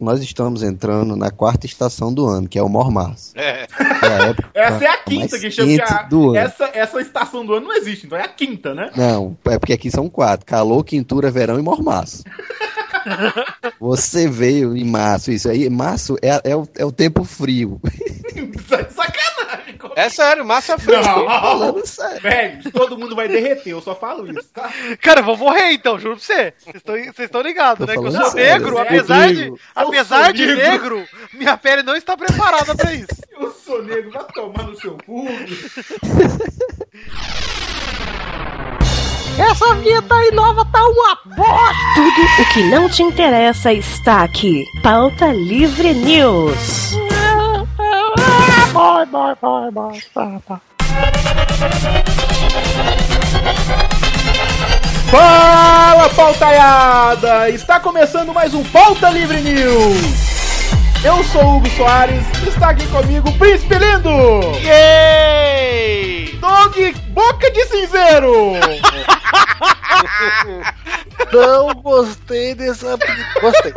nós estamos entrando na quarta estação do ano, que é o Mormaço. É. Essa é a quinta mais que chama. que quente a- do ano. essa, essa estação do ano não existe, então é a quinta, né? Não, é porque aqui são quatro: calor, quintura, verão e mormaço. Você veio em março, isso aí. Março é, é o, é o tempo frio. Isso é sacanagem. É sério, massa frio. Não, Falando sério. velho, todo mundo vai derreter, eu só falo isso. tá? Cara, eu vou morrer então, juro pra você. Vocês estão- Vocês estão Tô ligados, né? Que eu falando sou sério. negro, É, apesar de, Rodrigo, apesar de negro. negro, minha pele não está preparada pra isso. Eu sou negro, vai tomar no seu cu. Essa vinheta aí nova tá uma bosta! Tudo o que não te interessa está aqui. Pauta Livre News. Fala, pautaiada! Está começando mais um Pauta Livre News. Eu sou o Hugo Soares, está aqui comigo o Príncipe Lindo! Yay! Dog Boca de Cinzeiro! Não gostei dessa. Gostei.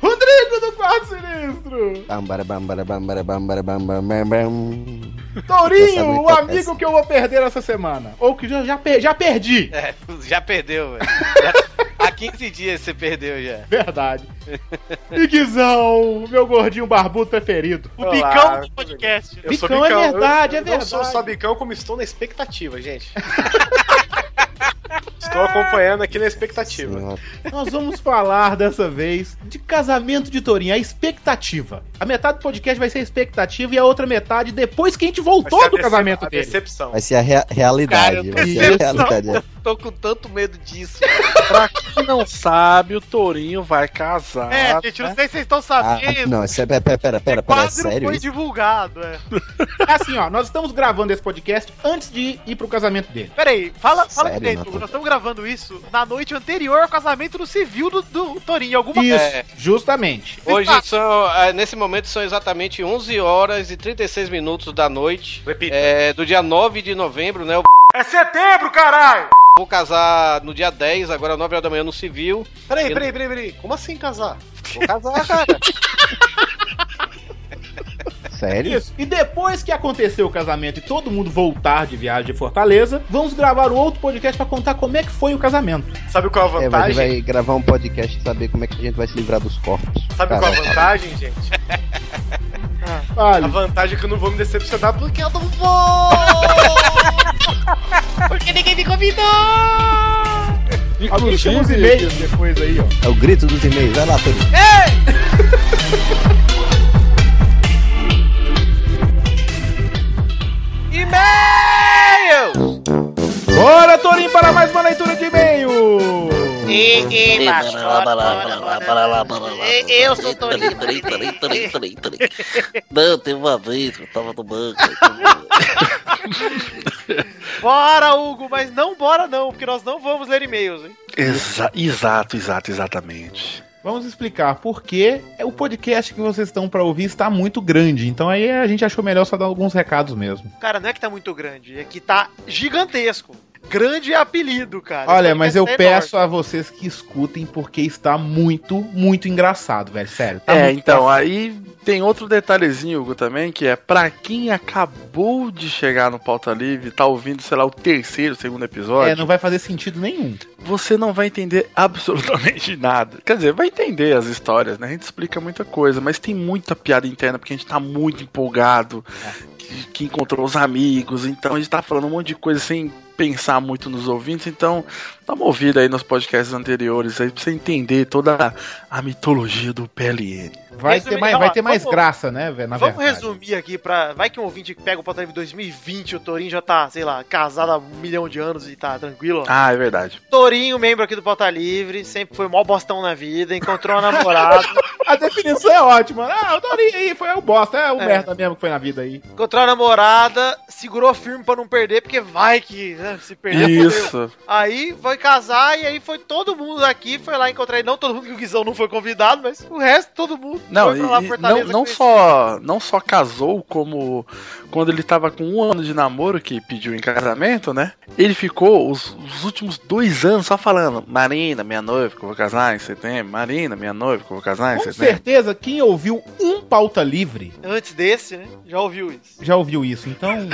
Rodrigo do Quarto Sinistro! Bam, bara, bam, bara, bam, bara, bam, bara, bam, bam, bam, bam. Essa é Tourinho, muito o amigo péssima. que eu vou perder essa semana. Ou que já, já, per- já perdi. É, já perdeu, velho. Já- Há 15 dias você perdeu já. Verdade. É. Iguizão, meu gordinho barbudo preferido. O bicão do podcast. Eu sou Bicão é verdade, eu, é Não sou verdade. só bicão, como estou na expectativa, gente. estou acompanhando aqui na expectativa. Senhora. Nós vamos falar dessa vez de casamento de Tourinho, a expectativa. A metade do podcast vai ser a expectativa e a outra metade depois que a gente Vai voltou ser a do decep- casamento a dele. decepção. Vai ser a rea- Cara, realidade. eu vai tô ser a pensando. realidade. Tô com tanto medo disso. Pra quem não sabe, o Tourinho vai casar. né? É, gente, não sei se vocês estão Ah, sabendo. não, isso é, pera, pera, pera, pera, é Quadro sério foi isso? divulgado. É. Assim, ó, nós estamos gravando esse podcast antes de ir pro casamento dele. Peraí, fala, fala Sério, direito. Nathan? Nós estamos gravando isso na noite anterior ao casamento do civil do, do Torinho. Alguma Isso, É. justamente. Hoje são, é, nesse momento são exatamente 11 horas e 36 minutos da noite Repita. é, do dia 9 de novembro, né? Eu É setembro, caralho! vou casar no dia 10, agora 9 horas da manhã no civil. Peraí, peraí, peraí, peraí. Como assim casar? Vou casar, cara. Sério? Isso. E depois que aconteceu o casamento e todo mundo voltar de viagem de Fortaleza, vamos gravar o outro podcast pra contar como é que foi o casamento. Sabe qual a É, mas vantagem? ele vai gravar um podcast e saber como é que a gente vai se livrar dos corpos. é Sabe Cara, qual a vantagem, gente? Ah, A Olha, vantagem é que eu não vou me decepcionar porque eu não vou. alguém chama os e-mails depois aí, ó. É o grito dos e-mails. Vai lá, Tony. E-mail! Bora, Torinho, para mais uma leitura de e-mail! É, Eu sou Torinho. Peraí, peraí, peraí, peraí, peraí. Não, teve uma vez que eu tava no banco. aí teve- Bora, Hugo, mas não bora não, porque nós não vamos ler e-mails, hein? Exa- exato, exato, exatamente. Vamos explicar por que o podcast que vocês estão pra ouvir está muito grande, então aí a gente achou melhor só dar alguns recados mesmo. Cara, não é que tá muito grande, é que tá gigantesco. Grande é apelido, cara. Olha, Esse mas eu podcast é enorme. peço a vocês que escutem porque está muito, muito engraçado, velho, sério. Tá é, muito então, aí tem outro detalhezinho, Hugo, também, que é pra quem acabou de chegar no Pauta Livre, tá ouvindo, sei lá, o terceiro, segundo episódio, É, não vai fazer sentido nenhum. você não vai entender absolutamente nada. Quer dizer, vai entender as histórias, né? A gente explica muita coisa, mas tem muita piada interna, porque a gente tá muito empolgado, que, que encontrou os amigos, então a gente tá falando um monte de coisa sem pensar muito nos ouvintes, então dá uma ouvida aí nos podcasts anteriores aí pra você entender toda a mitologia do PLN. Vai Resumir- ter mais, ó, vai ter mais vamos- graça, né, velho? Na Vamos verdade. resumir aqui pra. Vai que um ouvinte que pega o Pauta Livre 2020, o Torinho já tá, sei lá, casado há um milhão de anos e tá tranquilo. Ah, é verdade. Torinho, membro aqui do Pauta Livre, sempre foi mó bostão na vida, encontrou uma namorada. A definição é ótima. Ah, o Dorinho aí foi o bosta, é o É. merda mesmo que foi na vida aí. encontrou a namorada, segurou firme pra não perder, porque vai que. né, né? Se perder, fodeu. Isso. Aí foi casar e aí foi todo mundo daqui, foi lá encontrar ele. Não todo mundo que o Guizão não foi convidado, mas o resto, todo mundo. Não, foi pra lá, e- e não, Fortaleza, não conhecer. só, não só casou, como quando ele tava com um ano de namoro, que pediu em casamento, né? Ele ficou os, os últimos dois anos só falando: Marina, minha noiva, que eu vou casar em setembro. Marina, minha noiva, que eu vou casar em Com setembro. certeza, quem ouviu um pauta livre é. Antes desse, né? Já ouviu isso. já ouviu isso, então.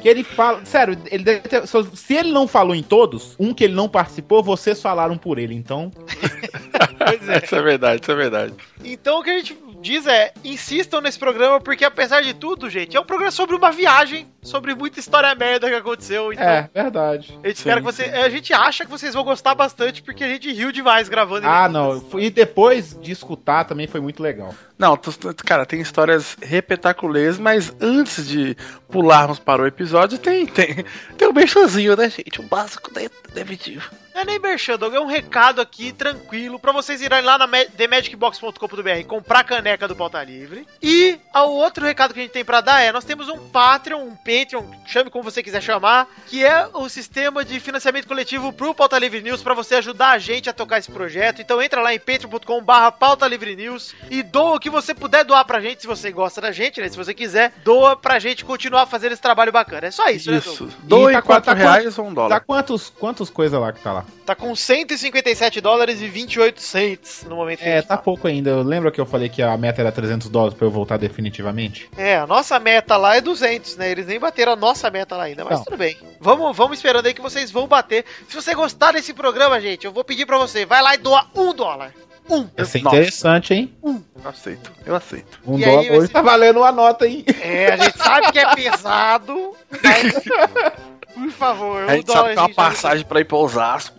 que ele fala. Sério, ele deve ter- se ele não falou em todos, um que ele não participou, vocês falaram por ele, então. Pois é. Isso é verdade, isso é verdade. Então o que a gente diz é, insistam nesse programa, porque apesar de tudo, gente, é um programa sobre uma viagem, sobre muita história merda que aconteceu. Então, é, É. verdade. a gente espera que você. A gente acha que vocês vão gostar bastante, porque a gente riu demais gravando. Ah, não. E depois de escutar também foi muito legal. Não, tu- tu- cara, tem histórias repetaculês, mas antes de pularmos para o episódio, tem tem, tem um merchanzinho, né, gente? O básico da Devitinho. Não é nem merchan, Doug, é um recado aqui tranquilo pra vocês irem lá na ma- TheMagicBox.com.br comprar a caneca do Pauta Livre. E o outro recado que a gente tem pra dar é: nós temos um Patreon, um Patreon, chame como você quiser chamar, que é o sistema de financiamento coletivo pro Pauta Livre News pra você ajudar a gente a tocar esse projeto. Então entra lá em patreon.com/barra Pauta Livre News e doa o que você puder doar pra gente, se você gosta da gente, né? Se você quiser, doa pra gente continuar fazendo esse trabalho bacana. É só isso, né, Doug? Isso. Doe tá com- quatro tá com- reais ou um Tá dólar. quantos, quantos coisas lá que tá lá? Tá com 157 dólares e 28 cents no momento que a É, gente tá pouco ainda. Lembra que eu falei que a meta era 300 dólares pra eu voltar definitivamente? É, a nossa meta lá é 200, né? Eles nem bateram a nossa meta lá ainda, mas Não. tudo bem. Vamos, vamos esperando aí que vocês vão bater. Se você gostar desse programa, gente, eu vou pedir pra você, vai lá e doa um dólar. Um. Ia ser Nossa. interessante, hein? Eu aceito, eu aceito. Um E aí dólar vai hoje ser- tá valendo uma nota, hein? É, a gente sabe que é pesado, mas... Por favor, A um gente sabe dólar que é uma gente, é passagem pra ir pra Osasco.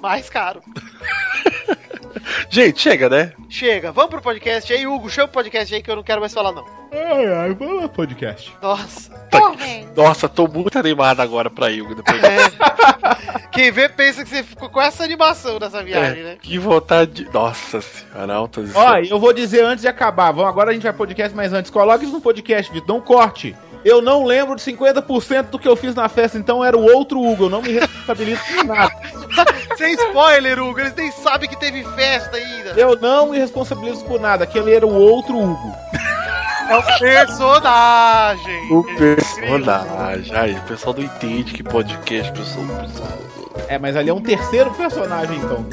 mais caro. Gente, chega, né? Chega, vamos pro podcast aí, Hugo, chama o podcast aí que eu não quero mais falar, não. Ai, ai, vamos lá, podcast. Nossa. Nossa, tô muito animado agora pra Yugo depois. É, Quem vê pensa que você ficou com essa animação nessa viagem, né? que vontade. de- Nossa senhora, altas Ó, eu vou dizer antes de acabar. Vamos, agora a gente vai podcast, mas antes, coloque isso no podcast, Vitor. Não corte. Eu não lembro de 50% do que eu fiz na festa, então era o outro Hugo. Eu não me responsabilizo por nada. Sem spoiler, Hugo, eles nem sabem que teve festa ainda. Eu não me responsabilizo por nada. Aquele era o outro Hugo. É o personagem. O personagem. Ai, o pessoal não entende que um podcast, pessoal. É, mas ali é um terceiro personagem, então.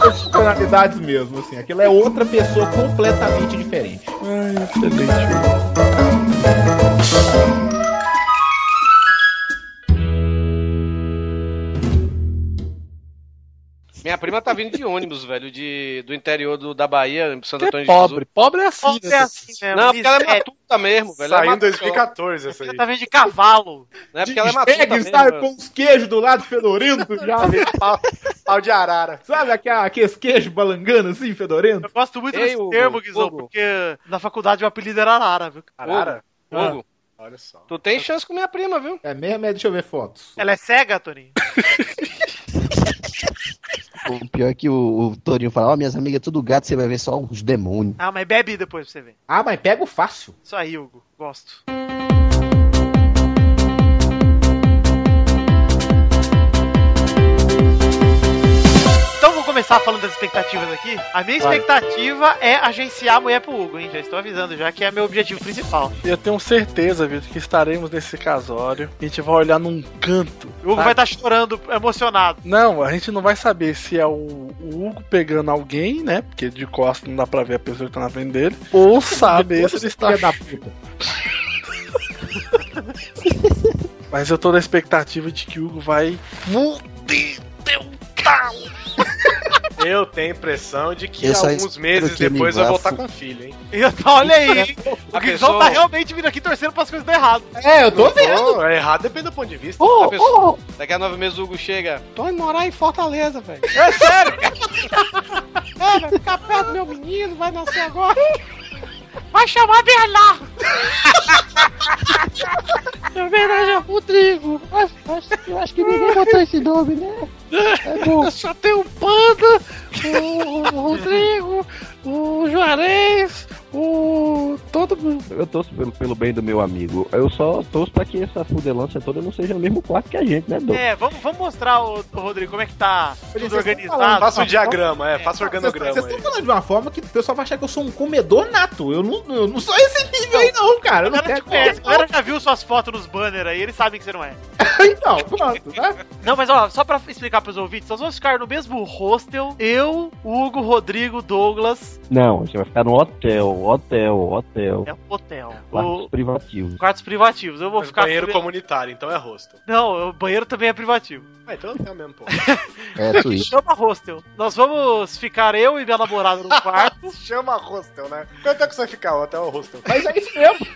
Personalidades mesmo, assim. Aquilo é outra pessoa completamente diferente. Ai, excelente. Minha prima tá vindo de ônibus, velho, de, do interior do- da Bahia, em Santo É Antônio de Jesus. pobre, pobre é assim. Pobre é assim mesmo. Não, porque ela é Miséria. matuta mesmo, velho. Ela é Saiu em matuta, 2014 essa aí. Ela tá vindo de cavalo. Não é porque ela é matuta Pegue, mesmo. sabe, velho. com os queijos do lado fedorento, já, né? pau, pau de arara. sabe aquela- aqueles queijos balangando assim, fedorento? Eu gosto muito Ei, desse Hugo, termo, Guizão, Hugo. porque na faculdade o apelido era Arara, viu? Ah. Arara? Hugo, Ah, Olha só. tu tem chance com minha prima, viu? É mesmo, é, deixa eu ver fotos. Ela é cega, Toninho? O pior é que o, o Torinho fala, ó, minhas amigas, é tudo gato, você vai ver só uns demônios. Ah, mas bebe depois pra você ver. Ah, mas pega o fácil. Isso aí, Hugo. Gosto. Então vou começar falando das expectativas aqui. A minha expectativa é agenciar a mulher pro Hugo, hein? Já estou avisando, já que é meu objetivo principal. Eu tenho certeza, Vitor, que estaremos nesse casório. A gente vai olhar num canto. O Hugo sabe? vai tá estar chorando, emocionado. Não, a gente não vai saber se é o, o Hugo pegando alguém, né? Porque de costas não dá pra ver a pessoa que tá na frente dele. Ou saber se ele está. Filha da puta. Mas eu tô na expectativa de que o Hugo vai. Fuder teu pau! Eu tenho a impressão de que Eu só alguns meses que ele depois eu vá vou estar fu- com filho, hein? E eu tô- olha aí, hein? A O Guizão pessoa- tá realmente vindo aqui torcendo pras coisas dar errado. É, eu tô vendo. Pô, é errado depende do ponto de vista. A pessoa- Daqui a nove meses o Hugo chega. Tô indo morar em Fortaleza, velho. É sério, cara. É, vai ficar perto do meu menino, vai nascer agora. Vai chamar Bernardo. Em homenagem ao Rodrigo. Acho- acho- Eu acho que ninguém botou esse nome, né? É bom. Só tem o Panda, o, Rodrigo, o Juarez, O todo eu torço pelo, pelo bem do meu amigo. Eu só torço pra que essa fudelância toda não seja no mesmo quarto que a gente, né, Doug? É, vamos, vamos mostrar, ô, ô, Rodrigo, como é que tá tudo organizado. falando, Faça um diagrama, é, faça um Vocês organograma vocês aí. estão falando de uma forma que o pessoal vai achar que eu sou um comedor nato. Eu não, eu não sou esse nível aí, não, cara. Eu O não cara quero. te conhece, o cara já viu suas fotos nos banners aí, eles sabem que você não é. Então, pronto, né? Não, mas ó, só pra explicar pros ouvintes, nós vamos ficar no mesmo hostel, eu, Hugo, Rodrigo, Douglas, Não, você vai ficar no hotel, hotel, hotel. é um hotel. Quartos O, privativos. quartos privativos, eu vou Mas ficar... banheiro com- comunitário, então é rosto. Não, o banheiro também é privativo. Ah, então é o mesmo, pô. É, suíte. Chama hostel. Nós vamos ficar eu e minha namorada no quarto. Chama hostel, né? Quanto é que você vai ficar? Até o hostel. Mas é isso mesmo.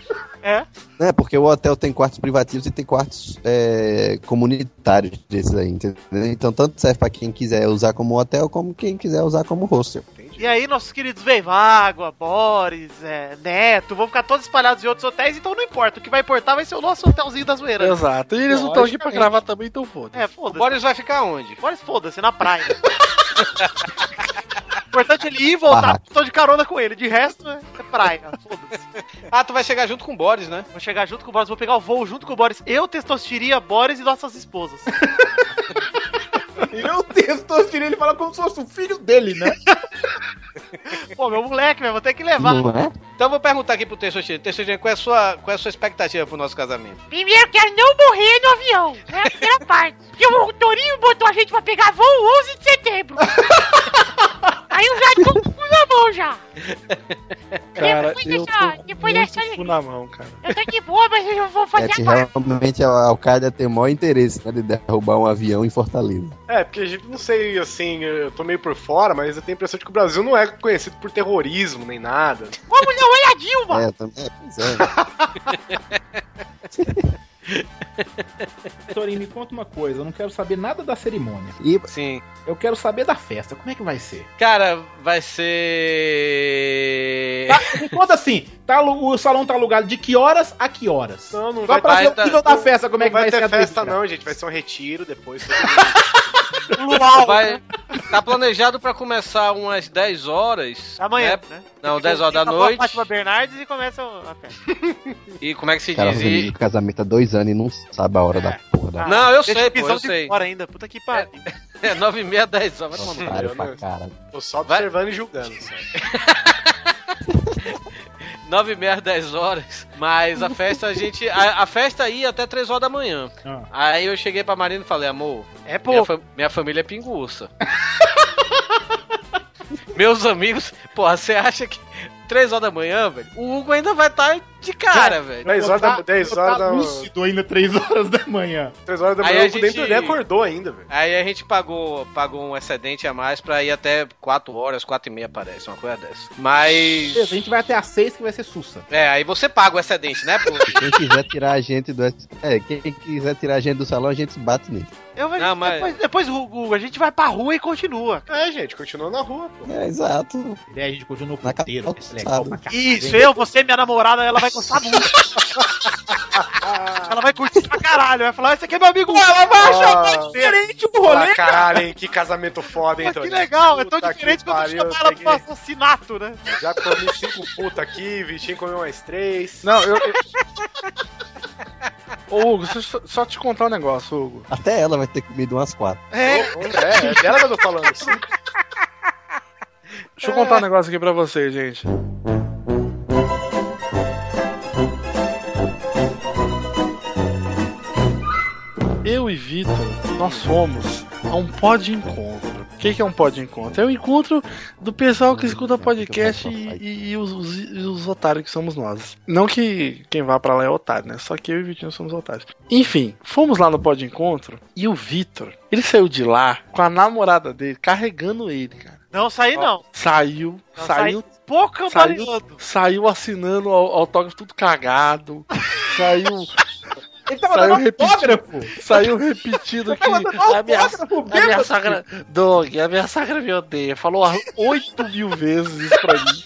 É. É, porque o hotel tem quartos privativos e tem quartos é, comunitários desses aí, entendeu? Então tanto serve pra quem quiser usar como hotel, como quem quiser usar como hostel. E aí, nossos queridos Veivágua, Boris, é, Neto, vão ficar todos espalhados em outros hotéis, então não importa. O que vai importar vai ser o nosso hotelzinho da zoeira. Exato. E eles não estão aqui pra gravar também, então foda. É, O foda-se. Boris vai ficar onde? Boris, foda-se, na praia. O importante é ele ir e voltar. Barraca. Tô de carona com ele. De resto, é é praia. Foda-se. Ah, tu vai chegar junto com o Boris, né? Vou chegar junto com o Boris, vou pegar o voo junto com o Boris. Eu, Testosteria, Boris e nossas esposas. Eu testosterinha, ele fala como se fosse o filho dele, né? Pô, meu moleque, velho, vou ter que levar. Não né? é? Então eu vou perguntar aqui pro Teixeira. Teixeira, qual é a sua, qual é a sua expectativa pro nosso casamento? Primeiro, eu quero não morrer no avião. É a primeira parte. Porque o Torinho botou a gente pra pegar voo 11 de setembro. Aí eu já tô com o cu na mão já. Cara, Depois eu dessa- tô depois dessa- muito cu na mão, cara. Eu tô de boa, mas eu não vou É fazer que agora. realmente a Al-Qaeda tem o maior interesse né, de derrubar um avião em Fortaleza. É, porque a gente não sei, assim, eu tô meio por fora, mas eu tenho a impressão de que o Brasil não é conhecido por terrorismo nem nada. Como não? Olha a Dilma. É, também. É, pois é. Torinho, me conta uma coisa. Eu não quero saber nada da cerimônia. E Sim. Eu quero saber da festa. Como é que vai ser? Cara, vai ser. Me conta assim, tá, alu- o salão tá alugado de que horas a que horas? Não, não Só vai, pra vai ver o tá- nível da festa, como é não que vai, ser vai ter a festa, doideira. não, gente. Vai ser um retiro depois. Luau. Vai... Tá planejado pra começar umas 10 horas. Amanhã, né? né? Não, 10 horas da Fica com a noite. Fátima Bernardes e começa o- a festa. E como é que se o cara diz? E- organiza o casamento há dois anos e não sabe a hora É. da porra da. Ah, Não, eu deixa sei, o pô, pisão eu de sei. fora ainda. Puta que pariu. É 9 e meia, 10 horas. Vai tomar no cu. Otário eu pra não- cara. Tô só Vai. observando e julgando. só. 9 e meia, 10 horas. Mas a festa a gente. A, a festa ia até 3 horas da manhã. Ah. Aí eu cheguei pra Marina e falei, amor, É, minha, pô. fa- minha família é pinguça. Meus amigos, porra, você acha que 3 horas da manhã, velho, o Hugo ainda vai estar de É, cara, velho. 10 horas da, 10 horas Tá da, lúcido ainda 3 horas da manhã. 3 horas da Aí a manhã, eu nem gente- dormi, acordou ainda, velho. Aí a gente pagou, pagou um excedente a mais pra ir até 4 horas, 4 e meia parece, uma coisa dessa. Mas. Beleza, a gente vai até às 6 que vai ser sussa. É, aí você paga o excedente, né, pô? Quem quiser tirar a gente do. É, quem quiser tirar a gente do salão, a gente bate nele. Eu vou- Não, mas- Depois, depois Hugo, a gente vai pra rua e continua. É, gente, continua na rua, pô. É, exato. Daí a gente continua o Na puteiro, que é legal pra um caralho. Isso, eu, você, minha namorada, ela vai gostar muito. ela vai curtir pra caralho. Vai falar, esse aqui é meu amigo. Ela vai achar que diferente o Ah, caralho, hein? Que casamento foda, hein, que Toninho? legal, é tão Puta que diferente quando pariu, chamaram ela tem pro assassinato, né? que- Já comi cinco puta aqui, Vitinho comeu umas três. Não, eu. eu- Ô, Hugo, deixa eu só- só te contar um negócio, Hugo. Até ela vai ter comido umas quatro. É, é, é dela que eu tô falando. Cinco. Deixa eu contar um negócio aqui pra vocês, gente. Eu e Vitor, nós fomos a um pod de encontro. O que, que é um pod de encontro? É o encontro do pessoal que escuta podcast e, e- e os, os- e os otários que somos nós. Não que quem vá pra lá é otário, né? Só que eu e o Vitinho somos otários. Enfim, fomos lá no pod de encontro e o Vitor, ele saiu de lá com a namorada dele carregando ele, cara. Não, saí não. Saiu, Não, assim? saiu, um Pouco Saiu. cambaleando. saiu assinando au- autógrafo tudo cagado. Saiu, Ele tava Saiu dando repetindo. autógrafo. saiu repetido que Tava dando a minha, autógrafo, a minha bêbado. sogra, Doug, a minha sogra me odeia. Falou oito mil vezes isso pra mim.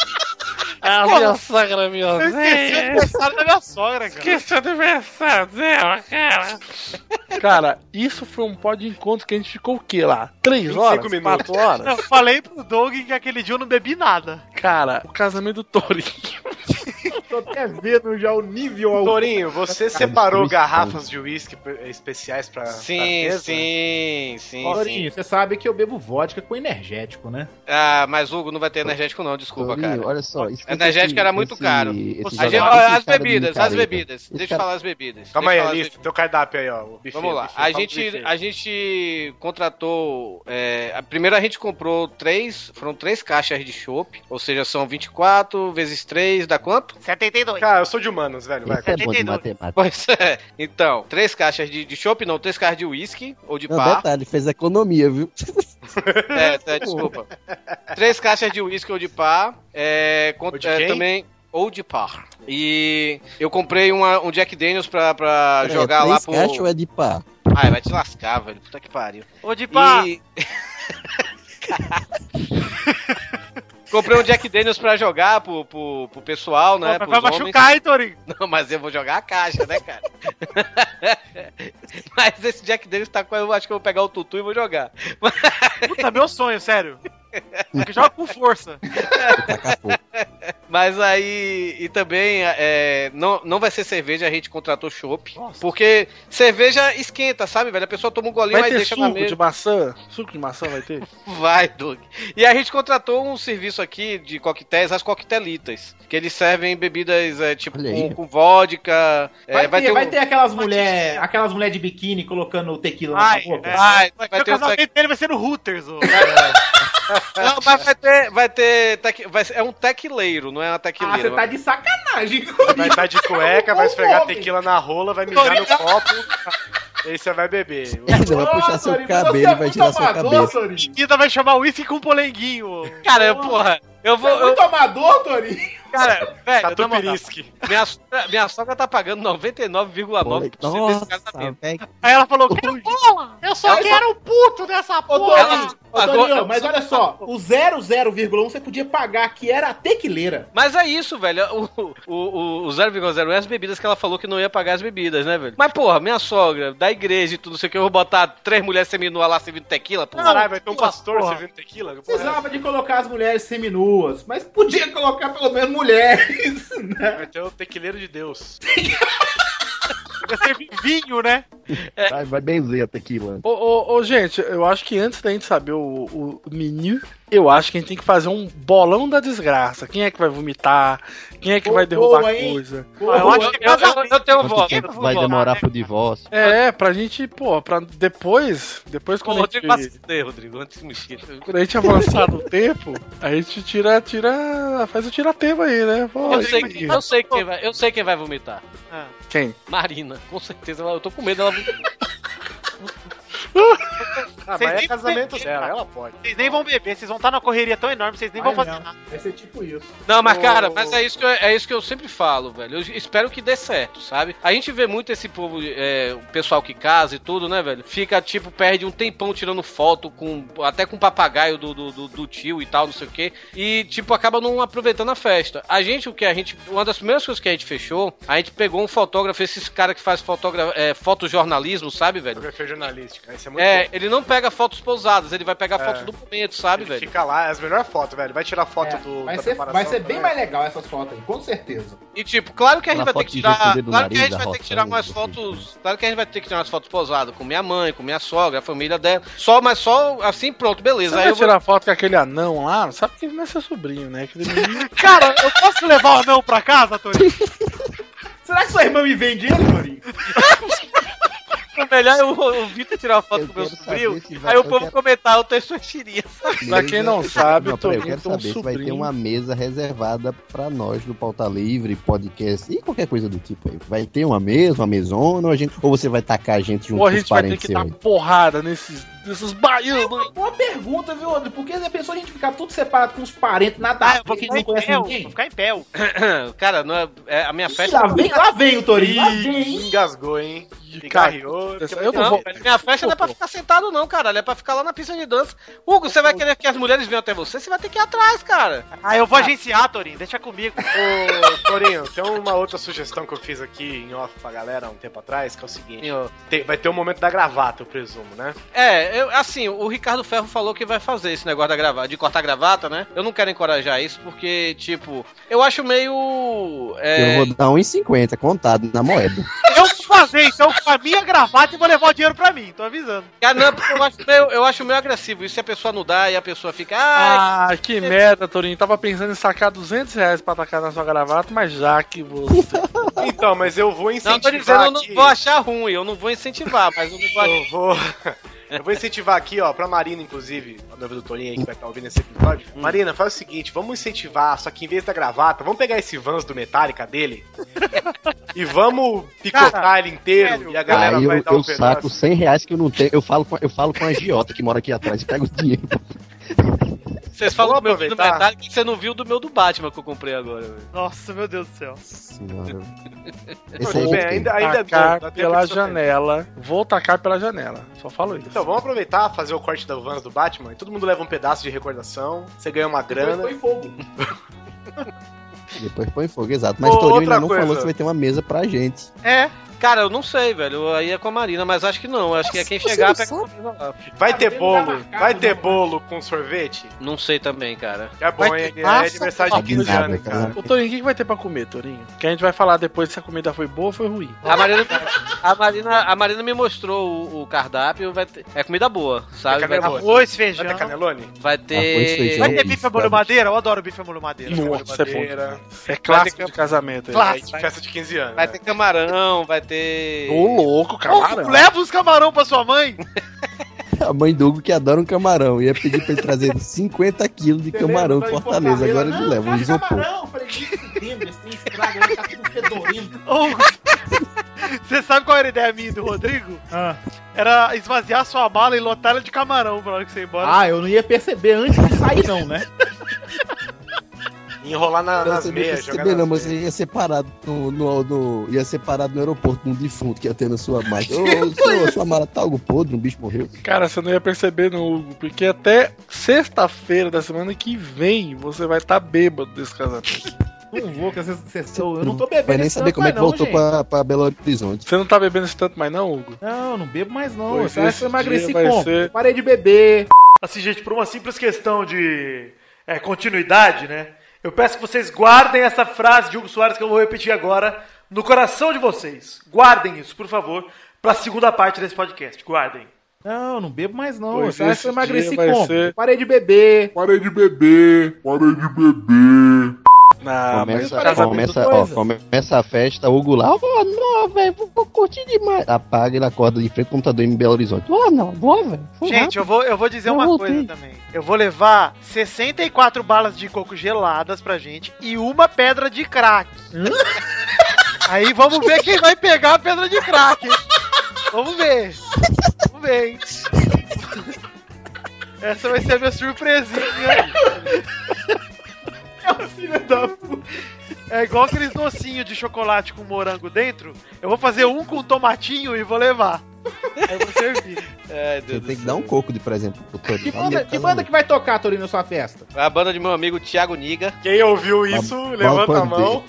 A Como? minha sogra me Eu esqueci o odeia. aniversário da minha sogra, cara. Esqueci o aniversário dela, cara. Cara, isso foi um pó de encontro que a gente ficou o quê lá? Três 25 horas? minutos. Quatro horas? Eu falei pro Doug que aquele dia eu não bebi nada. Cara, o casamento do Torinho. Tô até vendo já o nível. ao- Torinho, você separou garrafas de uísque pe- especiais pra. pra Sim, mesa? sim, sim, sim. Torinho, você sabe que eu bebo vodka com energético, né? Ah, mas Hugo não vai ter energético não, desculpa, Torinho, cara. Olha só, assim. isso Energético era muito caro. esse A gente- jogador- olha, esse as cara é bebidas, muito as careta. bebidas. Esse Deixa eu cara- falar as bebidas. Calma aí, Deixa eu falar as Alice, teu cardápio aí, ó. o buffet, Vamos lá. buffet, A fala do gente, buffet. a gente contratou. É, a, primeiro a gente comprou três. Foram três caixas de chopp. Ou seja, são 24 vezes 3, dá quanto? 72. Cara, eu sou de humanos, velho. Vai. Esse é bom de 72. matemática. Pois é. Então, três caixas de, de chopp, não, três caixas de uísque ou de Não, par. detalhe, fez economia, viu? É, tá, desculpa. Três caixas de uísque ou de par. É, cont- Ou de é, quem? também. Ou de par. E eu comprei uma- um Jack Daniels pra, Pera pra aí, jogar é lá três pro. caixa ou é de pá? Ai, vai te lascar, velho. Puta que pariu. Ô, de pá, E- Comprei um Jack Daniels pra jogar pro, pro, pro pessoal, né? vai pros homens. machucar, hein, Torinho? Não, mas eu vou jogar a caixa, né, cara? mas esse Jack Daniels tá com. Eu acho que eu vou pegar o Tutu e vou jogar. Puta, meu sonho, sério. Porque joga com força. Tacar fogo. Mas aí. E também, é, não, não vai ser cerveja, a gente contratou chopp. Porque cerveja esquenta, sabe, velho? A pessoa toma um golinho, Vai mas ter deixa na suco mesa. de maçã? Suco de maçã vai ter? Vai, Doug. E a gente contratou um serviço aqui de coquetéis, as coquetelitas. Que eles servem bebidas é, tipo Olha com, aí. com vodka. é, Vai, ter, um- vai ter aquelas mulheres aquelas mulher de biquíni colocando tequila na Ai, boca. é. Vai, vai Meu ter um É. casamento dele vai ser no Hooters, ô. Não, mas vai ter. Vai ter tequi- vai ser- é um tequileiro, não é uma Ah, você tequileira. tá de sacanagem. Vai estar tá de cueca, vai esfregar tequila na rola, vai mijar no copo. E aí você vai beber. Ele vai puxar seu cabelo e vai tirar sua cabeça. Torinho. Menina vai chamar uísque com polenguinho, ô. Cara, eu, porra, eu vou. Você é Eu, muito amador, Torinho. cara, velho, na moral, Catupirisque. minha, sogra- minha sogra tá pagando 99,9% desse Nossa, casamento. velho. Aí ela falou, Bola. eu só quero um puto dessa Ô, porra. Torinho, ela- ô, Torinho, agora- mas olha só, o 00,1 você podia pagar, que era a tequileira. Mas é isso, velho. O, o, o, o 0,01 é as bebidas que ela falou que não ia pagar as bebidas, né, velho? Mas, porra, minha sogra, da igreja e tudo, não sei o que, eu vou botar três mulheres seminuas lá servindo tequila, porra. Caralho, vai ter um porra, pastor porra. servindo tequila? Precisava de colocar as mulheres seminuas, mas podia colocar pelo menos mulheres, né? Vai ter o tequileiro de Deus. Vai servir vinho, né? Vai- Vai benzer a tequila. Ô, ô, ô, gente, eu acho que antes da gente saber o, o, o menu, eu acho que a gente tem que fazer um bolão da desgraça. Quem é que vai vomitar? Quem é que Boa, vai derrubar boa, hein? coisa? Ah, eu acho Eu, que é eu- eu- eu tenho Quanto voto. eu tempo tenho vai voto. demorar pro divórcio? É, pra gente, pô, pra depois, depois Ô, quando a Rodrigo, passa gente, isso daí, Rodrigo, antes que me esqueça. quando a é gente avançar no tempo, a gente tira, tira, faz o tira-tema aí, né? Pô, Eu isso sei, aí. eu, sei quem vai, eu sei quem vai vomitar. Quem? Marina, com certeza. ela- Eu tô com medo dela vomitar. Ah, Vocês mas é nem casamento beberam, dela, cara. ela pode. Vocês nem vão beber, vocês vão estar numa correria tão enorme, vocês nem vão Vai fazer não, nada. Vai ser tipo isso. Não, mas cara, Ô. mas Ah, é isso, que eu, é isso que eu sempre falo, velho. Eu espero que dê certo, sabe? A gente vê muito esse povo, é, o pessoal que casa e tudo, né, velho? Fica, tipo, perde um tempão tirando foto, com até com o papagaio do, do, do- do tio e tal, não sei o quê. E, tipo, acaba não aproveitando a festa. A gente, o que a gente. Uma das primeiras coisas que a gente fechou, a gente pegou um fotógrafo, esses caras que faz fotógrafo, é, fotojornalismo, sabe, velho? Fotografia jornalística. Isso é muito É, bom. ele não pega fotos pousadas, ele vai pegar É. fotos do momento, sabe, Ele velho? Fica lá, é as melhores fotos, velho. Vai tirar foto É, do. vai, da ser, preparação vai ser bem também. mais legal essas fotos aí, com certeza. E tipo, claro que a gente Aquela vai ter foto de que tirar. gesso dentro Claro do que a gente nariz, vai da ter que tirar roçando, mais assim. fotos. Claro que a gente vai ter que tirar umas fotos pousadas com minha mãe, com minha sogra, a família dela. Só, mas só assim, pronto, beleza. Você Aí vai eu vou... tirar foto com aquele anão lá? Sabe que ele não é seu sobrinho, né? Aquele menino- Cara, eu posso levar o anão pra casa, Torinho? Será que sua irmã me vende ele, Torinho? o melhor é o, o Vitor tirar uma foto Eu com meu quero sobrinho. saber se vai- Aí o eu povo quero- comentar, eu tenho sua tirinha. Pra quem não né? sabe, Não, peraí, eu Torinho quero tem um saber se vai ter sobrinho. uma mesa reservada pra nós do Pauta Livre, podcast e qualquer coisa do tipo aí. Vai ter uma mesa, uma mesona, ou, a gente, ou você vai tacar a gente junto Pô, a com os gente vai ter parentes que seus dar aí? porrada É, nesses, nesses baianos. Boa pergunta, viu, André? Porque a pessoa a gente ficar tudo separado com os parentes, nada Ah, a eu vou ver, que ficar não em conhece pé, eu vou ninguém. ficar em pé. ô. Cara, não é, é a minha Ih, festa. lá, vem, lá vem o Torinho, lá vem, hein? Ih, engasgou, hein? de Ligar cara. Rio, Eu não vou. Minha festa não é pra ficar sentado, não, caralho. É pra ficar lá na pista de dança. Hugo, você vai querer que as mulheres venham até você? Você vai ter que ir atrás, cara. Ah, eu vou agenciar, Torinho, deixa comigo. Ô, Torinho, tem uma outra sugestão que eu fiz aqui em off pra galera há um tempo atrás, que é o seguinte: Tem- vai ter um momento da gravata, eu presumo, né? É, eu- assim, o Ricardo Ferro falou que vai fazer esse negócio da gravata, de cortar a gravata, né? Eu não quero encorajar isso, porque, tipo, eu acho meio. é, Eu vou dar 1,50 contado na moeda. Eu vou fazer, então, com a minha gravata e vou levar o dinheiro pra mim, tô avisando. Ah, não, porque eu acho, meio, eu acho meio agressivo. Isso se a pessoa não dá e a pessoa fica. Ah, Ah, que merda, Torinho. Tava pensando em sacar 200 reais pra tacar na sua gravata, mas já que você. Então, mas eu vou não, tô incentivar. dizendo, eu não aqui- vou achar ruim, eu não vou incentivar, mas eu não vou Eu vou. Eu vou incentivar aqui, ó, pra Marina, inclusive, a noiva do Torinho aí que vai estar ouvindo esse episódio. Hum. Marina, faz o seguinte: vamos incentivar, só que em vez da gravata, vamos pegar esse Vans do Metallica dele e vamos picotar Cara, ele inteiro e a galera Aí eu, vai dar eu um pedaço. saco 100 reais que eu não tenho. Eu falo com, eu falo com a agiota que mora aqui atrás e pego o dinheiro. Vocês falam Vou do meu do aproveitar. Metallica que você não viu do meu do Batman que eu comprei agora, velho. Nossa, meu Deus do céu. Senhora. Esse aí Tudo eu bem, tenho. ainda, ainda tacar dá tempo pela de sofrer. janela. Vou tacar pela janela. Só falo isso. Então, vamos aproveitar, fazer o corte da Vans do Batman. Todo mundo leva um pedaço de recordação. Você ganha uma grana. Depois põe fogo, exato. Mas Ô, Torinho outra ainda não coisa. falou que vai ter uma mesa pra gente. É, Cara, eu não sei, velho. Aí é com a Marina, mas acho que não. Acho que é quem Você chegar não pega. sabe? Vai ter tá bolo. marcado, Vai ter né? bolo com sorvete? Não sei também, cara. É bom, hein? É aniversário de 15 Combinado, anos, hein, cara. né, cara. Ô, Torinho, o que que vai ter pra comer, Torinho? Que a gente vai falar depois se a comida foi boa ou foi ruim. A Marina, a Marina, a Marina me mostrou o, o cardápio. Vai ter- é comida boa, sabe? É Vai comida ter, boa. arroz, Vai feijão. ter canelone? vai Arroz, ter. feijão. Vai ter Isso, bife à cara. molho madeira? Eu adoro bife à molho madeira. Nossa, é bom. Madeira. É clássico de casamento. é. Clássico. É festa de 15 anos. Vai né? ter camarão, vai ter. Ô, é louco, Ô, camarão. leva os camarão pra sua mãe. A mãe do Hugo que adora um camarão. Ia pedir pra ele trazer 50 quilos de camarão em Fortaleza. Agora ele leva um isopor. Camarão, falei, que setembro, esse trem estraga, ele tá tudo fedorento. Ô, Você sabe qual era a ideia minha e do Rodrigo? Ah. Era esvaziar sua mala e lotar ela de camarão pra hora que você ir embora. Ah, eu não ia perceber antes de sair, não, né? Enrolar na- nas Você não ia meias, jogar perceber, nas não, mas você ia separado no, no, no- ia separado no aeroporto, um defunto que ia ter na sua máquina. Ô, sua, sua mala tá algo podre, um bicho morreu. Cara, você não ia perceber não, Hugo, porque até sexta-feira da semana que vem você vai estar bêbado desse casamento. Não vou, que vocês, vocês- eu, eu não tô bebendo. Vai nem esse saber tanto como é que mais não, voltou gente. pra, pra Belo Horizonte. Você não tá bebendo esse tanto mais não, Hugo? Não, não bebo mais não. Pois Você acha que esse eu emagreci dia vai como? ser- Parei de beber. Assim, gente, por uma simples questão de é, continuidade, né? Eu peço que vocês guardem essa frase de Hugo Soares que eu vou repetir agora no coração de vocês. Guardem isso, por favor, para a segunda parte desse podcast. Guardem. Não, não bebo mais não. Pois Você acha que esse eu emagreci dia vai como? ser- Parei de beber. Parei de beber, parei de beber. Não, começa, parece a começa, mesma ó, coisa. começa a festa, Hugo lá, ó, não, velho, vou, vou curtir demais. Apaga, ele acorda de frente ao computador em Belo Horizonte. Ó, não, vou, velho. Fui Gente, eu vou, eu vou dizer Eu uma voltei. coisa também. Eu vou levar 64 balas de coco geladas pra gente e uma pedra de crack. Aí vamos ver quem vai pegar a pedra de crack. hein? Vamos ver. Vamos ver, hein? Essa vai ser a minha surpresinha. É igual aqueles docinhos de chocolate com morango dentro. Eu vou fazer um com tomatinho e vou levar. Aí eu vou servir. Ai, Deus Você do tem que céu. dar um coco de né? presente pro Torinho. Que banda, que banda que vai tocar, Torino, na sua festa? A banda de meu amigo Thiago Niga. Quem ouviu isso, levanta a mão.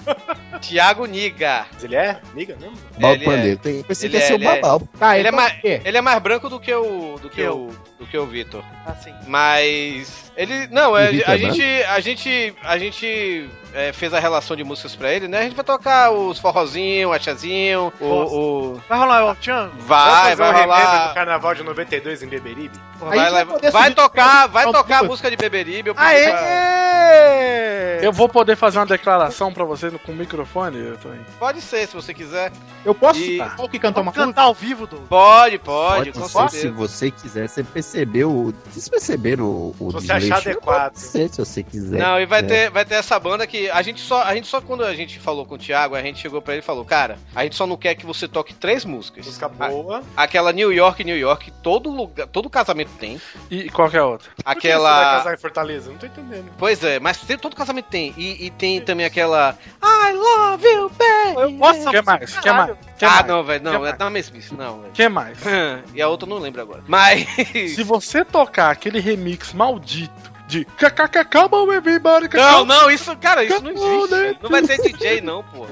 Thiago Niga. Ele é? Miga mesmo? Baldo Ele é- pandeiro. Tem, pensei que ele ia é- ser um o ele é- babal. Tá, Ele é então mais- o quê? Ele é mais branco do que o. do que, Eu. o. do que o Vitor. Assim. Mas. Ele. Não, é, O Vitor a, é gente, a gente. A gente. é, fez a relação de músicas pra ele, né? A gente vai tocar os forrozinho, o achazinho, o. o- Vai rolar o Tchan? Vai, Vamos fazer vai um remember do rolar. carnaval de 92 em Beberibe? A Vai, gente vai levar- poder vai subir- tocar, vai Não, tocar a puta. música de beberibe. eu pedi pra- Aê! Eu vou poder fazer uma declaração pra vocês no- com o microfone, Torinho? Pode ser, se você quiser. Eu posso E- citar qual que cantou uma Vamos música? cantar ao vivo, Douglas. Pode, pode, com ser, se certeza. você quiser. Você percebeu. o- Vocês perceberam o. o Se você achar desleixo? adequado. Pode ser, se você quiser. Não, e vai, né? ter, vai ter essa banda que a gente só, a gente só quando a gente falou com o Thiago, a gente chegou pra ele e falou, cara, a gente só não quer que você toque três músicas. Música boa. A- aquela New York, New York, todo lugar, todo casamento tem. E qual que é a outra? Por que você vai Aquela. casar em Fortaleza? Não tô entendendo. Pois é, mas tem- todo casamento tem. E, e tem também aquela. I love you, baby. Nossa, que mais? Que mais? Que ah, mais? não, velho, não, Que é da mesmice, não, velho. Que mais? E a outra eu não lembro agora. Mas. Se você tocar aquele remix maldito de KKK, calma, everybody, Não, não, isso, cara, isso não existe. Não vai ter DJ, não, pô.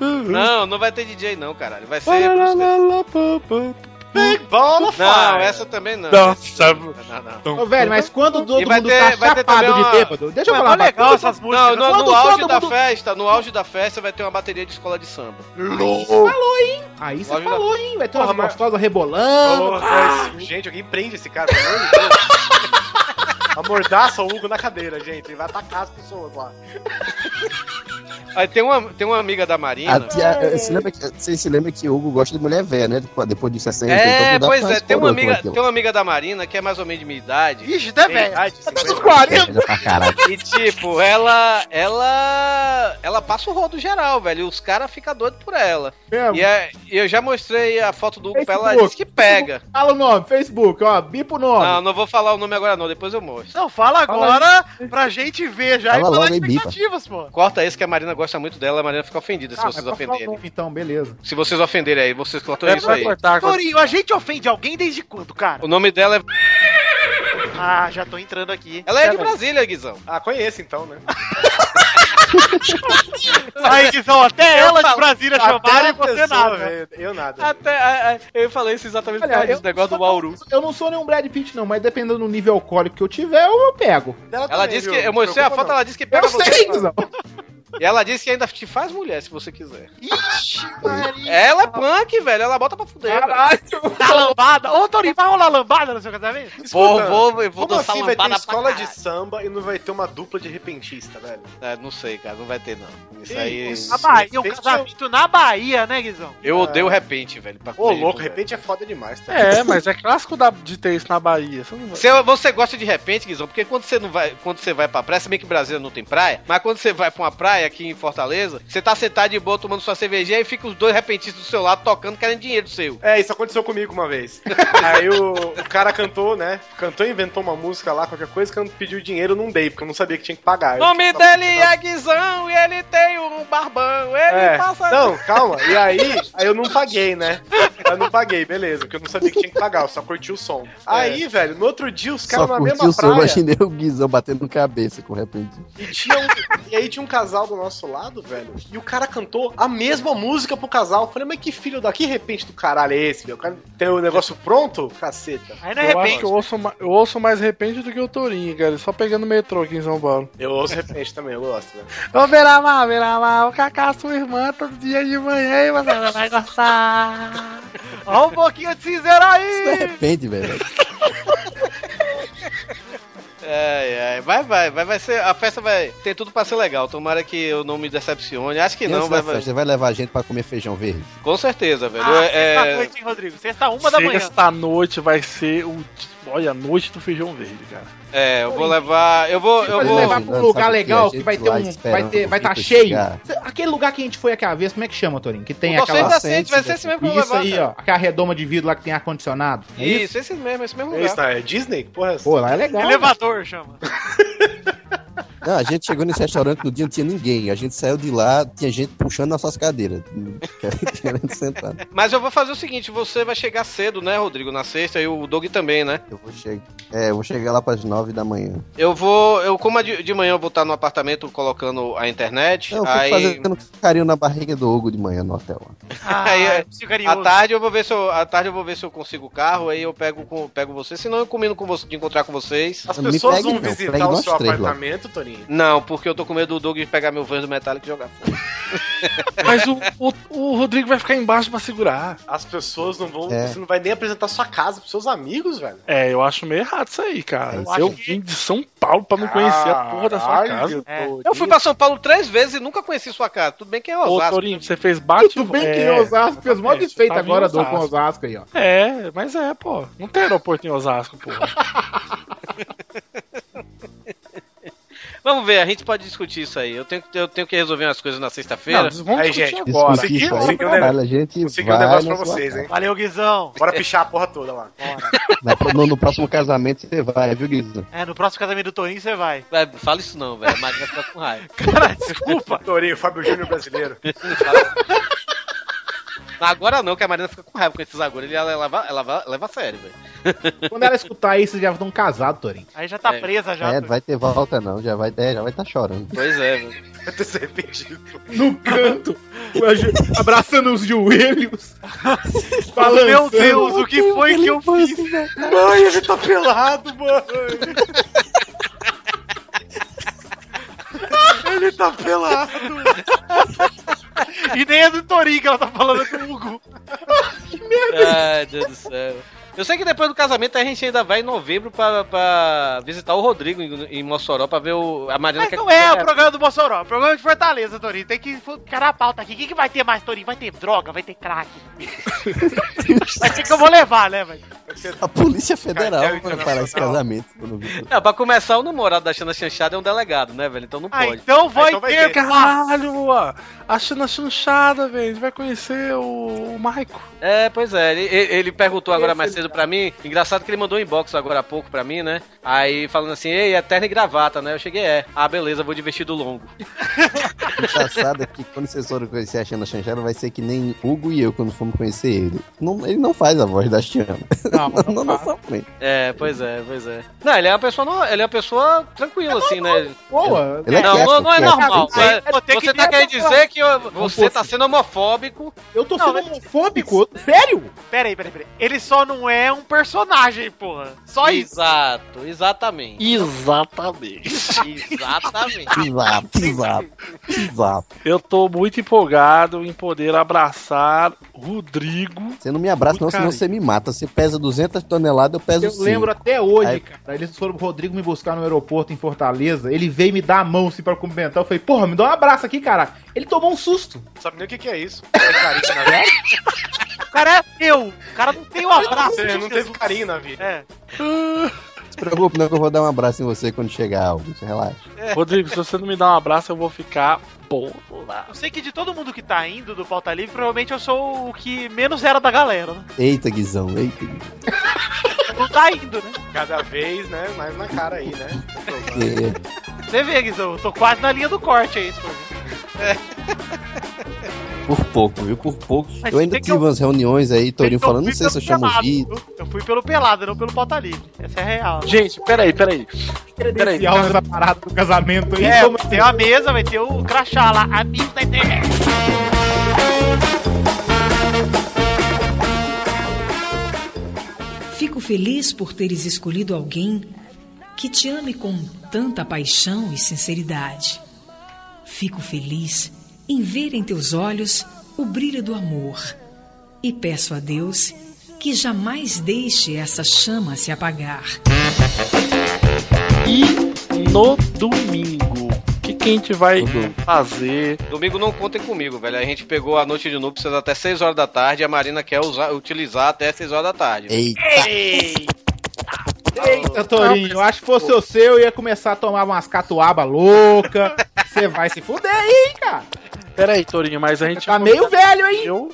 Não, Não, não vai ter DJ, não, caralho. Vai ser. Big Ball of Não, Fire. essa também não. Nossa, não, não. Ô, velho, mas quando todo E vai mundo ter- tá vai ter chapado também de uma- bêbado, deixa eu Ué, falar mó uma legal coisa. essas Quando- músicas. Não, no, quando no auge todo da mundo- festa, no auge da festa vai ter uma bateria de escola de samba. Falou, hein? Aí você Lógico. falou, hein? Vai ter umas Porra, mas- gostosas Ah. rebolando. Ah! Porra, esse- gente, alguém prende esse cara, pelo amor de Deus. Amordaça o Hugo na cadeira, gente. Ele vai atacar as pessoas lá. Aí tem uma, tem uma amiga da Marina. A tia- eh, se lembra que- Vocês se lembram que o Hugo gosta de mulher velha, né? Depois- Depois de 60. É, então não dá pois pra é, tem escolher uma, com amiga, aquilo. tem uma amiga da Marina que é mais ou menos de minha idade. Ixi, tá Tem velho. idade, 50. Velha pra caralho. E tipo, ela. Ela. Ela passa o rodo geral, velho. Os caras ficam doidos por ela. Mesmo? E é- e eu já mostrei a foto do Hugo pra ela, ela Facebook. disse que pega. Fala o nome, Facebook, ó, bipa o nome. Não, não vou falar o nome agora não, depois eu mostro. Não, Fala fala agora pra gente ver já Fala e falar logo aí, bipa. expectativas, pô. Corta esse que a Marina gosta muito dela, a Marina fica ofendida se Ah, mas vocês pra falar o ofenderem. nome, então, beleza. Se vocês ofenderem aí, vocês cortam Então é É isso aí. Torinho, a gente ofende alguém desde quando, cara? O nome dela é. Ah, já tô entrando aqui. Ela é de Pera aí. Brasília, Guizão. Ah, conheço então, né? Aí, Guizão, até Eu ela de falo, Brasília chamaram e você nada. velho. Eu nada. Até. a- a- eu falei isso exatamente por Olha, causa eu desse negócio do Bauru. Eu não sou nenhum Brad Pitt, não, mas dependendo do nível alcoólico que eu tiver, eu eu pego. Ela disse que. Eu mostrei a foto, ela disse que pega Eu sei, você. Guizão. E ela disse que ainda te faz mulher se você quiser. Ixi, Maria. Ela é punk, velho. Ela bota pra fuder. velho. Da Tá lambada. Ô, Torinho, vai rolar lambada no seu casamento? Vou, vou, eu vou Como dançar assim vai ter lambada pra escola de samba e não vai ter uma dupla de repentista, velho? caralho. É, não sei, cara. Não vai ter, não. Isso Que aí. isso? Na Bahia, um Fez- casamento na Bahia, né, Guizão? Eu odeio repente, velho. pra Ô, fuder, louco, velho. repente é foda demais, tá? É, mas é clássico da- de ter isso na Bahia. Você não vai. Você, você gosta de repente, Guizão, porque quando você não vai, quando você vai pra praia, se bem que Brasília não tem praia, mas quando você vai pra uma praia aqui em Fortaleza, você tá sentado de boa tomando sua cervejinha e fica os dois repentistas do seu lado tocando, querendo dinheiro seu. É, isso aconteceu comigo uma vez. Aí o, o cara cantou, né? Cantou, inventou uma música lá, qualquer coisa, que eu não pediu dinheiro, eu não dei, porque eu não sabia que tinha que pagar. O Eu nome tava- dele é Guizão e ele tem um barbão, ele É. passa. Não, calma. E aí, aí eu não paguei, né? Eu não paguei, beleza, porque eu não sabia que tinha que pagar, eu só curti o som. Aí, velho, no outro dia os É. Só caras na curti mesma o som, praia. imaginei o Guizão batendo cabeça com repente. E, tinha um- e aí tinha um casal do nosso lado, velho. E o cara cantou a mesma música pro casal. Eu falei, mas que filho da que repente do caralho é esse, meu? O cara tem o negócio pronto? Caceta. Aí, de Eu acho que repente, eu ouço, ma- eu ouço mais repente do que o Torinho, cara. Só pegando o metrô aqui em São Paulo. Eu ouço repente também, eu gosto, né? Ô, Beramar, Beramar, o Cacá, sua irmã, todo dia de manhã, e você vai gostar. ó, um pouquinho de cinzeiro Isso não é aí. repente, velho. Ai, ai, vai, vai, vai, vai ser. A festa vai. Tem tudo pra ser legal. Tomara que eu não me decepcione. Acho que Criança não, vai, na vai- festa, vai levar a gente pra comer feijão verde. Com certeza, velho. Ah, É- é- sexta-noite, hein, Rodrigo? Sexta, uma da manhã. Sexta-noite vai ser o... Olha, a noite do feijão verde, cara. é, eu vou levar. Eu vou. Eu Pode vou... levar pra um Sabe que lugar a legal gente que vai ter lá um. Vai esperando ter, o vai estar Vitor cheio. chegar. Cê- Aquele lugar que a gente foi aquela vez, como é que chama, Torinho? Que tem Vocês aquela. da Sente, vai ser esse mesmo que eu vou Isso levar. aí, cara. ó. Aquela redoma de vidro lá que tem ar-condicionado. É isso? Isso, esse mesmo, esse mesmo É isso, lugar. né? É Disney? Que Porra, é essa? Pô, lá é legal. Elevador, chama. Não, a gente chegou nesse restaurante no dia, não tinha ninguém. A gente saiu de lá, tinha gente puxando nossas cadeiras. Querendo sentar. Mas eu vou fazer o seguinte: você vai chegar cedo, né, Rodrigo? Na sexta e o Doug também, né? Eu vou, che... é, eu vou chegar lá pras 9 da manhã. Eu vou. Eu, como é de, de manhã eu vou estar no apartamento colocando a internet, Não, eu fico aí. fazendo carinho na barriga do Hugo de manhã no hotel. lá. Aí, é, Ah, esse À carinhoso. tarde eu vou ver se eu, à tarde eu vou ver se eu consigo o carro, aí eu pego com, pego você, senão eu combino com você de encontrar com vocês. As Não me pessoas pegue, vão não. visitar Pegue o nós seu três lá. apartamento, Toninho? Não, porque eu tô com medo do Doug pegar meu van do Metallica e jogar fora. Mas o, o, o Rodrigo vai ficar embaixo pra segurar. As pessoas não vão. É. Você não vai nem apresentar sua casa pros seus amigos, velho. É, eu acho meio errado isso aí, cara. Eu Eu, acho vim de São Paulo pra não conhecer a porra da sua Caralho, casa. Torinho. Eu fui pra São Paulo três vezes e nunca conheci sua casa. Tudo bem que é Ô, Osasco. Torinho, você fez bate Tudo bem que é, em Osasco fez Tá mó exatamente, desfeito tava em agora do com Osasco. Osasco aí, ó. É, mas é, pô. Não tem aeroporto em Osasco, pô. Vamos ver, a gente pode discutir isso aí. Eu tenho, que- eu tenho que resolver umas coisas na sexta-feira. Não, vamos Aí, discutir gente, agora. Discutir isso aí, né? caralho, a gente consegui vai na sua hein? Valeu, Guizão. Bora pichar a porra toda lá. Na pro- no, no próximo casamento você vai, viu, Guizão? É, no próximo casamento do Torinho você vai. É, fala isso não, velho. A Mari vai ficar com raiva. Cara, desculpa. Torinho, Fábio Júnior brasileiro. Agora não, que a Marina fica com raiva com esses agora. Ele ela leva, ela va- leva a sério, velho. Quando ela escutar isso, já estão casados, Torinho. Aí já tá É. presa já. É, não vai ter volta não, já vai, é, já vai estar chorando. Pois é, velho. No canto, ajo- abraçando os joelhos. Falando, Meu Deus, o que foi que eu fiz? Mãe, ele tá pelado, mano. Ele tá pelado. E nem é do Torinho que ela tá falando, é do Hugo. Ai, Deus do céu. Eu sei que depois do casamento a gente ainda vai em novembro pra, pra visitar o Rodrigo em, em Mossoró pra ver o, a Marina. Mas que não é o programa do Mossoró, é o programa de Fortaleza, Torinho. Tem que encarar a pauta aqui. O que, que vai ter mais, Torinho? Vai ter droga, vai ter crack. Vai ser que eu vou levar, né, velho? tá- A Polícia é Federal vai parar esse casamento. quando vir. É, pra começar, o namorado da Xana Chanchada é um delegado, né, velho? Então não Ah, pode. então vai ter, Caralho, ó. Achando a chanchada, velho. A gente vai conhecer o, o Maico. É, pois é. Ele, ele- ele perguntou agora mais tá. cedo pra mim. Engraçado que ele mandou um inbox agora há pouco pra mim, né? Aí falando assim, ei, é terno e gravata, né? Eu cheguei, é. Ah, beleza, vou de vestido longo. Engraçado é que quando vocês forem conhecer a Xana Xanchara, vai ser que nem Hugo e eu quando fomos conhecer ele. Não- ele não faz a voz da Xana. Não, não, não, não É, pois é, pois é. Não, ele é uma pessoa, no- ele é uma pessoa tranquila, É assim, né? Boa. Ele é não, quieto, não, não é quieto. normal. Aí, É, ter você que tá ter- querendo dizer que eu- você fosse. tá sendo homofóbico. Eu tô sendo homofóbico? Sério? Peraí, peraí, peraí. Ele só não é um personagem, porra. Só isso. Exato, exatamente. Exatamente. Exatamente. Exato, exato, exato. Eu tô muito empolgado em poder abraçar Rodrigo. Você não me abraça, não, senão carinho. você me mata. Você pesa 200 toneladas, eu peso Eu 5. lembro até hoje, Aí- cara. Eles foram o Rodrigo me buscar no aeroporto em Fortaleza. Ele veio me dar a mão assim pra cumprimentar. Eu falei, porra, me dá um abraço aqui, cara. Ele tomou um susto. Sabe nem o que, que é isso. Não tem carinho na vida. O cara é meu. O cara não tem um abraço. Você de não Jesus. teve carinho na vida. É. Não se preocupe, não, que eu vou dar um abraço em você quando chegar, Augusto. Relaxa. Rodrigo, se você não me dar um abraço, eu vou ficar bom. Eu sei que de todo mundo que tá indo do Pauta Livre, provavelmente eu sou o que menos era da galera. né? Eita, Guizão, eita. Guizão. Não tá indo, né? Cada vez, né? Mais na cara aí, né? É. Você vê, Guizão, eu tô quase na linha do corte aí, isso pra mim. Por pouco, viu? Por pouco. Mas eu ainda tem que tive umas reuniões aí, Torinho Eu falando, fui não sei se eu pelo chamo o pelado, Vitor. viu? Eu fui pelo pelado, não pelo Pauta Livre. Essa é real. Gente, peraí, peraí. Peraí, Esse áudio da parada do casamento aí. É, como- tem uma mesa, vai ter o crachá lá, amigos da internet. Fico feliz por teres escolhido alguém que te ame com tanta paixão e sinceridade. Fico feliz em ver em teus olhos o brilho do amor e peço a Deus que jamais deixe essa chama se apagar. E no domingo, o que, que a gente vai fazer? Domingo não contem comigo, velho. A gente pegou a noite de núpcias até 6 horas da tarde e a Marina quer usar, utilizar até 6 horas da tarde. Eita. Eita, Torinho, eu acho que fosse o seu, eu ia começar a tomar umas catuaba louca. Você vai se é fuder aí, hein, cara. Peraí, Torinho, mas a gente. Tá meio velho, hein? Eu.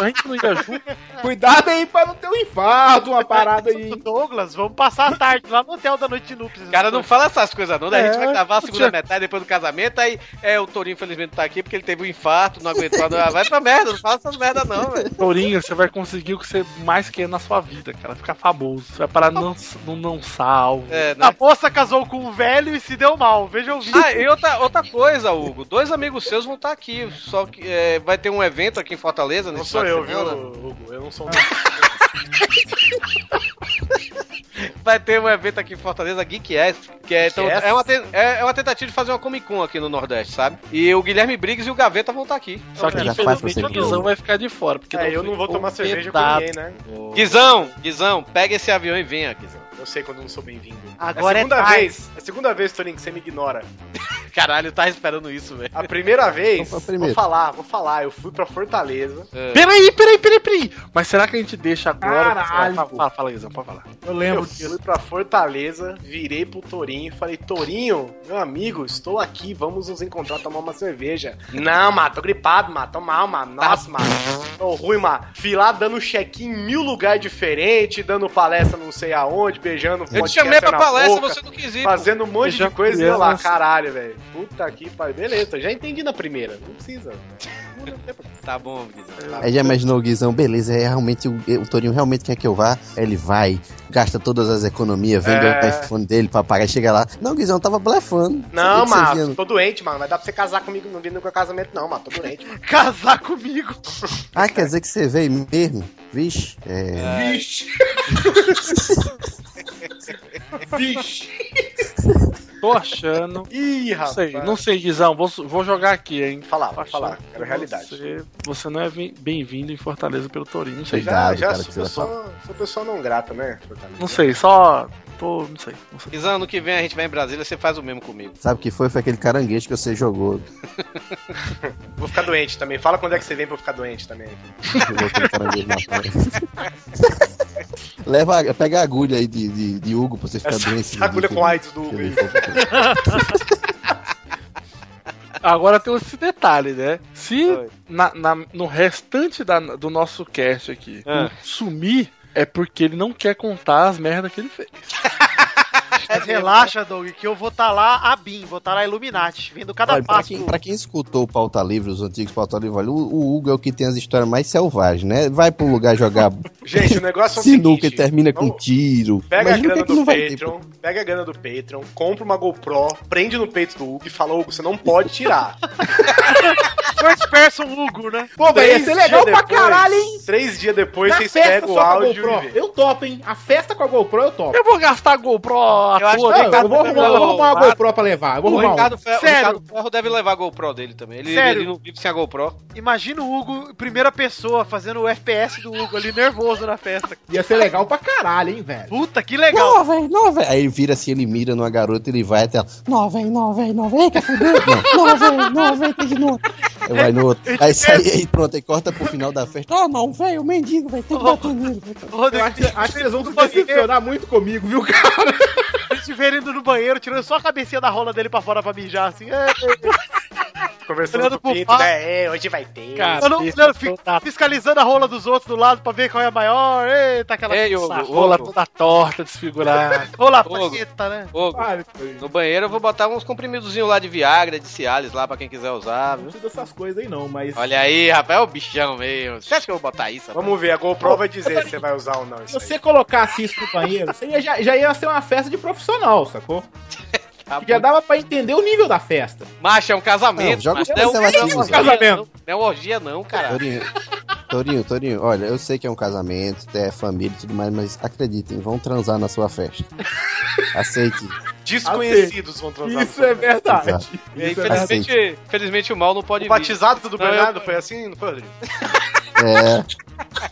A gente não ia junto. Cuidado aí pra não ter um infarto, uma parada aí. O Douglas, vamos passar a tarde lá no hotel da noite de núpcias. Cara, não fala essas coisas não, né? A gente É, vai gravar a eu segunda tinha- metade depois do casamento, aí é, o Torinho infelizmente tá aqui porque ele teve um infarto, não aguentou, não, vai pra merda, não fala essas merda não, velho. Tourinho, você vai conseguir o que você mais quer na sua vida, cara. Ficar famoso. Você vai parar no não, não salvo. É, né? A moça casou com um velho e se deu mal, veja o vídeo. Ah, e outra, outra coisa, Hugo, dois amigos seus vão estar aqui, só que é, vai ter um evento aqui em Fortaleza Não nesse sou final eu, de semana. viu, Hugo? Eu não sou Vai ter um evento aqui em Fortaleza, Geek Ass, que é, então, Geek Ass? é, uma, ten- é, é uma tentativa de fazer uma Comic Con aqui no Nordeste, sabe? E o Guilherme Briggs e o Gaveta vão estar aqui. Só Então, que Já faz infelizmente pra o você ver. Guizão vai ficar de fora. Porque É, eu não vou tomar cerveja com ninguém, né? Guizão, Guizão, pega esse avião e venha, Guizão. Eu sei quando eu não sou bem-vindo. Agora é a segunda é vez. É a segunda vez, Torinho, que você me ignora. Caralho, eu tava esperando isso, velho. A primeira vez, Então foi a primeira. vou falar, vou falar, eu fui pra Fortaleza. É. Peraí, peraí, peraí, peraí. Mas será que a gente deixa agora? Caralho. Fala, fala, fala, Guizão, pode falar. Eu lembro. Eu fui pra Fortaleza, virei pro Torinho e falei: Torinho, meu amigo, estou aqui, vamos nos encontrar, tomar uma cerveja. Não, mano, tô gripado, mano, tô mal, mano. Nossa, mano, tô ruim, mano. Fui lá dando check-in em mil lugares diferentes, dando palestra não sei aonde, beijando Eu te podcaster chamei pra é na palestra, boca, você não quis ir, pô. Fazendo um monte Beijando de coisa e eu lá, criança. caralho, velho. Puta que pariu. Beleza, já entendi na primeira, não precisa. tá bom, Guizão. Aí já imaginou o Guizão, beleza, é realmente o, o Torinho realmente quer que eu vá. Aí Ele vai, gasta todas as economias, vende É. o iPhone dele pra pagar, chega lá. Não, Guizão, tava blefando. Sabia que Não, você tá mano, vinha- tô doente, mano. Vai dar pra você casar comigo, não vindo no meu casamento, não, mano. Tô doente. mano. Casar comigo? Ah, quer dizer que você veio mesmo? Vixe, é. Vixe. Vixe. Tô achando. Ih, Não sei, rapaz. não sei, Guizão. Vou, vou jogar aqui, hein? Falar, vou falar, quero realidade. Você, você não é vi- bem-vindo em Fortaleza pelo Torinho. Não sei. Já, já sou, sou, sou pessoa não grata, né? Fortaleza? Não sei, só. Tô. Não sei. Não sei. Guizão, ano que vem a gente vai em Brasília, você faz o mesmo comigo. Sabe o que foi? Foi aquele caranguejo que você jogou. Vou ficar doente também. Fala quando é que você vem pra eu ficar doente também. jogou aquele caranguejo na praia. Leva, a- pega a agulha aí de, de, de Hugo pra você ficar Essa- doente. essa É agulha com AIDS do Hugo aí. um Agora tem esse detalhe, né? Se na- na- no restante da- do nosso cast aqui Ah. não sumir, é porque ele não quer contar as merdas que ele fez. É Relaxa, Doug, que eu vou estar lá a BIM, vou estar lá Illuminati, vendo cada Olha, pra, passo. quem, pra quem escutou o Pauta Livre, os antigos Pauta Livre, olha, o, o Hugo é o que tem as histórias mais selvagens, né? Vai pro lugar jogar Gente, o negócio é o sinuca e seguinte, termina vamos- com tiro. Pega Imagina o a que grana é que não do vai ter. Patreon, pega a grana do Patreon, compra uma GoPro, prende no peito do Hugo e fala, Hugo, você não pode tirar. First person Hugo, né? Pô, velho, Três ia ser legal dias pra depois- caralho, hein? Três dias depois Na vocês festa pegam o só com a áudio GoPro. e vê. Eu topo, hein? A festa com a GoPro eu topo. Eu vou gastar GoPro à Eu acho Não, que o eu, Ricardo vou arrumar, vai eu vou levar arrumar o uma GoPro pra levar. Eu vou O arrumar Ricardo, uma. Ferro, o Sério? Ricardo Ferro deve levar a GoPro dele também. Ele, Sério? ele não vive sem a GoPro. Imagina o Hugo, primeira pessoa, fazendo o FPS do Hugo ali, nervoso na festa. Ia ser legal pra caralho, hein, velho? Puta, que legal. Não, velho, não, velho. Aí ele vira assim, ele mira numa garota, ele vai até ela. Não, velho, não, velho, não, velho, quer fuder? Não, não, velho, não, velho, tem de novo. Aí vai no outro. Aí sai, aí pronto, aí corta pro final da festa. Ah, não, velho, o mendigo, velho, tem que bater nele. velho. Rodrigo, Acho, acho que eles vão se decepcionar muito comigo, viu, cara? eles estiverem indo no banheiro, tirando só a cabecinha da rola dele pra fora pra mijar, assim. É, Conversando Olhando com o pro Pinto, papo. né? É, hoje vai ter. eu não, olhando, fi- fiscalizando a rola dos outros do lado pra ver qual é a maior. Eita, aquela É, Ei, ô, essa ô, Rola ô. toda torta, desfigurada. rola ô, ô. preta, né? Ô, no banheiro eu vou botar uns comprimidozinhos lá de Viagra, de Cialis lá pra quem quiser usar, Não viu? precisa dessas coisas aí, não, mas. Olha aí, rapaz, é o bichão mesmo. Você acha que eu vou botar isso? rapaz? Vamos ver, a GoPro vai dizer se você vai usar ou não Se isso aí. você colocasse isso no banheiro, você ia- já, já ia ser uma festa de profissional, sacou? Tá Já bom. dava pra entender o nível da festa. Macho, é um casamento. Não, joga macho, o Marcelo não, aqui, é um Zé. casamento. Não, não é orgia, não, cara. Torinho, Torinho, Torinho, olha, eu sei que é um casamento, é família e tudo mais, mas acreditem, vão transar na sua festa. Aceite. Desconhecidos vão transar. Isso é verdade. Exato. É, Isso é verdade. infelizmente, infelizmente o mal não pode O vir. batizado do Não, eu- Bernardo foi assim, não foi, Rodrigo? É.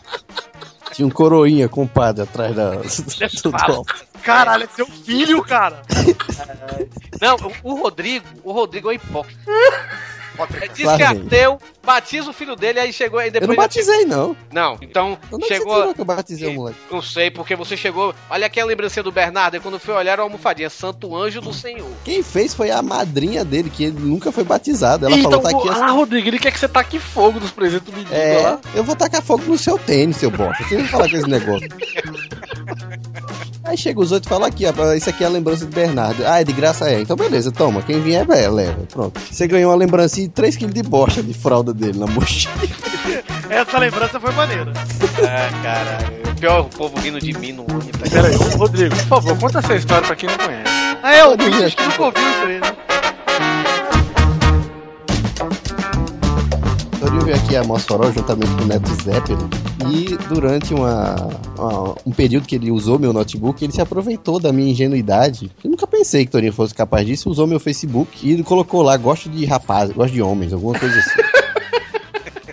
Tinha um coroinha, compadre, atrás da. do dom. Caralho, é seu filho, cara. É, Não, o o Rodrigo, o Rodrigo é hipócrita. Pode Ele diz Claro, que é gente. ateu, batiza o filho dele, aí chegou aí Eu depois. não ele- batizei, não. Não, então Onde é que você chegou. tirou que eu batizei o moleque? Não sei, porque você chegou. Olha aqui a lembrancinha do Bernardo, e quando foi olhar era uma almofadinha, Santo Anjo do Senhor. Quem fez foi a madrinha dele, que ele nunca foi batizado. Ela Ih, falou, então, tá aqui. vou- ah, Assim, Rodrigo, ele quer que você taque fogo nos presentes do menino é, lá. eu vou tacar fogo no seu tênis, seu bosta. Você não falar com esse negócio. Aí chega os outros e fala aqui, ó, isso aqui é a lembrança do Bernardo. Ah, é de graça é. Então beleza, toma. Quem vier, vai, leva. Pronto. Você ganhou uma lembrancinha de 3kg de bosta de fralda dele na mochila. Essa lembrança foi maneira. Ah, caralho. Pior é o povo rindo de mim no ônibus. Pera aí, ô, Rodrigo, por favor, conta essa história pra quem não conhece. Ah, é, o bicho acho que nunca ouviu isso aí, né? Torinho veio aqui a Mossoró juntamente com o Neto Zeppelin e durante uma, uma- um período que ele usou meu notebook, ele se aproveitou da minha ingenuidade. Eu nunca pensei que Torinho fosse capaz disso, usou meu Facebook e colocou lá, gosto de rapaz, gosto de homens, alguma coisa assim.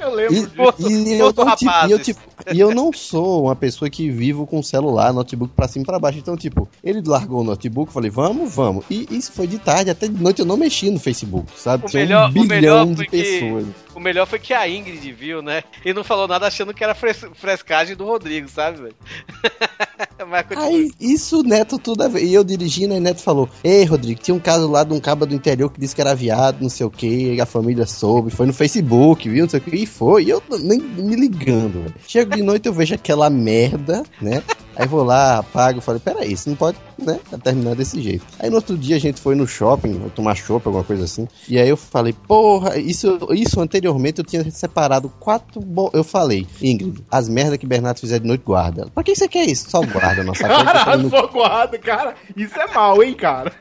Eu lembro. E, e eu, outro não tive- tipo, e eu rapazes. tive- E eu não sou uma pessoa que vivo com celular, notebook pra cima e pra baixo. Então, tipo, ele largou o notebook, falei, vamos, vamos. E isso foi de tarde, até de noite eu não mexi no Facebook, sabe? O Tinha melhor, um o melhor bilhão foi de que, pessoas. o melhor foi que a Ingrid viu, né? E não falou nada achando que era fres- frescagem do Rodrigo, sabe, velho? Mas continua. Aí, isso, Neto, tudo a ver. E eu dirigindo, aí Neto falou: Ei, Rodrigo, tinha um caso lá de um caba do interior que disse que era viado, não sei o quê, e a família soube, foi no Facebook, viu, não sei o quê, e foi. E eu tô nem me ligando, velho. Chego de noite, eu vejo aquela merda, né? Aí vou lá, apago, falei, peraí, isso não pode, né, terminar desse jeito. Aí no outro dia a gente foi no shopping, tomar chopp, alguma coisa assim, e aí eu falei, porra, isso, isso anteriormente eu tinha separado quatro, bo... eu falei, Ingrid, as merdas que Bernardo fizer de noite, guarda. Ela, Pra que você quer isso? Só guarda, Tá nossa Cara, socorrado, cara. Isso é mal, hein, cara?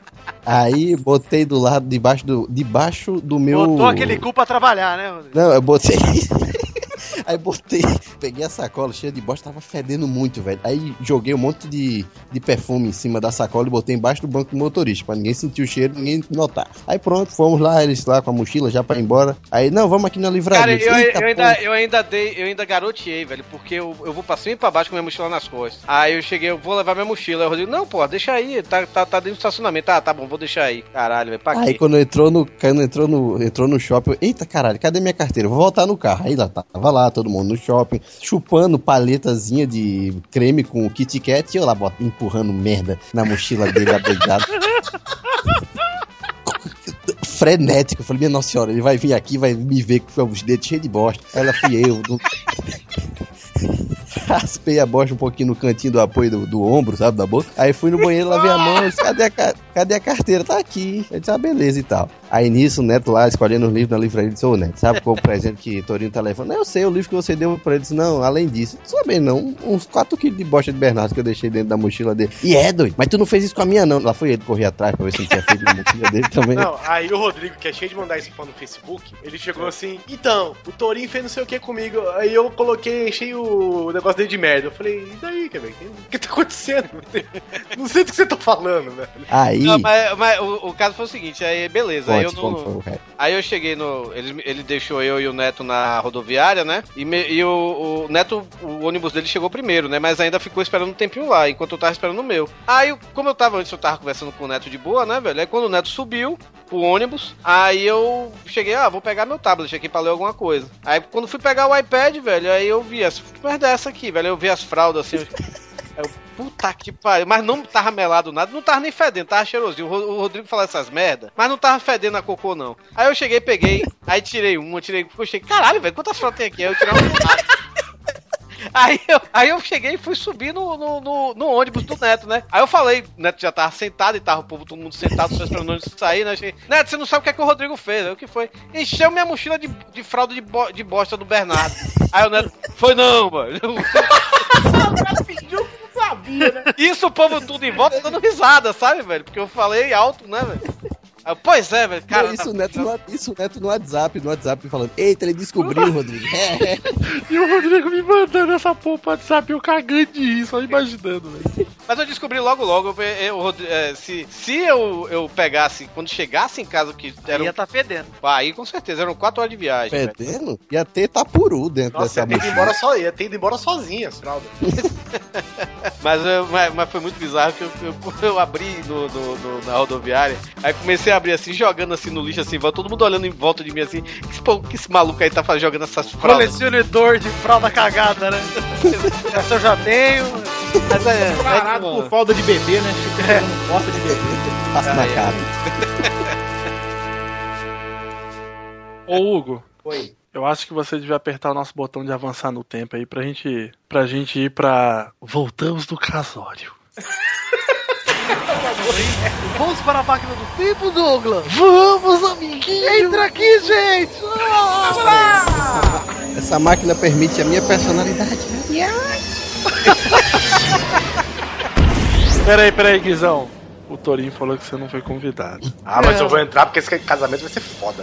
Aí botei do lado, debaixo do, debaixo do meu. Botou aquele cu pra trabalhar, né, Rodrigo? Não, eu botei. Aí botei, peguei a sacola cheia de bosta, tava fedendo muito, velho. Aí joguei um monte de, de perfume em cima da sacola e botei embaixo do banco do motorista, pra ninguém sentir o cheiro, ninguém notar. Aí pronto, fomos lá, eles lá com a mochila já pra ir embora. Aí, não, vamos aqui na Cara, livraria. eu, Falei, "Eita, eu porra." ainda, eu ainda dei, eu ainda garoteei, velho, porque eu, eu vou pra cima e pra baixo com minha mochila nas costas. Aí eu cheguei, eu vou levar minha mochila. Aí o Rodrigo, não, pô, deixa aí, tá, tá, tá dentro do estacionamento. Ah, tá bom, vou deixar aí. Caralho, velho, pra quê? Aí quando entrou no, quando entrou no, entrou no shopping, eu, eita caralho, cadê minha carteira? Eu Vou voltar no carro. Aí lá tava lá, todo mundo no shopping, chupando paletazinha de creme com o Kit Kat e eu lá bota- empurrando merda na mochila dele adoidado. Frenético, eu falei, minha nossa senhora, ele vai vir aqui, vai me ver com os dedos cheios de bosta. Aí Ela fui eu. do- Raspei a bosta um pouquinho no cantinho do apoio do, do ombro, sabe, da boca. Aí fui no banheiro, lavei a mão, disse, cadê a, ca- cadê a carteira? Tá aqui. Eu disse, ah, beleza e tal. Aí nisso, o Neto lá, escolhendo os livros na livraria, ele disse, ô Neto, sabe qual o presente que Torinho tá levando? Não, eu sei, o livro que você deu pra ele. Eu Disse, não, além disso, sabe não, uns 4 quilos de bosta de Bernardo que eu deixei dentro da mochila dele. E é, doido, mas tu não fez isso com a minha, não. Lá foi ele correr atrás pra ver se não tinha feito na mochila dele também. Não, aí o Rodrigo, que é cheio de mandar isso no Facebook, ele chegou assim: Então, o Torinho fez não sei o que comigo. Aí eu coloquei, enchei o negócio dele de merda. Eu falei: E daí, Quebec? O que tá acontecendo? Não sei do que você tá falando, velho. Aí. Não, mas, mas o, o caso foi o seguinte, aí beleza, aí eu Conte, conte, por não. favor, cara. Aí eu cheguei no. Ele, ele deixou eu e o Neto na rodoviária, né? E, me- e o, o Neto, o ônibus dele chegou primeiro, né? Mas ainda ficou esperando um tempinho lá, enquanto eu tava esperando o meu. Aí, eu- como eu tava antes, eu tava conversando com o Neto de boa, né, velho? Aí quando o Neto subiu o ônibus, aí eu cheguei, ah, vou pegar meu tablet aqui pra ler alguma coisa. Aí quando fui pegar o iPad, velho, aí eu vi as. Mas dessa aqui, velho. Eu vi as fraldas assim. eu- Aí Eu, puta que pariu. Mas não tava melado nada, não tava nem fedendo, tava cheirosinho. O Ro- o Rodrigo falou essas merda, mas não tava fedendo a cocô, não. Aí eu cheguei, peguei, aí tirei uma, tirei. Eu achei, caralho, velho, quantas fraldas tem aqui? Aí eu tirei uma. Aí eu, aí eu cheguei e fui subir no, no, no- no ônibus do Neto, né? Aí eu falei, o Neto já tava sentado e tava o povo, todo mundo sentado, só esperando o ônibus sair, né? Eu cheguei, Neto, você não sabe o que é que o Rodrigo fez. Aí o que foi? Encheu minha mochila de, de fralda de, bo- de bosta do Bernardo. Aí o Neto, foi não, mano. Isso o povo tudo em volta dando risada, sabe, velho? Porque eu falei alto, né, velho? Aí eu, Pois é, velho. Cara, Não, isso, o neto no, isso o Neto no WhatsApp, no WhatsApp, falando, eita, ele descobriu, Rodrigo. É, é. E o Rodrigo me né? mandando essa porra pro WhatsApp, eu cagando de rir, só imaginando, velho. Mas eu descobri logo, logo. eu- eu- Rodri- eh, se se eu, eu pegasse, quando chegasse em casa, que era. um Ia tá fedendo. Aí com certeza, eram quatro horas de viagem. velho. Fedendo? Ia ter tapuru dentro Nossa, dessa ia ter ido mochila. embora, so... ia ter ido embora sozinha, as fraldas. Mas, eu- mas, mas foi muito bizarro que eu, eu, eu abri no, no- no- na rodoviária, aí comecei a abrir assim, jogando assim no lixo, assim, em volta, todo mundo olhando em volta de mim assim, que esse, povo- que esse maluco aí tá fa- jogando essas fraldas. Colecionador de fralda cagada, né? Essa eu já tenho. Mas é, Parado por falta de bebê, né? É. Falta de bebê. Passa na cara. Ô, Hugo. Oi. Eu acho que você devia apertar o nosso botão de avançar no tempo aí pra gente, pra gente ir pra. Voltamos do casório. Vamos para a máquina do tempo, Douglas? Vamos, amiguinho! Entra aqui, gente! Essa máquina permite a minha personalidade. Peraí, peraí, Guizão. O Torinho falou que você não foi convidado. Ah, mas eu vou entrar porque esse casamento vai ser foda.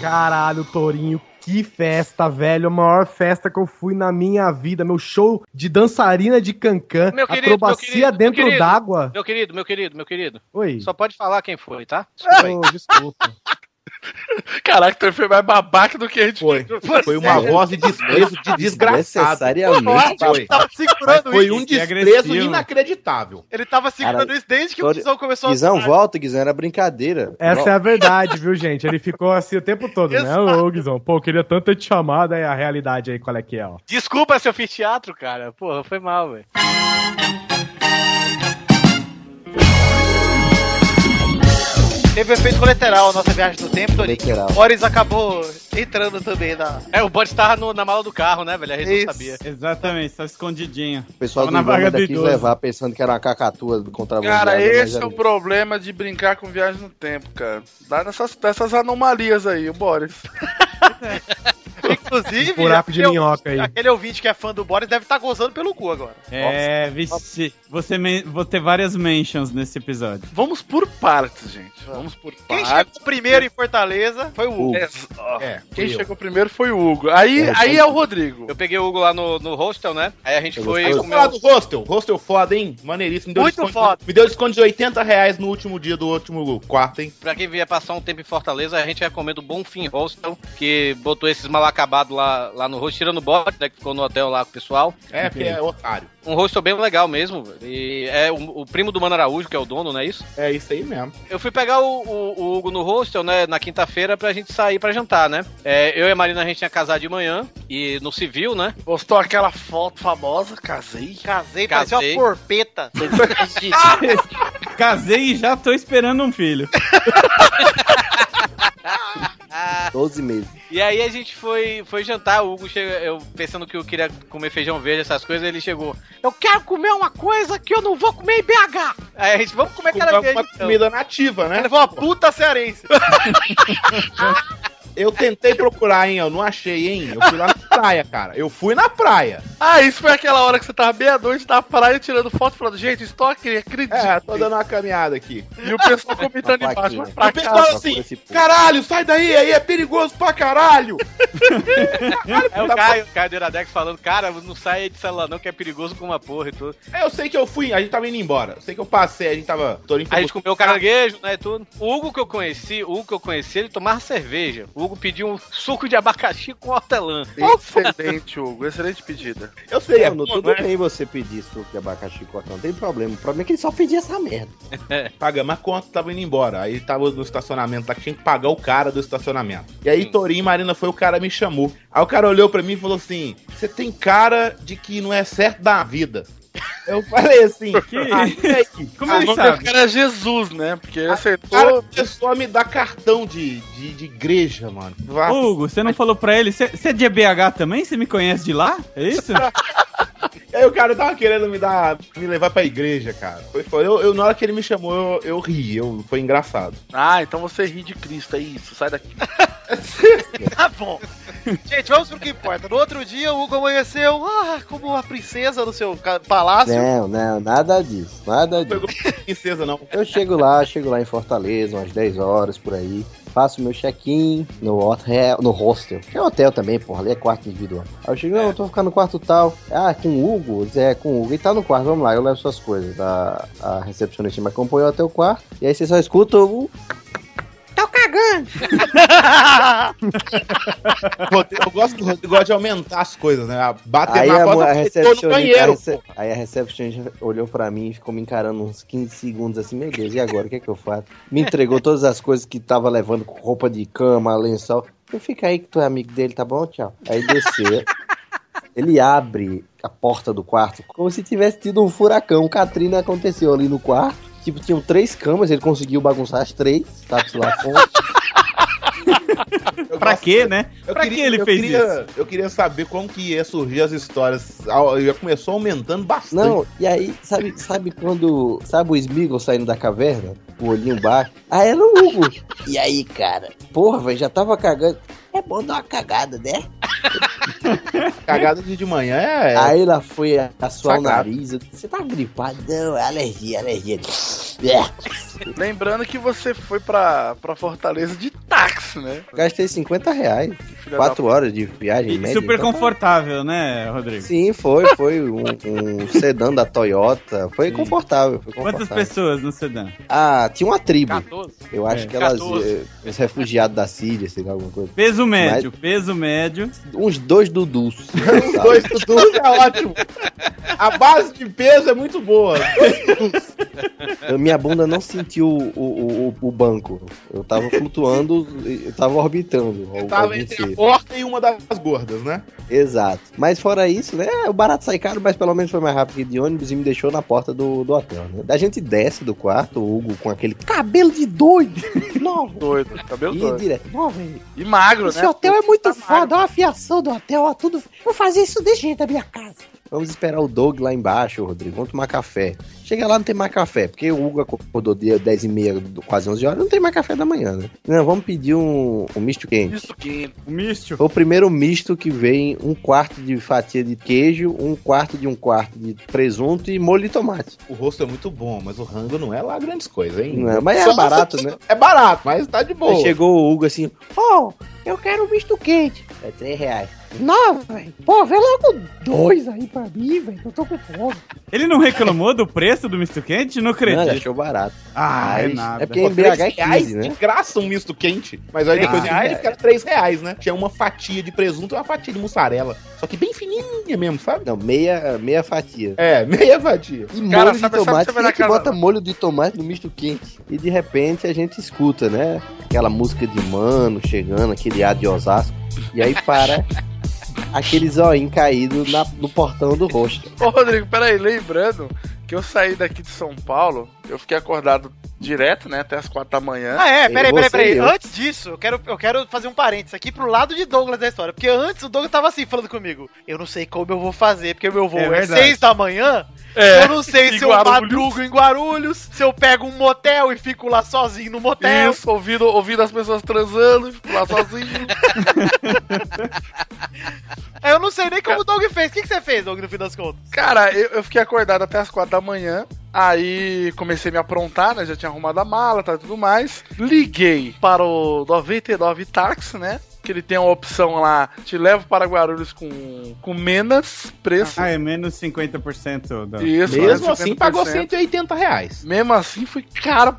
Caralho, Torinho, que festa, velho. A maior festa que eu fui na minha vida. Meu show de dançarina de cancã, Meu querido, meu acrobacia querido, meu dentro querido, d'água. Meu querido, meu querido, meu querido. Oi. Só pode falar quem foi, tá? Ô, desculpa. Caraca, então foi mais babaca do que a gente foi. Foi uma voz de desprezo de desgraçado. Necessariamente, foi. Tava segurando Foi isso. um desprezo agressivo. inacreditável. Ele tava segurando Cara, isso desde que o Tori- Guizão começou Guizão, volta, Guizão, era brincadeira. Essa Volta. é a verdade, viu, gente? Ele ficou assim o tempo todo, né? Ô, Guizão, pô, eu queria tanto ter te chamado, aí a realidade aí, qual é que é, ó. Desculpa se eu fiz teatro, cara. Porra, foi mal, velho. Teve um efeito colateral nossa viagem no tempo, Torinho. Literal. Boris acabou entrando também na. É, o Boris tava no- na mala do carro, né, velho? A gente não sabia. Exatamente, só escondidinho. O pessoal Tava do na vaga Uganda do quis idoso. levar pensando que era uma cacatua do contrabandeado. né, Cara, mas esse é era- o problema de brincar com viagem no tempo, cara. Dá nessas, dessas anomalias aí, o Boris. Inclusive, Um Buraco de minhoca aí. aquele ouvinte que é fã do Boris deve estar gozando pelo cu agora. É, vixe, você men- vou ter várias mentions nesse episódio. Vamos por partes, gente. Vamos por Quem chegou primeiro em Fortaleza foi o Hugo. É, Quem eu. chegou primeiro foi o Hugo. Aí, Eu aí fui. é o Rodrigo. Eu peguei o Hugo lá no, no hostel, né? Aí a gente foi Vamos falar do hostel. Hostel foda, hein? Maneiríssimo. Me deu Muito desconto, foda. Me deu desconto de 80 reais no último dia do último quarto, hein? Pra quem vier passar um tempo em Fortaleza, a gente recomenda o Bonfim Hostel, que botou esses mal acabados lá, lá no rosto, tirando o bode, né, que ficou no hotel lá com o pessoal. É, porque é otário. Um hostel bem legal mesmo. velho. E é o, o primo do Mano Araújo, que é o dono, não é isso? É isso aí mesmo. Eu fui pegar o, o- o Hugo no hostel, né, na quinta-feira, pra gente sair pra jantar, né? É, eu e a Marina, a gente tinha casado de manhã, e no civil, né? Postou aquela foto famosa, casei. Casei, parecia uma porpeta. Casei e já tô esperando um filho. 12 meses. E aí a gente foi, foi jantar, o Hugo chega, eu pensando que eu queria comer feijão verde, essas coisas, ele chegou. Eu quero comer uma coisa que eu não vou comer em BH. Aí a gente, vamos comer cara Uma comida nativa, né? Levou uma puta cearense. Eu tentei procurar, hein? Eu não achei, hein? Eu fui lá na praia, cara. Eu fui na praia. Ah, isso foi aquela hora que você tava meia-noite na praia tirando foto falando, gente, estou aqui, acredito. É, tô dando uma caminhada aqui. E o pessoal comentando embaixo, vai pra o pessoal casa. assim, caralho, sai daí, aí é perigoso pra caralho. É o Caio, Caio do Iradex falando, cara, não sai de celular não, que é perigoso com uma porra e tudo. É, eu sei que eu fui, a gente tava indo embora. Eu sei que eu passei, a gente tava. Torinho A gente comeu caranguejo, né, e tudo. O Hugo que eu conheci, o Hugo que eu conheci, ele tomava cerveja. O Hugo pediu um suco de abacaxi com hortelã. Excelente, Hugo. Excelente pedida. Eu É, sei, é Mano, tudo bem você pedir suco de abacaxi cortado, não tem problema. O problema é que ele só pedia essa merda. Pagamos a conta, tava indo embora. Aí tava no estacionamento lá, tinha que pagar o cara do estacionamento. E aí Torinho e Marina foi, o cara me chamou. Aí o cara olhou pra mim e falou assim: Você tem cara de que não é certo da vida. Eu falei assim. "Ah, e aí? Como Ah, ele vamos sabe? ver- O cara é Jesus, né? Porque ele O cara acertou. começou a me dar cartão de, de, de igreja, mano. Vá- Ô, Hugo, você não falou pra ele? Você você é de BH também? Você me conhece de lá? É isso? E aí o cara tava querendo me dar, me levar pra igreja, cara. Foi, foi. Eu, eu- na hora que ele me chamou, eu, eu ri, eu, foi engraçado. Ah, então você ri de Cristo, é isso. Sai daqui. Tá bom. Gente, vamos pro que importa. No outro dia, o Hugo amanheceu ah, como uma princesa no seu ca- palácio. Não, não, nada disso, nada disso. Princesa, não. Eu chego lá, chego lá em Fortaleza, umas 10 horas por aí. Faço meu check-in no hotel, no hostel. Que é hotel também, porra, ali é quarto individual. Aí eu É. chego, não, eu tô ficando no quarto tal. Ah, com o Hugo? Ele diz, É, com o Hugo. Ele tá no quarto, vamos lá, eu levo suas coisas. A, a recepcionista me acompanhou até o quarto. E aí você só escuta o. É Tô cagando. Rodrigo- Eu gosto do Rodrigo gosta de aumentar as coisas, né? Bater Aí na a, mo- porta a eu tô recepcionista, no banheiro. a rece- aí é a recepcionista olhou pra mim e ficou me encarando uns 15 segundos assim, meu Deus, e agora? O que é que eu faço? Me entregou todas as coisas que tava levando, com roupa de cama, lençol. Eu fica aí que tu é amigo dele, tá bom? Tchau. Aí desceu. Ele abre a porta do quarto como se tivesse tido um furacão. Katrina aconteceu ali no quarto. Tipo, tinham três camas, ele conseguiu bagunçar as três, sabe-se lá um. como. pra quê, né? Eu pra queria- que ele eu fez isso? queria- Eu queria saber como que ia surgir as histórias. Ao- Já começou aumentando bastante. Não, e aí, sabe, sabe quando. Sabe o Smeagol saindo da caverna? O olhinho baixo. Ah, era o Hugo. E aí, cara? Porra, velho, já tava cagando. É bom dar uma cagada, né? Cagada de, de manhã é. Aí ela foi a- assoar o Sagrado. nariz. eu- Você tá gripado? Não, é alergia, alergia. É. Lembrando que você foi pra, pra Fortaleza de táxi. isso, né? Gastei 50 reais. 4 horas de viagem E média. super então tá- confortável, né, Rodrigo? Sim, foi, foi um, um sedã da Toyota. Foi Sim. confortável, foi Quantas confortável. pessoas no sedã? Ah, tinha uma tribo. 14. Eu acho É. que elas. 14. eh, Os refugiados da Síria, sei lá, alguma coisa. Peso médio, peso médio. Uns dois Dudus. Uns dois Dudus é ótimo. A base de peso é muito boa. Eu- Minha bunda não sentiu o, o, o- o banco. Eu tava flutuando, eu tava orbitando. al- Tava algum entre ser. a porta e uma das gordas, né? Exato. Mas fora isso, né? O barato sai caro, mas pelo menos foi mais rápido que de ônibus e me deixou na porta do, do hotel, né? A gente desce do quarto, o Hugo com aquele cabelo de doido. Não. né? Doido, cabelo Ih, doido. direto. Não, velho. E magro, Esse né? hotel é muito foda, ó, a fiação do hotel, ó, tudo. Vou fazer isso desde jeito da minha casa. Vamos esperar o Doug lá embaixo, Rodrigo. Vamos tomar café. Chega lá, não tem mais café, porque o Hugo acordou de 10 e meia, quase 11 horas, não tem mais café da manhã, né? Não, vamos pedir um, um misto quente. Misto quente. Misto. Foi o primeiro misto que vem um quarto de fatia de queijo, um quarto de um quarto de presunto e molho de tomate. O rosto é muito bom, mas o rango não é lá grandes coisas, hein? Não é, mas é Só- barato, né? É barato, mas tá de boa. Aí chegou o Hugo assim, Ô, eu quero um misto quente. é 3 reais. Não, velho. Pô, vê logo dois aí pra mim, velho. que Eu tô com fome. Ele não reclamou do preço do misto quente? Não acredito. Não, ele achou barato. Ah, é Mas- nada. é porque em BH é 15, né? De graça um misto quente. Mas É. Três aí depois um reais? ele fica 3 reais, né? Tinha uma fatia de presunto e uma fatia de mussarela. Só que bem fininha mesmo, sabe? Não, meia, meia fatia. É, meia fatia. E tá molho de tomate, quem é que bota molho de tomate no misto quente? E de repente a gente escuta, né? Aquela música de mano chegando, aquele ar de Osasco. E aí para aquele zoinho caído na- no portão do rosto. Ô, Rodrigo, peraí, lembrando que eu saí daqui de São Paulo, eu fiquei acordado direto, né, até as quatro da manhã. Ah, é, peraí, peraí, peraí. Antes disso, eu quero, eu quero fazer um parênteses aqui pro lado de Douglas da história. Porque antes o Douglas tava assim, falando comigo. Eu não sei como eu vou fazer, porque o meu voo É é, verdade. seis da manhã. É, eu não sei em se eu Guarulhos. madrugo em Guarulhos, se eu pego um motel e fico lá sozinho no motel. Isso, ouvindo, ouvindo as pessoas transando, e fico lá sozinho. Aí É, Eu não sei nem como o Doug fez. O que, que você fez, Doug, no fim das contas? Cara, eu, eu fiquei acordado até as quatro da manhã. Aí comecei a me aprontar, né? Já tinha arrumado a mala tá, e tudo mais. Liguei para o 99 Táxi, né? Que ele tem uma opção lá, te levo para Guarulhos com, com menos preço. Ah, é menos 50% da... Isso, né, Mesmo assim, pagou 180 reais. Mesmo assim, foi caro.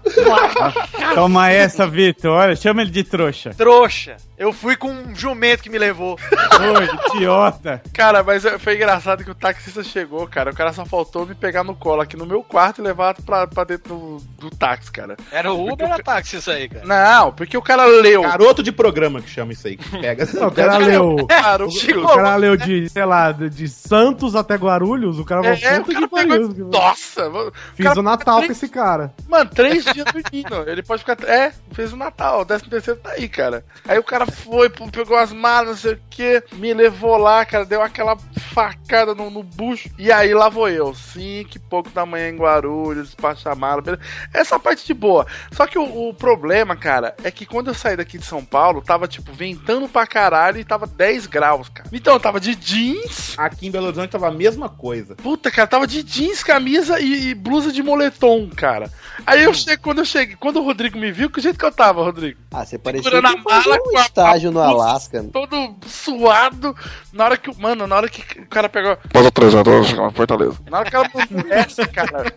Toma essa, Vitor. Olha, chama ele de trouxa. Trouxa. Eu fui com um jumento que me levou. Ô, idiota. Cara, mas eu- foi engraçado que o taxista chegou, cara. O cara só faltou me pegar no colo aqui no meu quarto e levar pra, pra dentro do, do táxi, cara. Era o Uber ou táxi isso aí, cara? Não, porque o cara leu. Garoto de programa que chama isso aí. Que pega Não, o cara leu. É, cara, O cara leu de, sei lá, de de Santos até Guarulhos. O cara É, falou, é, o puta cara que pegou. pariu. Nossa, mano. Fiz cara o Natal fica com esse cara. Mano, três dias dormindo. Ele pode ficar. É, fez o Natal, o décimo terceiro tá aí, cara. Aí o cara foi, pô, pegou as malas, não sei o quê, me levou lá, cara, deu aquela facada no, no bucho. E aí lá vou eu, cinco e pouco da manhã em Guarulhos, despachar a mala, beleza. Essa parte de boa. Só que o, o problema, cara, é que quando eu saí daqui de São Paulo, tava, tipo, ventando pra caralho e tava 10 graus, cara. Então, eu tava de jeans. Aqui em Belo Horizonte tava a mesma coisa. Puta, cara, tava de jeans, camisa e, e blusa de moletom, cara. Aí Hum. eu cheguei, quando eu cheguei, quando o Rodrigo me viu, que jeito que eu tava, Rodrigo? Ah, você parecia Segurando que fazia mala um estágio no Alasca. Todo suado. Na hora que, o- mano, na hora que o cara pegou, Passa três horas, chegamos em Fortaleza. na hora que ela mulherça, cara,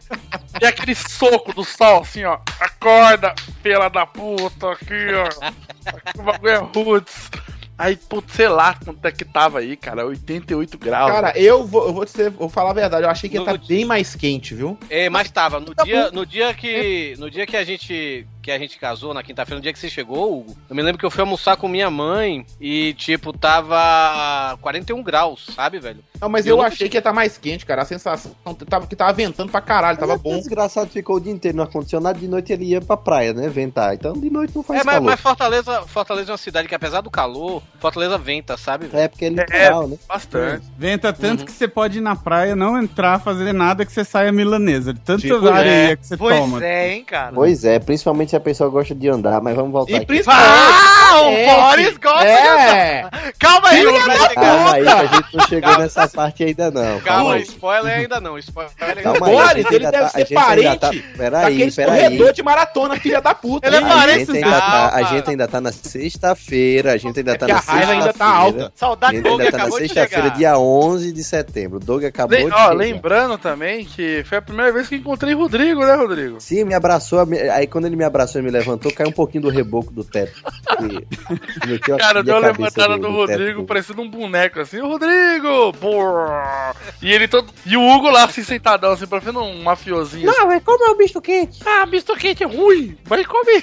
e aquele soco do sol, assim, ó, acorda, pela da puta, aqui, ó, o bagulho é roots. Aí, putz, sei lá quanto é que tava aí, cara, 88 graus. né? Cara, eu vou, eu vou, te ser- vou falar a verdade. Eu achei que ia tá bem mais quente, viu? É, mas tava. No dia, no dia que. No dia que a gente. Que a gente casou, na quinta-feira, no dia que você chegou, Hugo, eu me lembro que eu fui almoçar com minha mãe e, tipo, tava 41 graus, sabe, velho? Não, mas E eu eu, nunca achei que ia estar mais quente, cara. A sensação tava, que tava ventando pra caralho, tava O bom. é desgraçado ficou o dia inteiro no ar-condicionado, de noite ele ia pra praia, né? Ventar. Então de noite não faz É, mas, calor. mas Fortaleza, Fortaleza é uma cidade que, apesar do calor, Fortaleza venta, sabe? velho? É porque é litoral, né? Bastante. Venta tanto que você pode ir na praia, não entrar, fazer nada que você saia milanesa. De tanta Tipo, areia é. que você Pois toma. é, hein, cara. né? Pois é, principalmente a pessoa gosta de andar, mas vamos voltar E principalmente- Ah, o Boris gosta de andar. Calma aí, É, Filha Boris. da Calma Ah, aí, a gente não chegou nessa parte ainda não. Calma, aí. spoiler ainda não. Spoiler ainda Calma aí, a Boris, gente ainda tá- a gente ainda tá- Peraí, Aqueles peraí. corredor de maratona, filha da puta. a, gente ainda tá, a gente ainda tá na sexta-feira, a gente ainda tá porque na a raiva sexta-feira. ainda tá alta. Saudade Saudade A gente do Doug ainda tá na acabou de sexta-feira, chegar. dia 11 de setembro. Doug acabou Le- de ó, chegar. lembrando também que foi a primeira vez que encontrei Rodrigo, né, Rodrigo? Sim, me abraçou, me- aí quando ele me abraçou e me levantou, caiu um pouquinho do reboco do teto. E- meteu a- Cara, minha deu a cabeça levantada no- do no teto Rodrigo, parecendo um boneco assim, Rodrigo! Brrr. E ele todo. E o Hugo lá assim sentadão, assim, parecendo um mafiosinho. Não, é como é o bicho quente. Ah, misto quente é ruim. Vai comer.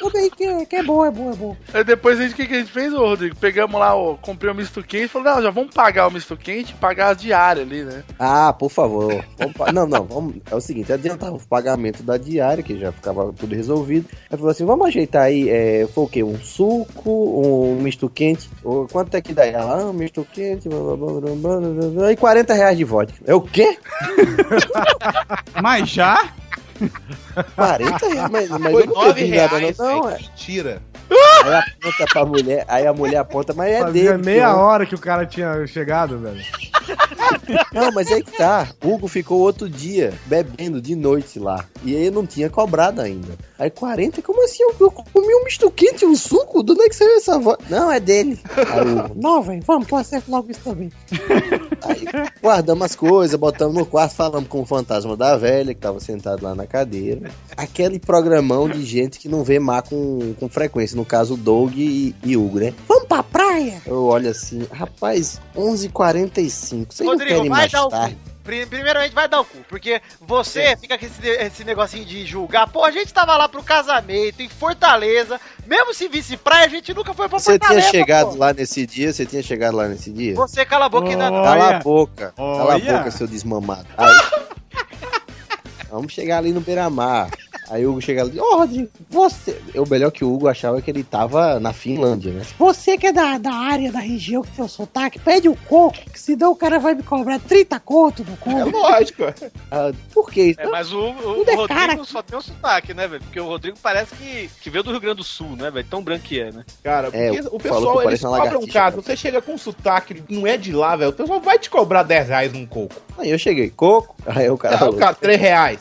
Tudo aí que, que é bom, é bom, é bom. Aí depois a gente, o que, que a gente fez, ô Rodrigo? Pegamos lá, ó, comprei o misto quente, falou, não, já vamos pagar o misto quente e pagar as diárias ali, né? Ah, por favor. Vamos pa- não, não, vamos... é o seguinte, adiantava o pagamento da diária, que já ficava tudo resolvido. Aí falou assim, vamos ajeitar aí, é, foi o quê? Um suco, um misto quente, ou quanto é que dá? Ela, ah, um misto quente, blá, blá, blá, blá, blá, blá, blá, e 40 reais de vodka. É o quê? Mas já? 40 reais? Mas, mas Foi eu não nove pedi nada, reais, não, não velho, é. Mentira. Aí aponta pra mulher, aí a mulher aponta, mas é Fazia dele. meia que eu- hora que o cara tinha chegado, velho. Não, mas aí que tá. Hugo ficou outro dia bebendo de noite lá. E aí eu não tinha cobrado ainda. Aí 40, como assim? Eu, eu comi um misto quente, um suco? De onde é que saiu essa voz? Não, é dele. Aí o Hugo, Não, velho, vamos que eu acerto logo isso também. guardamos as coisas, botamos no quarto, falamos com o fantasma da velha que tava sentado lá na cadeira. Aquele programão de gente que não vê mar com, com frequência. No caso, o Doug e, e Hugo, né? Vamos pra praia. Eu olho assim, rapaz, 11h45. Vocês não Rodrigo, querem vai mais dar o tarde? cu. Pri- Primeiramente, vai dar o cu, porque você fica com esse, de- esse negocinho de julgar. Pô, a gente tava lá pro casamento em Fortaleza, mesmo se visse praia, a gente nunca foi pra Você tinha Fortaleza. chegado pô. lá nesse dia? Você tinha chegado lá nesse dia? Você cala a boca e ainda não. Cala a boca. Cala a Olha. boca, seu desmamado. Aí- Vamos chegar ali no Beira-Mar. Aí o Hugo chega ali, ó, Rodrigo, você. O melhor que o Hugo achava que ele tava na Finlândia, né? Você que é da, da área, da região, que tem o sotaque, pede o coco, que senão o cara vai me cobrar 30 conto do coco. É lógico. Ah, por que isso? É, mas o, o- Tudo o é Rodrigo cara aqui. só tem um sotaque, né, velho? Porque o Rodrigo parece que, que veio do Rio Grande do Sul, né, velho? Tão branco que é, né? Cara, É, porque o- o falou pessoal, que eles parece uma cobram lagartixa, caro. Você chega com um sotaque, não é de lá, velho. O pessoal vai te cobrar 10 reais num coco. Aí eu cheguei, coco. Aí o cara. Ah, o cara, 3 reais.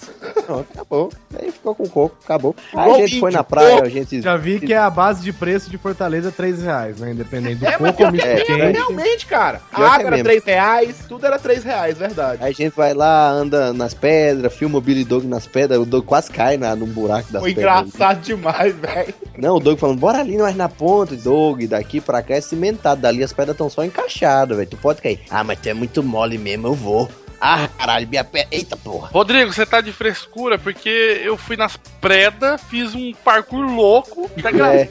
Não, acabou. Aí ficou com coco, acabou. Aí Igual a gente foi índio, na praia, coco. a gente. Já vi que é a base de preço de Fortaleza, 3 reais, né? Independente do É, mas coco ou pior que misto é, é, quente. realmente, cara. Pior que A é água era mesmo. 3 reais, tudo era 3 reais, verdade. Aí a gente vai lá, anda nas pedras, filma o Billy Dog nas pedras, o Dog quase cai na, num buraco das Foi pedras. engraçado demais, velho. Não, o Doug falando, bora ali, nós na ponta. Doug, daqui pra cá é cimentado. Dali as pedras estão só encaixadas, velho. Tu pode cair. Ah, mas tu é muito mole mesmo, eu vou. Ah, caralho, minha perna. Eita porra. Rodrigo, você tá de frescura porque eu fui nas preda, fiz um parkour louco, tá da É.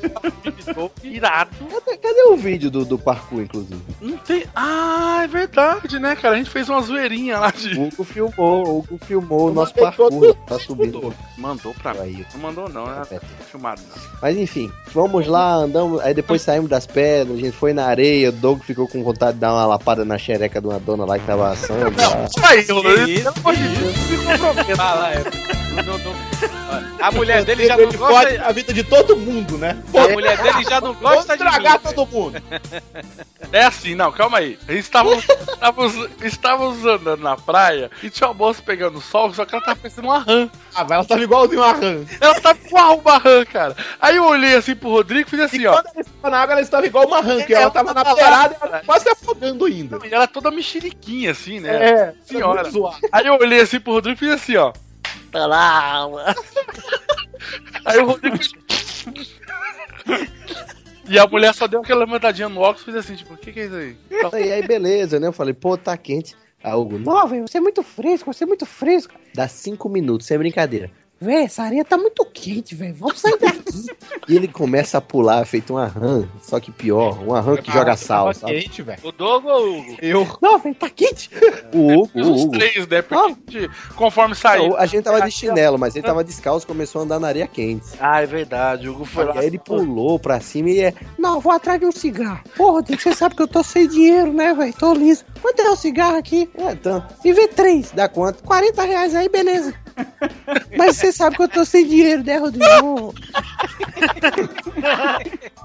irado. Cadê, cadê o vídeo do, do parkour, inclusive? Não tem. Ah, é verdade, né, cara? A gente fez uma zoeirinha lá de. O Hugo filmou, o Hugo filmou o nosso mandei parkour. Tá subindo. Mandou pra mim. Não mandou, não, tá né? Filmado, não. Mas enfim, vamos lá, andamos. Aí depois saímos das pedras, a gente foi na areia. O Doug ficou com vontade de dar uma lapada na xereca de uma dona lá que tava assando. lá. Aí, Rodrigo, pelo amor de Deus, não me comprometa. é, Não, não. Olha, A mulher dele já não Ele pode gosta. é a vida de todo mundo, né? A mulher dele já não gosta de Vamos estragar mim, todo mundo. É assim, não, calma aí. Estávamos, estávamos, estávamos andando na praia e tinha uma moça pegando sol, só que ela tava parecendo uma rã. Ah, mas ela tava igualzinho uma rã. Ela tava igual uma rã, cara. Aí eu olhei assim pro Rodrigo e fiz assim, ó. Ela estava na água, ela estava igual uma rã, que É, ela tá tava ela na tava beirada lá, e ela quase se afogando ainda. E ela toda mexeriquinha, assim, né? É, ela senhora. muito zoada. Aí eu olhei assim pro Rodrigo e fiz assim, ó. Tá lá, mano. Aí o Rodrigo. e a mulher só deu aquela levantadinha no óculos e fez assim, tipo, o que, que é isso aí? Aí, aí beleza, né? Eu falei, pô, tá quente. Aí o Hugo, Não, velho, você é muito fresco, você é muito fresco. Dá cinco minutos, sem brincadeira. Véi, essa areia tá muito quente, velho. Vamos sair daqui. E ele começa a pular, feito uma rã, só que pior, uma rã Ah, que Ah, joga sal, sabe? O Doug ou o Hugo? Eu. Não, velho, tá quente. O Hugo, o É, Os Hugo. três, né? Porque a gente, conforme saiu. Não, a gente tava de chinelo, mas ele tava descalço e começou a andar na areia quente. Ah, é verdade, o Hugo foi lá. Aí ele pulou pra cima e é. Não, vou atrás de um cigarro. Porra, Rodrigo, você sabe que eu tô sem dinheiro, né, velho? Tô liso. Quanto é um cigarro aqui? então. É, tanto. E vê três. Dá quanto? 40 reais aí, beleza. Mas você sabe que eu tô sem dinheiro, né, Rodrigo?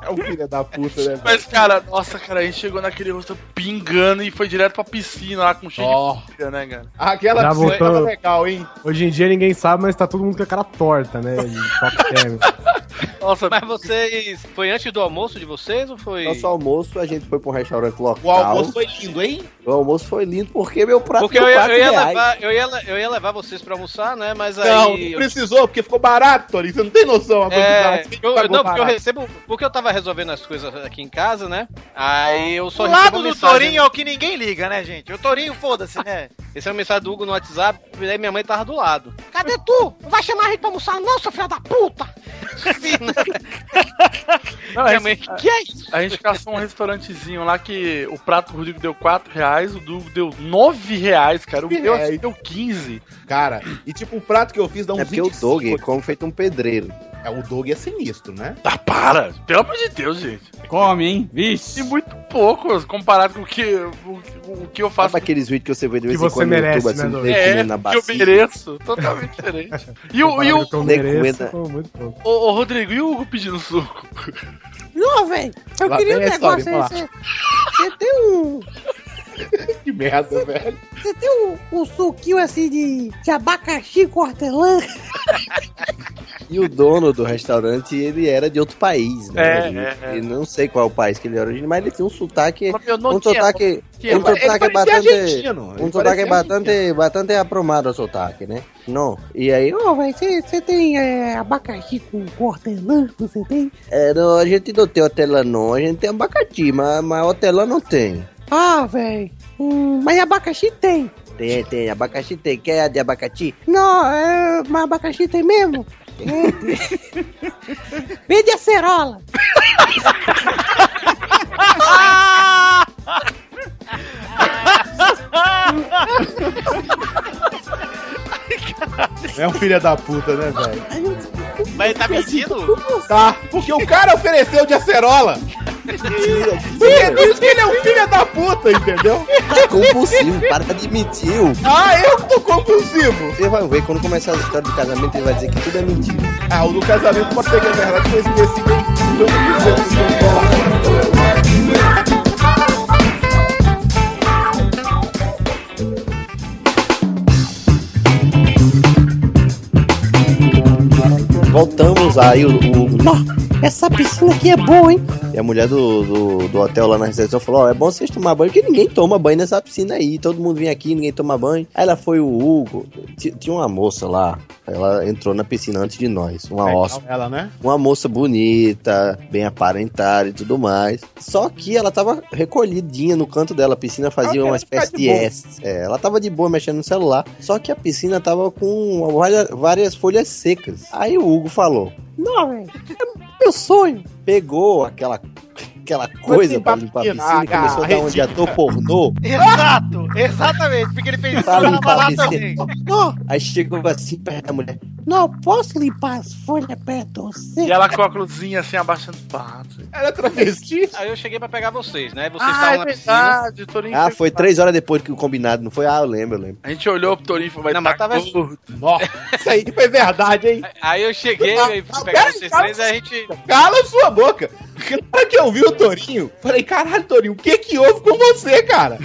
É um filho da puta, né? Mas, cara, nossa, cara, a gente chegou naquele rosto pingando e foi direto pra piscina lá com cheio Ó. de filha, né, cara? Tá Aquela Já piscina voltou. tava né? legal, hein? Hoje em dia ninguém sabe, mas tá todo mundo com a cara torta, né? De top term. Nossa, mas vocês. Foi antes do almoço de vocês ou foi. Nosso almoço, a gente foi pra um restaurante local. O almoço foi lindo, hein? O almoço foi lindo porque meu prato Porque deu eu ia, quatro eu, ia reais. levar, eu, ia, le- eu ia levar vocês pra almoçar, né? Mas Não, aí. não precisou, porque ficou barato, Torinho. Você não tem noção a É, quantidade. que eu, pagou não, porque eu tá barato. recebo. Porque eu tava resolvendo as coisas aqui em casa, né? Aí eu só o recebo lado uma do mensagem- Torinho é o que ninguém liga, né, gente? O Torinho, foda-se, né? Esse é o mensagem do Hugo no WhatsApp, e aí minha mãe tava do lado. Cadê tu? Não vai chamar a gente pra almoçar, não, seu filho da puta! Não, a gente, que é isso? A gente caçou um restaurantezinho lá que o prato do Rodrigo deu 4 reais, o do Hugo deu 9 reais, cara. O meu acho que deu 15. Cara, e tipo, o prato que eu fiz dá É uns porque o Dog come feito um pedreiro. Tá, É, o Dog é sinistro, né? Ah, para! é. Pelo amor de Deus, gente. Come, hein? Vixe. E muito pouco comparado com o que, o, o que eu faço. Sabe aqueles vídeos que você vê de vez Que em você quando merece, no YouTube, né, assim, Doug? dele É, comendo na que eu bacia? mereço. Totalmente diferente. E o, e o, Eu mereço, pô, muito pouco. Ô, ô, Rodrigo, e o Hugo pedindo suco? Não, velho. Eu Lá queria um vem a negócio história, aí. vamos Você, você tem um. Que merda, velho. Você tem um, um suquinho assim de, de abacaxi com hortelã. E o dono do restaurante, ele era de outro país, né? É, ele, é, é. ele não sei qual país que ele era origem, mas ele tinha um sotaque. eu não um tinha, sotaque. não tinha. um Ele parecia sotaque bastante. argentino, ele Um sotaque parecia bastante, bastante aprumado o sotaque, né? Não. E aí, Não, velho. Você, você tem é, abacaxi com, com hortelã? Você tem? é, não, a gente não tem hortelã, não. A gente tem abacaxi, mas, mas hortelã não tem. Ah, velho. Hum, mas abacaxi tem. Tem, tem. Abacaxi tem. Quer a de abacaxi? Não, é, mas abacaxi tem mesmo? Vende acerola. É um filho da puta, né, velho? Mas ele tá mentindo? Tá, porque o cara ofereceu de acerola. Porque diz que ele é um filho da puta, entendeu? Tá compulsivo, para de mentir. Ah, eu que tô compulsivo. Você vai ver, quando começar a história do casamento, ele vai dizer que tudo é mentira. Ah, o do casamento pode ser que é verdade, mas esse Voltamos aí, o, o- Nó, essa piscina aqui é boa, hein? e a mulher do, do, do hotel lá na recepção falou, ó, é bom vocês tomar banho, porque ninguém toma banho nessa piscina aí, todo mundo vem aqui, ninguém toma banho. Aí ela foi o Hugo, Ti- tinha uma moça lá, ela entrou na piscina antes de nós, uma hóspede. Ela, né? Uma moça bonita, bem aparentada e tudo mais. Só que ela tava recolhidinha no canto dela. A piscina fazia Ela uma queria ficar espécie de de boa. S. É, ela tava de boa mexendo no celular. Só que a piscina tava com várias, várias folhas secas. Aí o Hugo falou: Não, velho. É meu sonho. pegou aquela, aquela coisa pra limpar a piscina e cara, começou a dar um de ator pornô. Exato, exatamente, porque ele fez isso Pra lá limpar a lá piscina. também. Não, Aí chegou assim perto da mulher. não posso limpar as folhas perto de você. E ela com a cruzinha assim, abaixando o pato. Era travesti? Aí eu cheguei pra pegar vocês, né? Vocês Ah, estavam é na verdade, piscina. Torinho. Ah, foi três horas depois que o combinado, não foi? Ah, eu lembro, eu lembro. A gente olhou pro Torinho e falou, vai Não, mas tá tava- gordo. Nossa, isso aí foi verdade, hein? Tá, Aí eu cheguei aí fui pegar vocês três e a gente. Cala sua boca! Porque na hora que eu vi o Torinho, falei, caralho, Torinho, o que que houve com você, cara?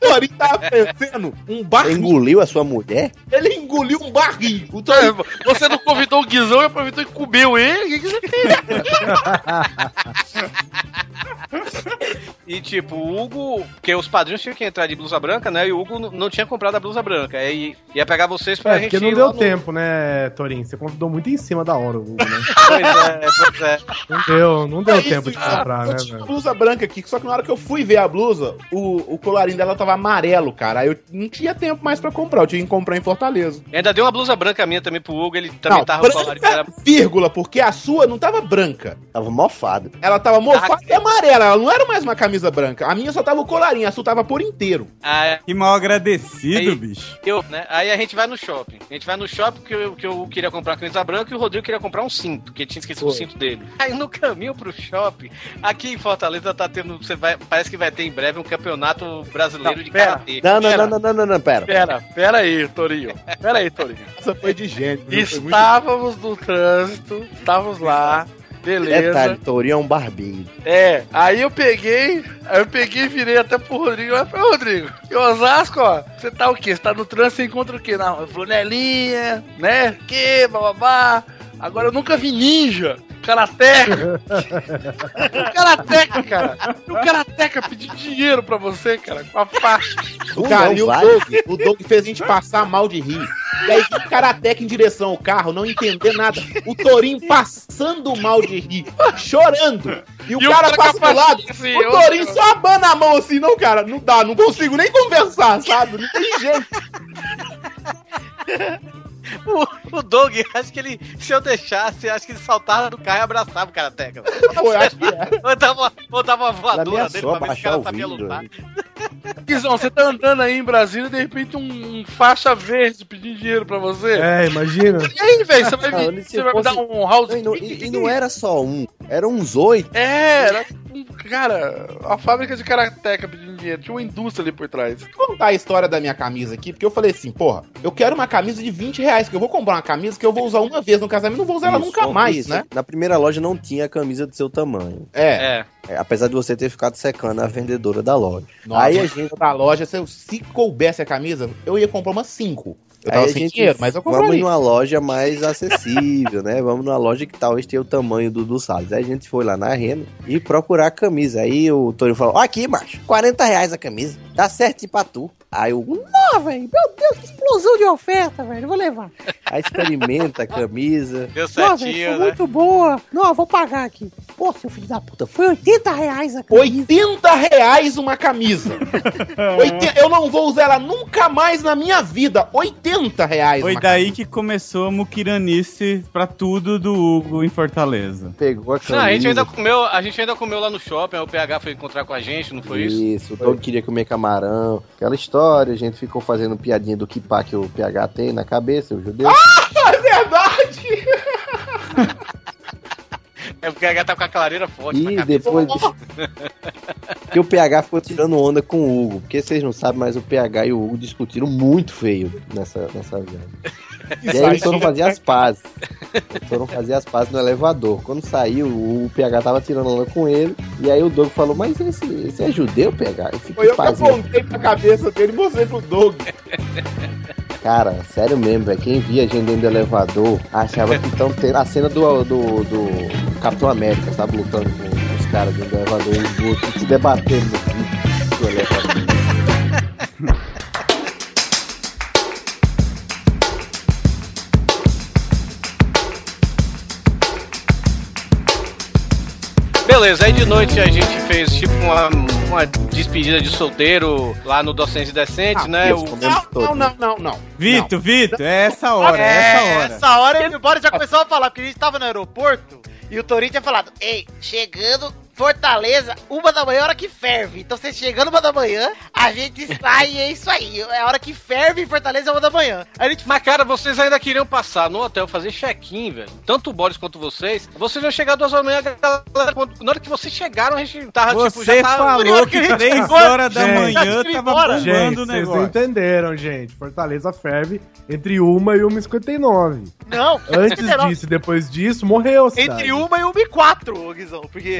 O Torinho tava pensando um Você barril. engoliu a sua mulher? Ele engoliu um barril. O É, Torinho... Você não convidou o Guizão e aproveitou e comeu ele? O que, que você tem? E tipo, o Hugo. Porque os padrinhos tinham que entrar de blusa branca, né? E o Hugo n- não tinha comprado a blusa branca. Aí ia pegar vocês pra É, gente. porque não ir deu lá no- tempo, né, Torinho? Você convidou muito em cima da hora, Hugo, né? Pois é, pois é. Não deu, não deu Aí, tempo de cara, comprar, eu né, tinha uma velho? blusa branca aqui, só que na hora que eu fui ver a blusa, o, o colarinho dela tava amarelo, cara. Aí eu não tinha tempo mais pra comprar, eu tinha que comprar em Fortaleza. Ainda deu uma blusa branca minha também pro Hugo, ele também não, tava com a branca, laringe, era- vírgula, porque a sua não tava branca. Tava mofado. Ela tava mofada e amarela, ela não era mais uma camisa branca. A minha só tava o colarinho, a sua tava por inteiro. Ah, Que mal agradecido, bicho. Eu, né? Aí a gente vai no shopping. A gente vai no shopping que eu, que eu queria comprar a camisa branca e o Rodrigo queria comprar um cinto, que ele tinha esquecido o cinto dele. Aí no caminho pro shopping, aqui em Fortaleza tá tendo. Você vai, parece que vai ter em breve um campeonato brasileiro de pera. karatê. Não, não, Pera. não, não, não, não, não, pera. Pera, pera aí, Torinho. Pera aí, Torinho. Essa foi de gênio. Estávamos no trânsito, estávamos lá, beleza. Detalhe, Tourinho é um barbeiro. É, aí eu peguei, aí eu peguei e virei até pro Rodrigo. Aí eu falei, "Ô, Rodrigo, em Osasco, ó, você tá o quê? Você tá no trânsito, você encontra o quê? Na flanelinha, né? Que, bababá. Agora eu nunca vi ninja, karateca. o karateca, cara. O karateca pedir dinheiro pra você, cara, com a faixa. Um O cara, e o Doug, o Doug fez a gente passar mal de rir. E aí, o Karatec em direção ao carro, não entender nada. O Torinho passando mal de rir, chorando. E o, E o cara cara passa pro capaz- lado. assim, o eu- Torinho só abana a mão assim, não, cara, não dá, não consigo nem conversar, sabe? Não tem jeito. O, o Doug, acho que ele, se eu deixasse, acho que ele saltava do carro e abraçava o Karateka. velho. Foi, acho que é. Eu dava, eu dava uma Ameaçou voadora dele pra ver se o abaixar cara o sabia vidro. lutar. Guizão, você tá andando aí em Brasília e de repente um, um faixa verde pedindo dinheiro pra você. É, imagina. E aí, velho, você vai, Ah, me, ele se você vai me fosse- dar um house? E não, e- e não era só um, eram uns oito. É, era um, cara, a fábrica de karateca pedindo dinheiro. Tinha uma indústria ali por trás. contar a história da minha camisa aqui, porque eu falei assim, porra, eu quero uma camisa de 20 reais, que eu vou comprar uma camisa que eu vou usar uma vez no casamento, não vou usar ela Isso, nunca mais, isso. né? Na primeira loja não tinha camisa do seu tamanho. É. É, apesar de você ter ficado secando a vendedora da loja. Nossa, aí a gente. da loja, se, eu, se coubesse a camisa, eu ia comprar umas 5. Eu Aí tava a sem gente, dinheiro, mas eu vamos compraria. numa loja mais acessível, né? Vamos numa loja que talvez tenha o tamanho do, do Salles. Aí a gente foi lá na arena e procurar a camisa. Aí o Torinho falou: "Ó aqui, macho, 40 reais a camisa. Dá certo pra tu. Aí eu, "Hum, Não, velho. Meu Deus, que explosão de oferta, velho. Eu Vou levar. aí experimenta a camisa. Deu é né? Não, velho, ficou né? muito boa. Não, eu vou pagar aqui. Pô, seu filho da puta, foi 80 reais a camisa. 80 reais uma camisa. Oitenta- eu não vou usar ela nunca mais na minha vida. 80 reais. Foi uma daí que começou a muquiranice pra tudo do Hugo em Fortaleza. Pegou a Não, a gente, ainda comeu, a gente ainda comeu lá no shopping, aí o PH foi encontrar com a gente, não foi isso? Isso, o Doug queria comer camarão, aquela história, a gente ficou fazendo piadinha do kipá que o PH tem na cabeça, o judeu. É verdade! É porque a gata tá com a clareira forte. E na cabeça. depois- Que o PH ficou tirando onda com o Hugo, porque vocês não sabem, mas o PH e o Hugo discutiram muito feio nessa, nessa viagem. E aí eles foram fazer as pazes. Eles foram fazer as pazes no elevador. Quando saiu, o PH tava tirando onda com ele, e aí o Doug falou, mas esse, esse é judeu, PH? Esse Foi eu que kipazinho." apontei pra cabeça dele e mostrei pro Doug. Cara, sério mesmo, velho. Quem via a gente dentro do elevador achava que estão tendo a cena do, do, do Capitão América, sabe? Lutando com os caras dentro do elevador e os outros se debatendo no fim do elevador. Beleza, aí de noite a gente fez tipo uma, uma despedida de solteiro lá no Docente Decente, né? Deus, O- comemos todos. Ah, Não, não, não, não. Vitor, Vitor, é essa hora, é, essa hora. Essa hora eu e o Bora já começou a falar, porque a gente tava no aeroporto e o Torinho tinha falado: Ei, chegando. Fortaleza, uma da manhã é hora que ferve. Então, você chegando uma da manhã, a gente sai e é isso aí. É a hora que ferve em Fortaleza, é uma da manhã. Aí a gente Mas, cara, vocês ainda queriam passar no hotel, fazer check-in, velho. Tanto o Boris quanto vocês. Vocês iam chegar duas horas da manhã, a galera, quando- na hora que vocês chegaram, a gente tava, tipo, Você tava... falou que três horas da Gente, manhã gente, tava bombando o Vocês não negócio. entenderam, gente. Fortaleza ferve entre 1 e 1h59. Não, Antes disso e depois disso, morreu. Entre uma e uma e quatro, Guizão, porque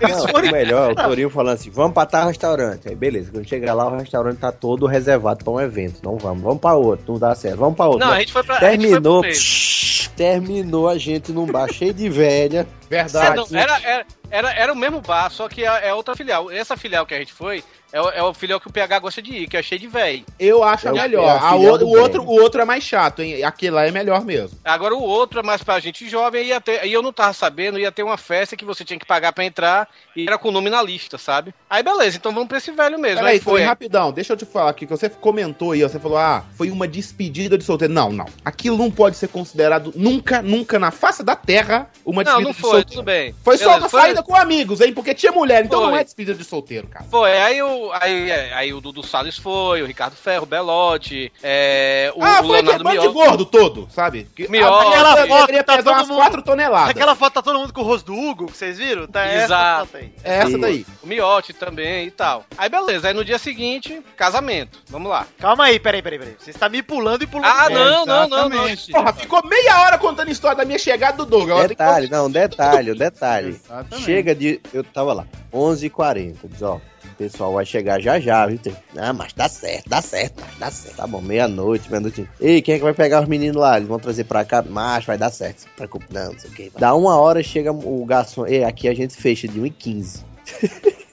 eles Não, foram. o melhor, o Torinho falando assim, vamos pra tal restaurante. Aí, beleza, quando chega lá, o restaurante tá todo reservado pra um evento. Não vamos, vamos pra outro, não dá certo, vamos pra outro. Não, a gente foi pra... terminou, A gente foi pro terminou a gente num bar cheio de velha. Cê É, não- era, era, era, era o mesmo bar, só que é, é outra filial. Essa filial que a gente foi é, o- é o filial que o PH gosta de ir, que é cheio de véi. Eu acho É o- melhor. é a A filial o, do o outro, bem. o outro é mais chato, hein? Aquele lá é melhor mesmo. Agora o outro é mais pra gente jovem, ia ter, e eu não tava sabendo, ia ter uma festa que você tinha que pagar pra entrar e era com o nome na lista, sabe? Aí beleza, então vamos pra esse velho mesmo. Peraí, Aí foi foi. é, rapidão. Deixa eu te falar aqui, que você comentou aí, ó, você falou, ah, foi uma despedida de solteiro. Não, não. Aquilo não pode ser considerado nunca, nunca na face da terra uma Não, despedida não de foi, foi, solteiro. tudo bem. Foi só Beleza, uma foi- saída com amigos, hein? Porque tinha mulher, então não Foi. é despedida de solteiro, cara. Foi, aí o, aí, é, aí o Dudu Salles foi, o Ricardo Ferro, o Belotti, é, o, Ah, o foi aquele bando de Miotti. gordo todo, sabe? Que, Miotti. aquela Aquela foto foto deveria tá pesar todo umas mundo- 4 toneladas. Aquela foto tá todo mundo com o rosto do Hugo, que vocês viram? Tá essa Exato. foto aí. É essa daí. O Miotti também e tal. Aí beleza, aí no dia seguinte, casamento. Vamos lá. Calma aí, peraí, peraí, peraí. Você está me pulando e pulando. Ah, É, não, não, não, não. exatamente. Porra, ficou meia hora contando a história da minha chegada do Douglas. É Ela tem que Detalhe, não, detalhe, detalhe. Chega de. Eu tava lá, 11h40. Diz, ó, o pessoal vai chegar já já, viu? Tem- Ah, mas dá certo, dá certo, mas dá certo. Tá bom, meia-noite, meia-noite. Ei, quem é que vai pegar os meninos lá? Eles vão trazer pra cá, mas vai dar certo, se preocupe, não, não sei o que. Dá uma hora, chega o garçom. Ei, aqui a gente fecha de 1h15.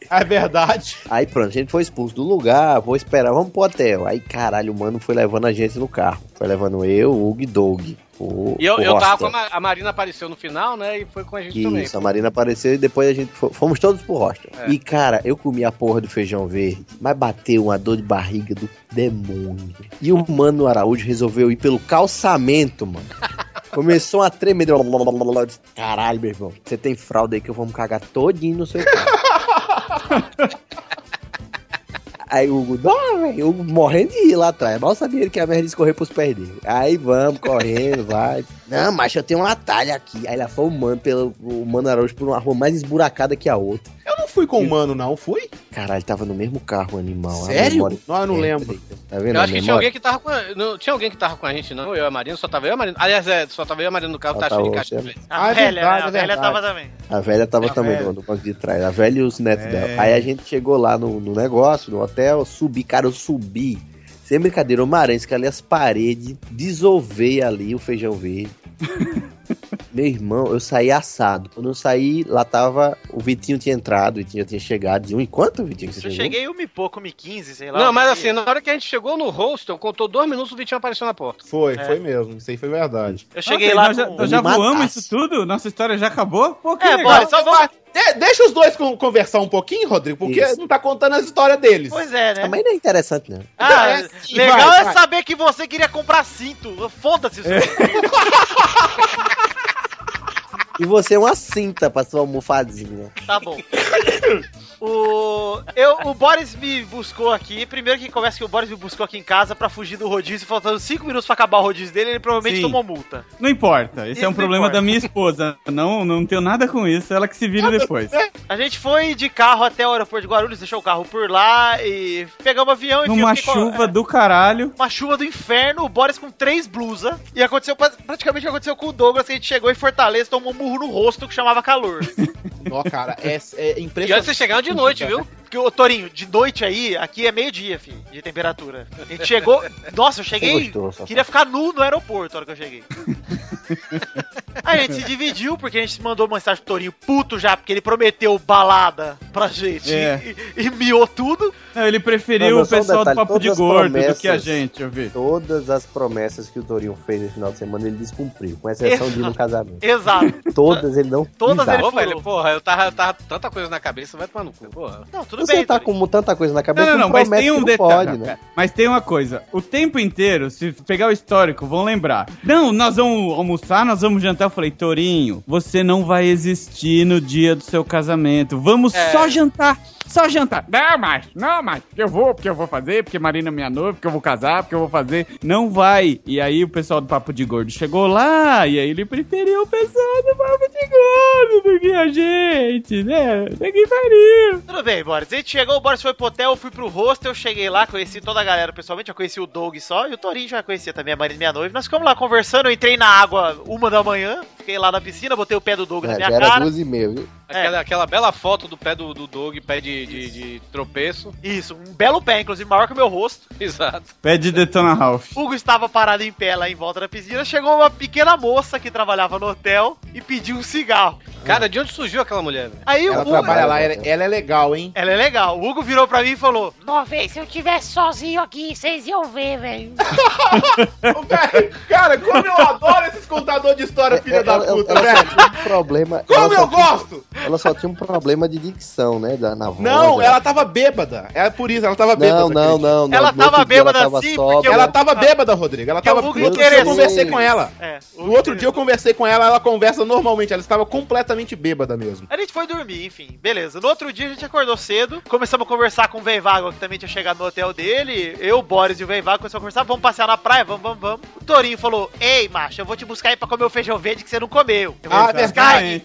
É verdade. Aí pronto, a gente foi expulso do lugar, vou esperar, vamos pro hotel. Aí caralho, o mano foi levando a gente no carro. Foi levando eu, o Hugo e Doug. O, E eu, o eu tava hostel. com a, Ma- a Marina apareceu no final, né? E foi com a gente Que também. isso, a Marina apareceu e depois a gente fo- fomos todos pro hostel. É. E cara, eu comi a porra do feijão verde, mas bateu uma dor de barriga do demônio. E o mano Araújo resolveu ir pelo calçamento, mano. Começou a tremer. Eu disse, Caralho, meu irmão, você tem fralda aí que eu vou me cagar todinho no seu carro. Aí o Hugo, não, velho, eu morrendo de rir lá atrás. Mal sabia que a merda ia escorrer pros pés dele. Aí vamos, correndo, vai. Não, mas eu tenho um atalho aqui. Aí lá foi o mano, pelo, o mano Araújo por uma rua mais esburacada que a outra. Eu não fui com o mano, não, fui? Caralho, tava no mesmo carro o animal. a Sério? memória- Não, eu não É, lembro. Tá vendo? Eu a acho que tinha memória? alguém que tava com. a- Não, tinha alguém que tava com a gente, não? Eu e a Marina, só tava eu e a Marina. Aliás, é, só tava eu e a Marina no carro, Só tá cheio de tava caixa de você. leite. A Ah, é velha, né? verdade, A é velha tava verdade. também. A velha tava A também velha. no- no banco de trás. A velha e os netos É. dela. Aí a gente chegou lá no, no negócio, no hotel, eu subi, cara, eu subi. Sem brincadeira, o Maranhão escalei as paredes, desovei ali o feijão verde. Meu irmão, eu saí assado. Quando eu saí, lá tava. O Vitinho tinha entrado, o Vitinho tinha chegado de um. Enquanto o Vitinho que você Eu chegou? cheguei um e pouco, um e quinze, sei lá. Não, mas assim, na hora que a gente chegou no hostel, contou dois minutos, o Vitinho apareceu na porta. Foi, É. foi mesmo. Isso aí foi verdade. Eu cheguei lá nós já- com- nós já voamos isso tudo? Nossa história já acabou? Pô, É, legal. bora, só vamos... É, deixa os dois con- conversar um pouquinho, Rodrigo, porque Isso. não tá contando a história deles. Pois é, né? Também não é interessante, não. Ah, É, sim, legal vai, é vai. saber que você queria comprar cinto. Foda-se É. isso. E você é uma cinta pra sua almofadinha. Tá bom. O, eu, o Boris me buscou aqui. Primeiro que começa que o Boris me buscou aqui em casa pra fugir do rodízio. Faltando 5 minutos pra acabar o rodízio dele, ele provavelmente Sim. tomou multa. Não importa, esse Isso é um não problema importa. Ah, da minha esposa. Não, não tenho nada com isso, ela que se vira depois. A gente foi de carro até o aeroporto de Guarulhos, deixou o carro por lá e pegamos o avião e Numa eu fiquei com- chuva do caralho. Uma chuva do inferno, o Boris com três blusas. E aconteceu pra- praticamente o que aconteceu com o Douglas, que a gente chegou em Fortaleza, tomou um murro no rosto que chamava calor. Ó, cara, é, é impressionante. E antes vocês chegaram de noite, viu? Porque, ô Torinho, de noite aí, aqui é meio-dia, filho, de temperatura. A gente chegou. Nossa, eu Você cheguei. gostou, só queria ficar nu no aeroporto na hora que eu cheguei. Aí a gente se dividiu, porque a gente mandou mensagem pro Torinho puto já, porque ele prometeu balada pra gente É. e, e miou tudo. Não, ele preferiu Não, não, o só um pessoal do detalhe, Papo de todas as Gordo do promessas- que a gente, eu vi. Todas as promessas que o Torinho fez no final de semana, ele descumpriu, com exceção de ir no casamento. Exato. Todas ele não Todas pisava. ele velho, porra, eu tava, tava tanta coisa na cabeça, vai tomar no cu, porra. Não, tudo Você tá com tanta coisa na Não, cabeça, não, não, mas promete tem que um não detalhe. pode, né? cara. Mas tem uma coisa. O tempo inteiro, se pegar o histórico, vão lembrar. Não, nós vamos almoçar, nós vamos jantar. Eu falei, Torinho, você não vai existir no dia do seu casamento. Vamos É. só jantar. Só jantar. Não, mas, não, mas, porque eu vou, porque eu vou fazer, porque Marina é minha noiva, porque eu vou casar, porque eu vou fazer. Não vai. E aí o pessoal do Papo de Gordo chegou lá, e aí ele preferiu o pessoal do Papo de Gordo do que a gente, né? Ninguém faria. Tudo bem, Boris. A gente chegou, o Boris foi pro hotel, eu fui pro hostel, eu cheguei lá, conheci toda a galera pessoalmente, eu conheci o Doug só, e o Torinho já conhecia também, a Marina minha noiva. Nós ficamos lá conversando, eu entrei na água uma da manhã, fiquei lá na piscina, botei o pé do Doug na É, minha já era cara. duas e meia, viu? É. Aquela, aquela bela foto do pé do, do Doug, pé de, de, de tropeço. Isso, um belo pé, inclusive, maior que o meu rosto. Exato. Pede Detona Ralph. Hugo estava parado em pé lá em volta da piscina, chegou uma pequena moça que trabalhava no hotel e pediu um cigarro. Cara, de onde surgiu aquela mulher, velho? Aí Ela o Hugo... trabalha lá, ela, ela é legal, hein? Ela é legal. O Hugo virou pra mim e falou... Uma vez, se eu tivesse sozinho aqui, vocês iam ver, velho. Cara, como eu adoro esses contadores de história, filha da ela, ela- puta, ela velho. só tinha um problema. Como ela só eu tinha- um gosto? Ela só tinha um problema de dicção, né? da- na voz. Não, ela tava bêbada. É por isso, ela tava Não, bêbada. não, acredito. não, não. Ela No outro tava dia ela bêbada tava sim, porque sóbria. eu- Ela Ah. tava bêbada, Rodrigo. Ela tava. eu No me outro dia eu interessei. conversei com ela. É, No outro dia eu conversei com ela, ela conversa normalmente. Ela estava completamente bêbada mesmo. A gente foi dormir, enfim, beleza. No outro dia a gente acordou cedo, começamos a conversar com o Veivago, que também tinha chegado no hotel dele. Eu, o Boris e o Veivago começamos a conversar, vamos passear na praia, vamos, vamos, vamos. O Torinho falou: Ei, macho, eu vou te buscar aí pra comer o feijão verde que você não comeu. Eu vou Ah, te buscar aí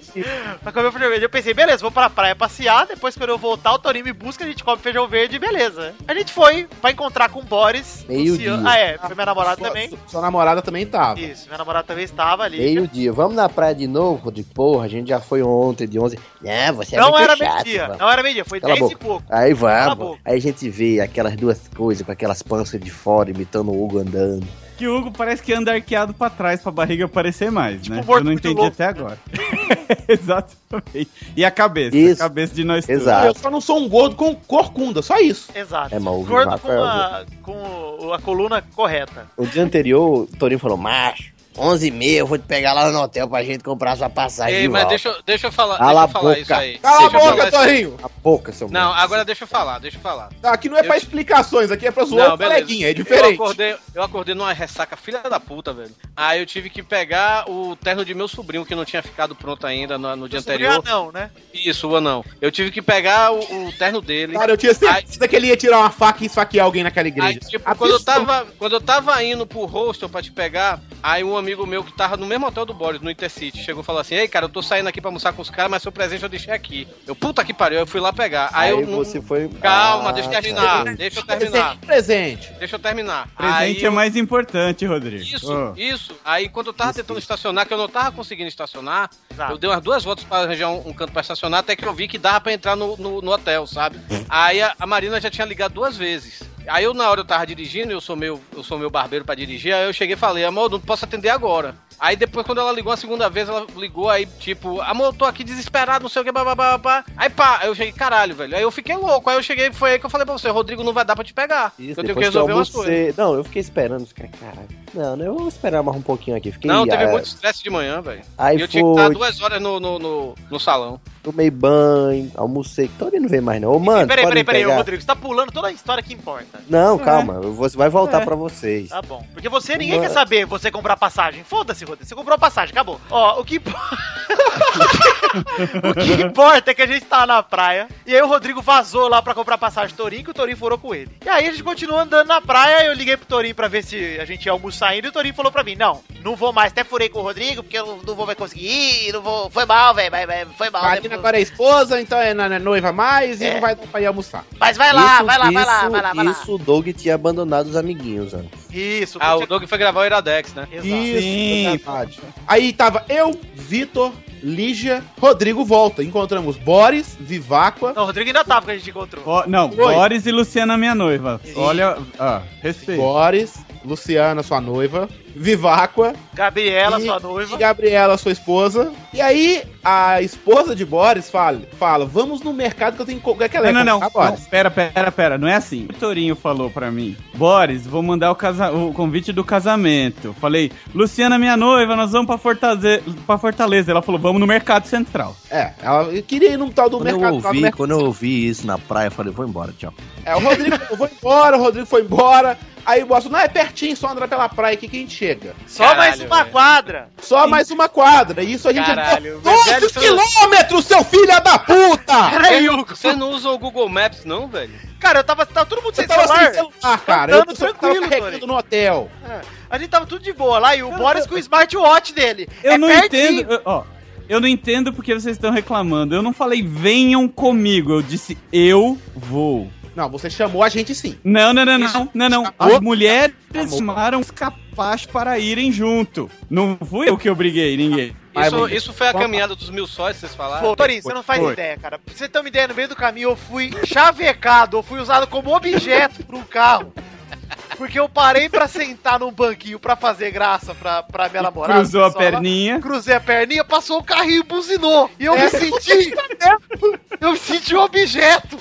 pra comer o feijão verde. Eu pensei, beleza, vou pra praia passear, depois quando eu voltar, o Torinho me busca, a gente come feijão verde, beleza. A gente foi pra encontrar com o Boris. Meio Luciano- dia. Ah, é, foi minha namorada Sua- também. Sua namorada também tá. tava. Isso, minha namorada também estava ali. Meio-dia. Vamos na praia de novo, Rodrigo? Porra, a gente já foi ontem, de 11. Não, você é não muito era chato, meio-dia, vamos. não era meio-dia, foi Cala a 10 e boca. pouco. Aí Cala a vamos. boca. Aí a gente vê aquelas duas coisas, com aquelas panças de fora imitando o Hugo andando. Que o Hugo parece que anda arqueado pra trás pra barriga aparecer mais, né? morto Eu não muito entendi louco. até agora. Exatamente. E a cabeça, Isso. a cabeça de nós Exato. Eu só não sou um gordo com corcunda, só isso. Exato. É, mas o Gordo com, Rafael- né? a, com o- a coluna correta. O dia anterior, o Torinho falou, macho, 11 h 30 eu vou te pegar lá no hotel pra gente comprar sua passagem Ei, de mas volta. deixa, eu- deixa eu falar, Tá Cala deixa a eu falar boca. isso aí. Cala a Deixa eu falar boca, isso aí. Torrinho! A boca, seu Não, agora deixa eu falar, deixa eu falar. Tá, Aqui não é pra explicações, aqui é pra zoar o beleza. coleguinha, é diferente. Eu acordei, eu acordei numa ressaca filha da puta, velho. Aí eu tive que pegar o terno de meu sobrinho, que não tinha ficado pronto ainda no, no dia anterior. não, né? Isso, o anão. Eu tive que pegar o, o terno dele. Cara, eu tinha Aí, certeza que ele ia tirar uma faca e esfaquear alguém naquela igreja. tipo, A quando eu, pessoa- tava, quando eu tava indo pro hostel pra te pegar, aí um amigo meu que tava no mesmo hotel do Boris, no Intercity, chegou e falou assim: Ei, cara, eu tô saindo aqui pra almoçar com os caras, mas seu presente eu deixei aqui. Eu, puta que pariu, eu fui lá pegar. Aí, Aí eu. não- você foi... Calma, Ah, deixa eu terminar, tá. deixa eu terminar. Presente. Deixa eu terminar. Presente Aí é eu- mais importante, Rodrigo. Isso, Ah. Ô. isso. Aí quando eu tava tentando estacionar, que eu não tava conseguindo estacionar, eu dei umas duas voltas pra arranjar um, um canto pra estacionar, até que eu vi que dava pra entrar no, no, no hotel, sabe? Aí a, a Marina já tinha ligado duas vezes. Aí eu, na hora eu tava dirigindo, eu sou meu, eu sou meu barbeiro pra dirigir, aí eu cheguei e falei, amor, não posso atender agora. Aí depois, quando ela ligou a segunda vez, ela ligou aí, tipo, amor, eu tô aqui desesperado, não sei o que, babá, babá. Aí pá, aí eu cheguei, caralho, velho. Aí eu fiquei louco. Aí eu cheguei, foi aí que eu falei pra você, Rodrigo, não vai dar pra te pegar. Isso, eu tenho que depois eu resolver umas coisas. almocei- Não, eu fiquei esperando, fiquei, caralho. Não, não, eu vou esperar mais um pouquinho aqui. Fiquei, Não, teve ah, muito estresse de manhã, velho. Aí E eu tinha que estar foi. duas horas no, no, no, no salão. Tomei banho, almocei. Tony não vem mais, não. Ô, mano, peraí, pode peraí, me peraí, ô, pegar? Rodrigo, você tá pulando toda a história que importa. Não, É. calma, eu vou- vai voltar pra vocês. Tá bom. Porque você, ninguém Mano. quer saber você comprar passagem. Foda-se, Rodrigo, você comprou a passagem, acabou. Ó, o que, impo- o que importa é que a gente tava na praia, e aí o Rodrigo vazou lá pra comprar passagem do Torinho, que o Torinho furou com ele. E aí a gente continuou andando na praia, eu liguei pro Torinho pra ver se a gente ia almoçar ainda, e o Torinho falou pra mim, não, não vou mais, até furei com o Rodrigo, porque eu não vou mais conseguir ir, não vou... Foi mal, velho, vai- vai- foi mal. né, Marina depois- agora é esposa, então é na- na noiva mais e É. não vai dar pra ir almoçar. Mas vai lá, vai lá, vai lá, vai lá, vai lá. Isso, o Doug tinha abandonado os amiguinhos, ó. Isso. Ah, o Doug foi gravar o Iradex, né? Isso, verdade. Aí tava eu, Vitor, Lígia, Rodrigo volta. Encontramos Boris, Viváqua. Não, o Rodrigo ainda tava que a gente encontrou. Ó, não, Oi. Boris e Luciana, minha noiva. Olha, ó, respeito. Boris, Luciana, sua noiva, Viváqua. Gabriela, e- sua noiva. E Gabriela, sua esposa. E aí, a esposa de Boris fala, fala vamos no mercado que eu tenho é que comprar aquela Não, não, não, comprar, não. Boris. Pera, pera, pera. Não é assim. O Torinho falou pra mim: Boris, vou mandar o, casa- o convite do casamento. Falei, Luciana, minha noiva, nós vamos pra Fortaleza. Pra Fortaleza. Ela falou: vamos no Mercado Central. É, ela eu queria ir num tal do Quando eu mercado. lá do ouvi, mercado. quando eu ouvi isso na praia, eu falei, vou embora, tchau. É, o Rodrigo eu vou embora, o Rodrigo foi embora. Aí o Boris falou, não, é pertinho, só andar pela praia aqui que a gente chega. Só mais uma quadra. Só mais uma quadra. Isso a gente Caralho, andou 12 velho, quilômetros, seu filho da puta! Peraí, Hugo. Você não usa o Google Maps, não, velho? Cara, eu tava, tava todo mundo Você sem tava celular. sem celular, cara. Andando Eu só tava tranquilo, carregando Tony. no hotel. É, A gente tava tudo de boa lá e o Boris com o smartwatch dele. Eu É não pertinho. entendo. eu- Ó, eu não entendo porque vocês estão reclamando. Eu não falei, venham comigo. Eu disse, eu vou. Não, você chamou a gente sim. Não, não, não, não, não, não. As mulheres chamaram os capazes para irem junto. Não fui eu que obriguei ninguém. Isso, isso foi a caminhada dos mil sóis, vocês falaram? Pô, Torinho, você não faz Foi. ideia, cara. Pra você ter uma ideia, no meio do caminho eu fui chavecado, eu fui usado como objeto pra um carro. Porque eu parei pra sentar num banquinho pra fazer graça pra, pra minha namorada. cruzou a pessoal lá. perninha. Cruzei a perninha, passou o carrinho e buzinou. E eu me senti. eu me senti um objeto.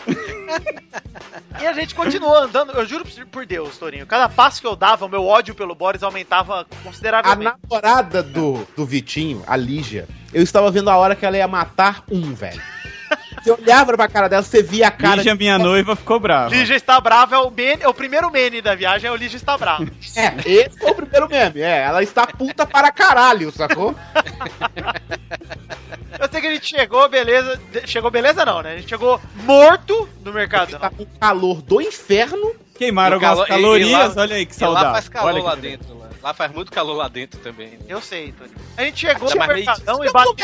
E a gente continuou andando, eu juro por Deus, Torinho. Cada passo que eu dava, o meu ódio pelo Boris aumentava A consideravelmente. namorada do, do Vitinho, a Lígia, eu estava vendo a hora que ela ia matar um, velho. Você olhava pra cara dela, você via a cara. Lígia, minha noiva, ficou brava. Lígia está brava, é o, Bene- é o primeiro Mene da viagem, é o Lígia está brava. É, esse foi o primeiro meme. É, ela está puta para caralho, sacou? Eu sei que a gente chegou, beleza. de- Chegou, beleza não, né? A gente chegou morto no mercado. Tá com calor do inferno. Queimaram algumas calorias, olha aí que saudade. lá faz calor Olha que lá beleza. dentro. Lá. lá faz muito calor lá dentro também. né? Eu sei, Tony. A gente chegou Ainda no mais meio mercadão e bateu.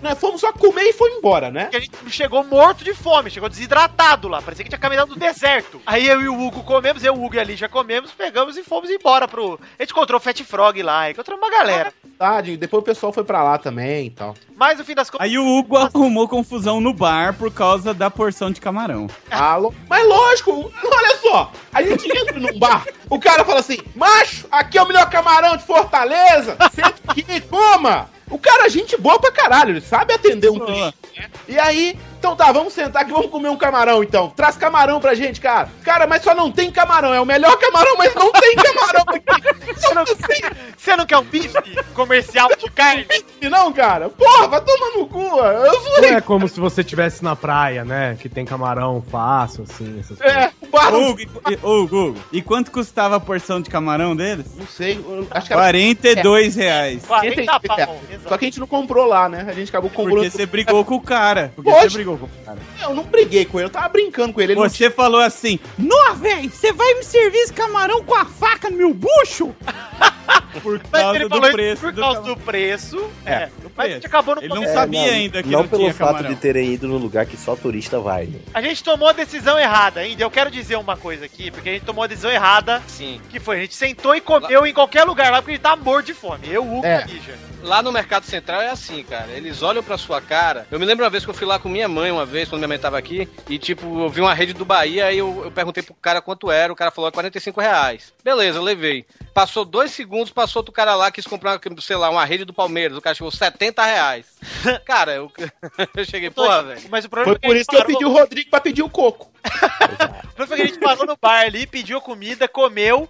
Nós fomos só comer e foi embora, né? A gente chegou morto de fome, chegou desidratado lá, parecia que tinha caminhado no deserto. Aí eu e o Hugo comemos, eu, o Hugo e a Lígia comemos, pegamos e fomos embora pro. A gente encontrou o Fat Frog lá, encontramos uma galera. Verdade, depois o pessoal foi pra lá também e tal. Mas no fim das contas. Aí o Hugo arrumou confusão no bar por causa da porção de camarão. Alô? Mas lógico, olha só, a gente entra num bar, o cara fala assim, macho, aqui é o melhor camarão de Fortaleza, senta aqui, coma. O cara é gente boa pra caralho, ele sabe atender um cliente. né? E aí, então tá, vamos sentar aqui, vamos comer um camarão então. Traz camarão pra gente, cara. Cara, mas só não tem camarão, é o melhor camarão, mas não tem camarão aqui. assim? Você não, você não quer um bife comercial de carne? Não, cara. Porra, vai tomar no cu, ó. eu Não zoei. é como se você estivesse na praia, né? Que tem camarão fácil, assim, essas É, o bar... Hugo, e- Hugo, Hugo, e quanto custava a porção de camarão deles? Não sei, eu acho que era- É. 42 reais. 40 pau. Só que a gente não comprou lá, né? A gente acabou comprando. Porque você brigou com o cara. Porque Lógico. você brigou com o cara. Eu não briguei com ele, eu tava brincando com ele. ele Você falou assim, Nó, véi, você vai me servir esse camarão com a faca no meu bucho? por Mas causa ele do falou preço isso por do causa do preço. É, do Mas a gente acabou no não começo. É, sabia É, não, ainda que não, não pelo tinha fato camarão. de terem ido no lugar que só turista vai. né? A gente tomou a decisão errada ainda. Eu quero dizer uma coisa aqui, porque a gente tomou a decisão errada. Sim. Que foi, a gente sentou e comeu em qualquer lugar lá, porque a gente tá morto de fome. Eu, o Hugo É. e a Lígia. Lá no Mercado Central é assim, cara. Eles olham pra sua cara. Eu me lembro uma vez que eu fui lá com minha mãe, uma vez, quando minha mãe tava aqui, e tipo, eu vi uma rede do Bahia, aí eu, eu perguntei pro cara quanto era, o cara falou "É 45 reais. Beleza, eu levei. Passou dois segundos, passou outro cara lá, quis comprar, sei lá, uma rede do Palmeiras, o cara chegou 70 reais. Cara, eu, eu cheguei, porra, velho. Então, tipo, Mas o é Foi por isso que eu pedi o Rodrigo pra pedir o coco. Foi porque a gente parou no bar ali, pediu comida, comeu.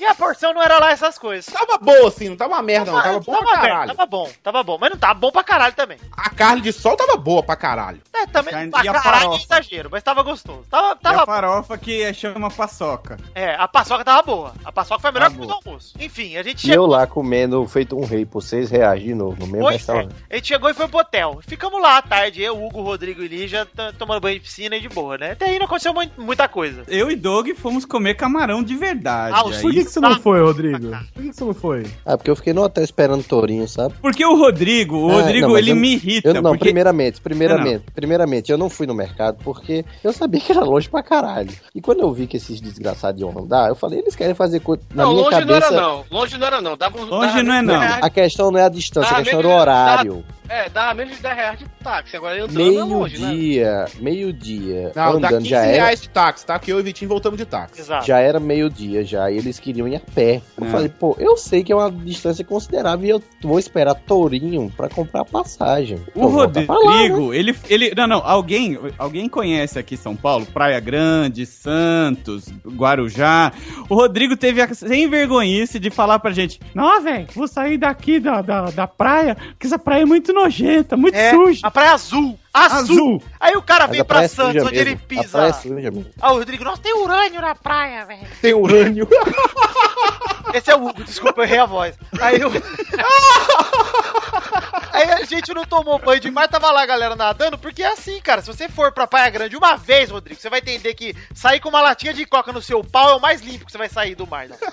E a porção não era lá essas coisas. Tava boa, assim, não tava uma merda, não. Tava bom pra merda, caralho. Tava bom, tava bom. Mas não tava bom pra caralho também. A carne de sol tava boa pra caralho. É, também Carne- pra e a caralho é farofa? exagero, mas tava gostoso. Tava, E É a tava farofa que chama paçoca. É, a paçoca tava boa. A paçoca foi a melhor Tá coisa do boa. almoço. Enfim, a gente E eu chegou. lá comendo feito um rei por seis reais de novo, no mesmo Pois é. restaurante. A gente chegou e foi pro hotel. Ficamos lá à tarde, eu, Hugo, Rodrigo e Lígia t- tomando banho de piscina e de boa, né? Até aí não aconteceu mu- muita coisa. Eu e Doug fomos comer camarão de verdade. é Ah, o Aí- Por que, que você não foi, Rodrigo? Por que, que você não foi? Ah, porque eu fiquei no hotel esperando o Tourinho, sabe? Porque o Rodrigo, o Ah, Rodrigo, não, mas ele eu- me irrita. eu- não, porque- primeiramente, Ah, primeiramente, primeiramente, eu não fui no mercado porque eu sabia que era longe pra caralho. E quando eu vi que esses desgraçados iam andar, eu falei, eles querem fazer coisa. Na Não, minha longe não cabeça. era não. Longe não era não. Dava uns, dava menos de 10 reais. A questão não é a distância, Dava a questão era menos o de- dava- horário. É, dava menos de 10 reais de táxi. Agora eu andando é longe, né? Meio-dia, meio-dia. Não, dá Andando 15 já era. reais de táxi, tá? Que eu e o Vitinho voltamos de táxi. Exato. Já era meio-dia já, e eles queriam ir a pé. Eu É. falei, pô, eu sei que é uma distância considerável e eu vou esperar Tourinho pra comprar passagem. O Então, volta pra lá, né? Rodrigo, ele, ele. Não, não, alguém, alguém conhece aqui São Paulo? Praia Grande, Santos, Guarujá. O Rodrigo teve a sem vergonhice de falar pra gente: Nó, véi, vou sair daqui da, da, da praia, porque essa praia é muito nojenta, muito É, suja. A praia azul. Azul. Azul. Aí o cara Mas vem a pra praia é Santos, suja onde mesmo. ele A pisa. praia é suja mesmo. Ah, o Rodrigo, nossa, tem urânio na praia, velho. Tem urânio. Esse é o Hugo, desculpa, eu errei a voz. Aí eu... Aí a gente não tomou banho demais, tava lá a galera nadando, porque é assim, cara. Se você for pra Praia Grande uma vez, Rodrigo, você vai entender que sair com uma latinha de coca no seu pau é o mais limpo que você vai sair do mar. né? né?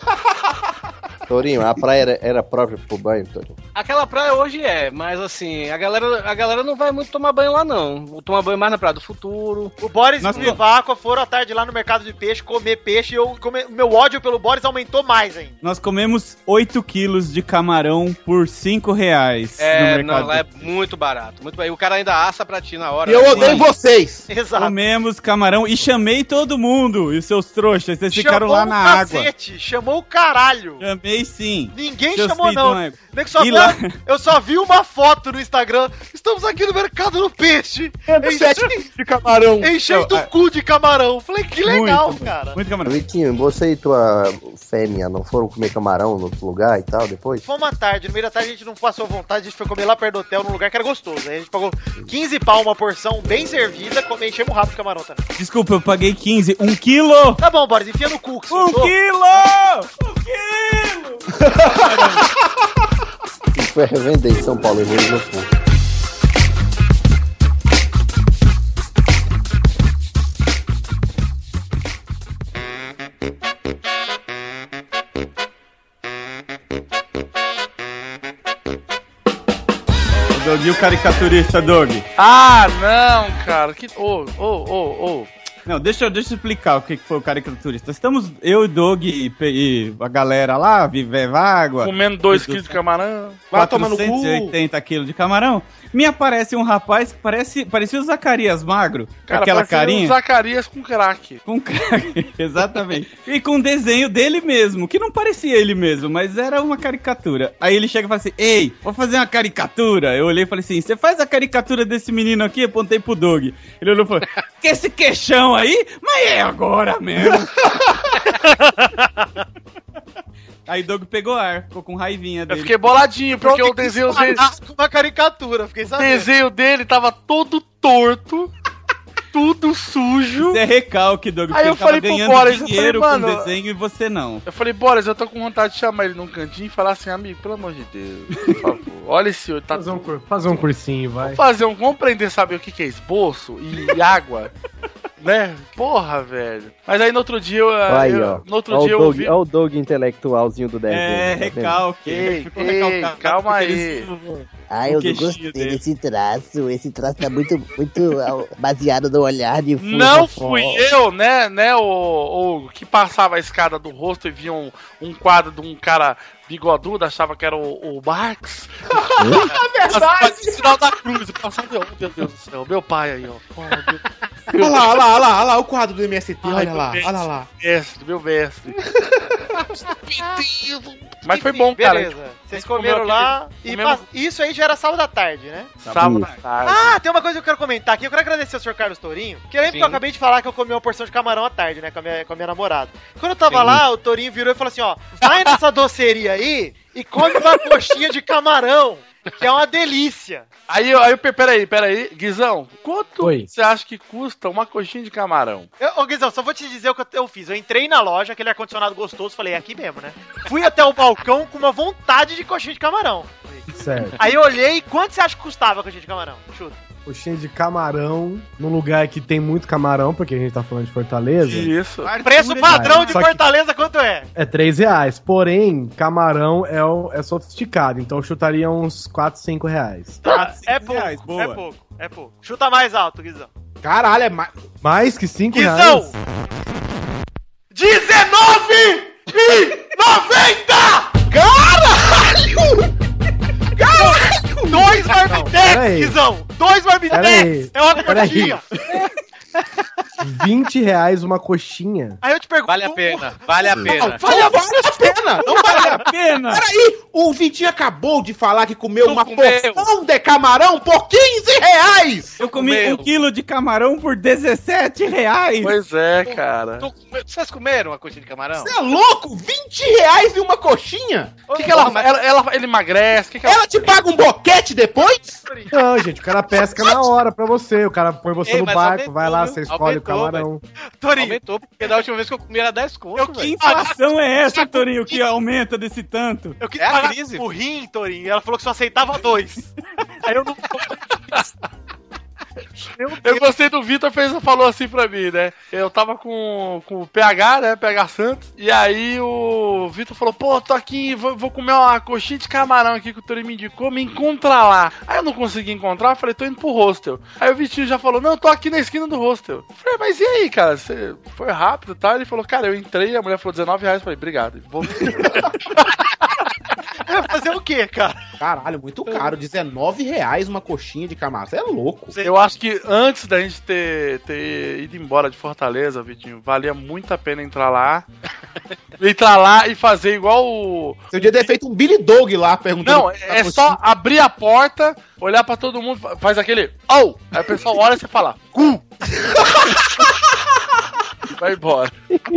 Tourinho, a praia era, era própria pro banho, Tourinho. Aquela praia hoje é, mas assim, a galera, a galera não vai muito tomar banho lá, não. Toma banho mais na Praia do Futuro. O Boris Nós e o Vivaco foram à tarde lá no mercado de peixe comer peixe e eu, come- o meu ódio pelo Boris aumentou mais ainda. nós comemos 8 quilos de camarão por 5 reais. É, não, lá é muito barato. Muito barato. E o cara ainda assa pra ti na hora. né? Sim. vocês! né? Exato. Comemos camarão e chamei todo mundo, e os seus trouxas, vocês ficaram Chamou um lá o na água. cacete, Chamou o caralho. Chamei Vocês sim. Ninguém Seus chamou, filhos não. é- Nego só E viu- lá- Eu só vi uma foto no Instagram. Estamos aqui no mercado do peixe. Enche... de camarão. Enchendo Não, o cu de camarão. Falei, que legal, Muito, cara. Muito camarão. Vitinho, você e tua fêmea não foram comer camarão no outro lugar e tal depois? Foi uma tarde, no meio da tarde a gente não passou vontade, a gente foi comer lá perto do hotel, num lugar que era gostoso. Aí a gente pagou 15 pau uma porção bem servida, come, enchemos o rabo de camarão também. Desculpa, eu paguei 15. Um quilo! Tá bom, Boris, enfia no cu. Um quilo! Foi revender em São Paulo, eu vou no cu. O Doguinho caricaturista, Doug. Ah, não, cara. Que... Ô, ô, ô, ô. Não, deixa, eu- deixa eu explicar o que que foi o caricaturista. Estamos, eu, Doug e, pe- e a galera lá, Vive Vágua. Comendo 2 quilos de camarão. Vai tomar no cu. 480 quilos de camarão. Me aparece um rapaz que parece, parecia o Zacarias Magro. com aquela parecia carinha. um Zacarias com crack. Com crack, exatamente. E com um desenho dele mesmo, que não parecia ele mesmo, mas era uma caricatura. Aí ele chega e fala assim: Ei, vou fazer uma caricatura. Eu olhei e falei assim: Você faz a caricatura desse menino aqui? Apontei pro Doug. Ele olhou e falou: Que esse queixão aí? Mas é agora mesmo. aí Doug pegou ar, ficou com raivinha dele. Eu fiquei boladinho, porque o desenho dele. Uma caricatura, fiquei O sabendo. desenho dele tava todo torto, tudo sujo. Isso é recalque, Doug. Aí porque eu ele tava falei pro ganhando Boris, eu dinheiro falei, com mano, desenho e você não. Eu falei, Boris, eu tô com vontade de chamar ele num cantinho e falar assim, amigo, pelo amor de Deus, por favor, olha esse olho, tá Fazer um, cur- fazer um cursinho, vai. fazer um compreender saber o que que é esboço e água, né? Porra, velho. Mas aí no outro dia eu, Aí, eu- ó. no outro Ó o dia eu Doug, vi ó o Doug intelectualzinho do desenho. É, tá vendo? recalque. Ei, Ficou ei, recalcado calma porque aí. eles- Ah, é o eu não queixinho gostei dele. desse traço. Esse traço tá muito, muito ah, baseado no olhar de fundo. Não fui eu, né, né, o, o que passava a escada do rosto e via um, um quadro de um cara bigodudo, achava que era o, o Marx. Fazia o sinal da cruz, passava, oh, meu Deus do céu, meu pai aí, ó. Porra, meu Olha lá, olha lá, olha lá, olha lá o quadro do MST, Ai, olha meu lá, Deus. olha lá. mestre, meu mestre. Mas foi bom, cara. Beleza. Tipo, Vocês comeu Tá comeram aquele- lá e comemos- pas- isso aí já era sábado à tarde, né? Sábado à tarde. Ah, tem uma coisa que eu quero comentar aqui. Eu quero agradecer ao senhor Carlos Tourinho. Que eu lembro Sim. que eu acabei de falar que eu comi uma porção de camarão à tarde, né? Com a minha, com a minha namorada. Quando eu tava Sim. lá, o Tourinho virou e falou assim: ó, vai nessa doceria aí e come uma coxinha de camarão, que é uma delícia. Aí, eu- aí, eu- peraí, peraí, Guizão, quanto você acha que custa uma coxinha de camarão? Eu, ô, Guizão, só vou te dizer o que eu- eu fiz. Eu entrei na loja, aquele ar-condicionado gostoso, falei, é aqui mesmo, né? Fui até o balcão com uma vontade de coxinha de camarão. Certo. Aí eu olhei, quanto você acha que custava a coxinha de camarão? Chuta. Coxinha de camarão, num lugar que tem muito camarão, porque a gente tá falando de Fortaleza. Isso. Preço padrão de Só que- Fortaleza, quanto é? É 3 reais. Porém, camarão é, o- é sofisticado, então eu chutaria uns 4, 5 Tá, reais. Tá. é pouco, é pouco, é pouco. Chuta mais alto, Guizão. Caralho, é mais. Mais que 5 Guizão! reais. 19 e 90! Caralho! Caralho! Dois Marmitex, peraí. Guizão! Dois Marmitex! Peraí. É uma Peraí. coxinha! 20 reais uma coxinha. Aí eu te pergunto... Vale a pena, vale a pena. Vale a pena! Não vale a pena! Peraí, o Vitinho acabou de falar que comeu uma comeu. porção de camarão por 15 reais! Eu comi um quilo de camarão por 17 reais. Pois é, cara. Vocês comeram uma coxinha de camarão? Você é louco? 20 reais e uma coxinha? O que, que ela, ela, ela- Ele emagrece? o é Que que ela... te paga um boquete depois? Não, gente, o cara pesca na hora pra você. O cara põe você Ei, no mas barco, aumentou, vai lá, viu? você escolhe Aumentou, o camarão. Torinho. Aumentou, porque da última vez que eu comi era 10 conto, velho. Que inflação é essa, Torinho, que aumenta desse tanto? Eu É quis pagar o rim, Torinho, e ela falou que só aceitava dois. Aí eu não... Eu gostei do Vitor, fez, falou assim pra mim, né? Eu tava com, com o PH, né? PH Santos. E aí o Vitor falou: pô, tô aqui, vou, vou comer uma coxinha de camarão aqui que o Tony me indicou, me encontra lá. Aí eu não consegui encontrar, eu falei: tô indo pro hostel. Aí o Vitinho já falou: não, tô aqui na esquina do hostel. Eu falei: mas e aí, cara? Você foi rápido e tal? Ele falou: cara, eu entrei, a mulher falou 19 reais. Eu falei: obrigado. Vou... fazer o quê, cara? Caralho, muito caro. 19 reais uma coxinha de camarão. Você é louco. Eu acho que antes da gente ter, ter ido embora de Fortaleza, Vitinho, valia muito a pena entrar lá, Entrar lá e fazer igual o. Você podia ter feito um Billy Dog lá perguntando. Não, é só abrir a porta, olhar pra todo mundo, fa- faz aquele. Oh! Aí o pessoal olha e você fala. Cu! Vai embora.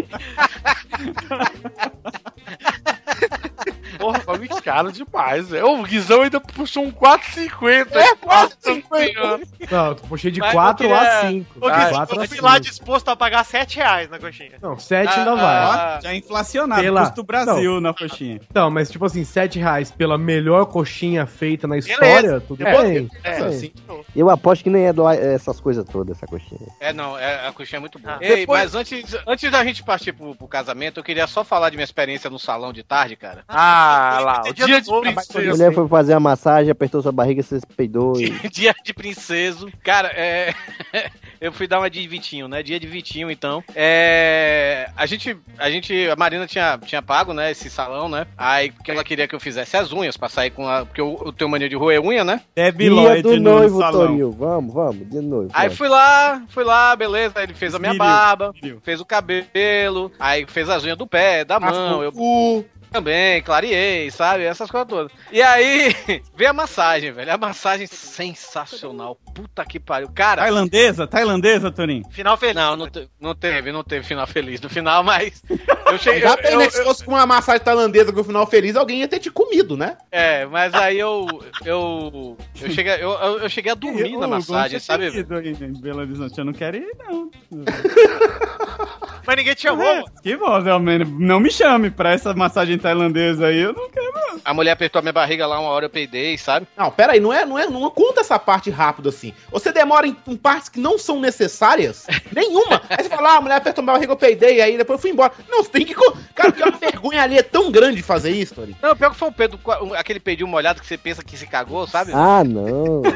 Porra, bagulho caro demais, velho. O Guizão ainda puxou um 4,50. É, 4,50. Não, eu puxei de 4 a 5. Ô, Gui, é se fosse lá disposto a pagar 7 reais na coxinha. Não, 7 ainda vai. Já inflacionado, Pela- custo Brasil Não. na coxinha. Então, mas tipo assim, 7 reais pela melhor coxinha feita na história, tudo É, bem. é, Tudo bem. assim. Eu aposto que nem é do, essas coisas todas, essa coxinha. É, não, é, a coxinha é muito boa. Ah. Ei, Depois- mas antes, antes da gente partir pro, pro casamento, eu queria só falar de minha experiência no salão de tarde, cara. Ah, lá, o dia de A mulher foi fazer a massagem, apertou sua barriga, você se peidou. E... Dia de princeso. Cara, é. Eu fui dar uma de Vitinho, né? Dia de Vitinho, então. É. A gente. A gente. A Marina tinha, tinha pago, né? Esse salão, né? Aí porque ela queria que eu fizesse as unhas pra sair com a. Porque eu, eu tenho mania de roer unha, né? É Dia do noivo, Torinho. Vamos, vamos, de noivo. Aí vai. fui lá, fui lá, beleza. Aí ele fez a minha Esmirilho, barba, fez o cabelo, aí fez as unhas do pé, da mão. Eu também, clareei, sabe? Essas coisas todas. E aí, veio a massagem, velho. A massagem sensacional. Puta que pariu. Cara. Tailandesa, tailandesa, Torinho. Final feliz. Não, não, te- não teve, não teve final feliz no final, mas. Eu cheguei. Já eu- bem, eu- né? Se fosse com uma massagem tailandesa com o final feliz, alguém ia ter te comido, né? É, mas aí eu. Eu. Eu cheguei, eu, eu- eu cheguei a dormir na massagem, sabe? Em Belo Horizonte, eu não quero ir, não. Mas ninguém te chamou. Que bom, realmente. Não me chame pra essa massagem tailandesa aí, eu não quero. A mulher apertou a minha barriga lá, uma hora eu peidei, sabe? Não, peraí, não é, não é, não conta essa parte rápido assim. Você demora em, em partes que não são necessárias, nenhuma. Aí você fala, ah, a mulher apertou meu barriga, eu peidei, aí depois eu fui embora. Não, você tem que. co- Cara, que uma vergonha ali é tão grande fazer isso, Tori. Não, pior que foi um pedo, aquele peidinho molhado que você pensa que se cagou, sabe? Ah, não.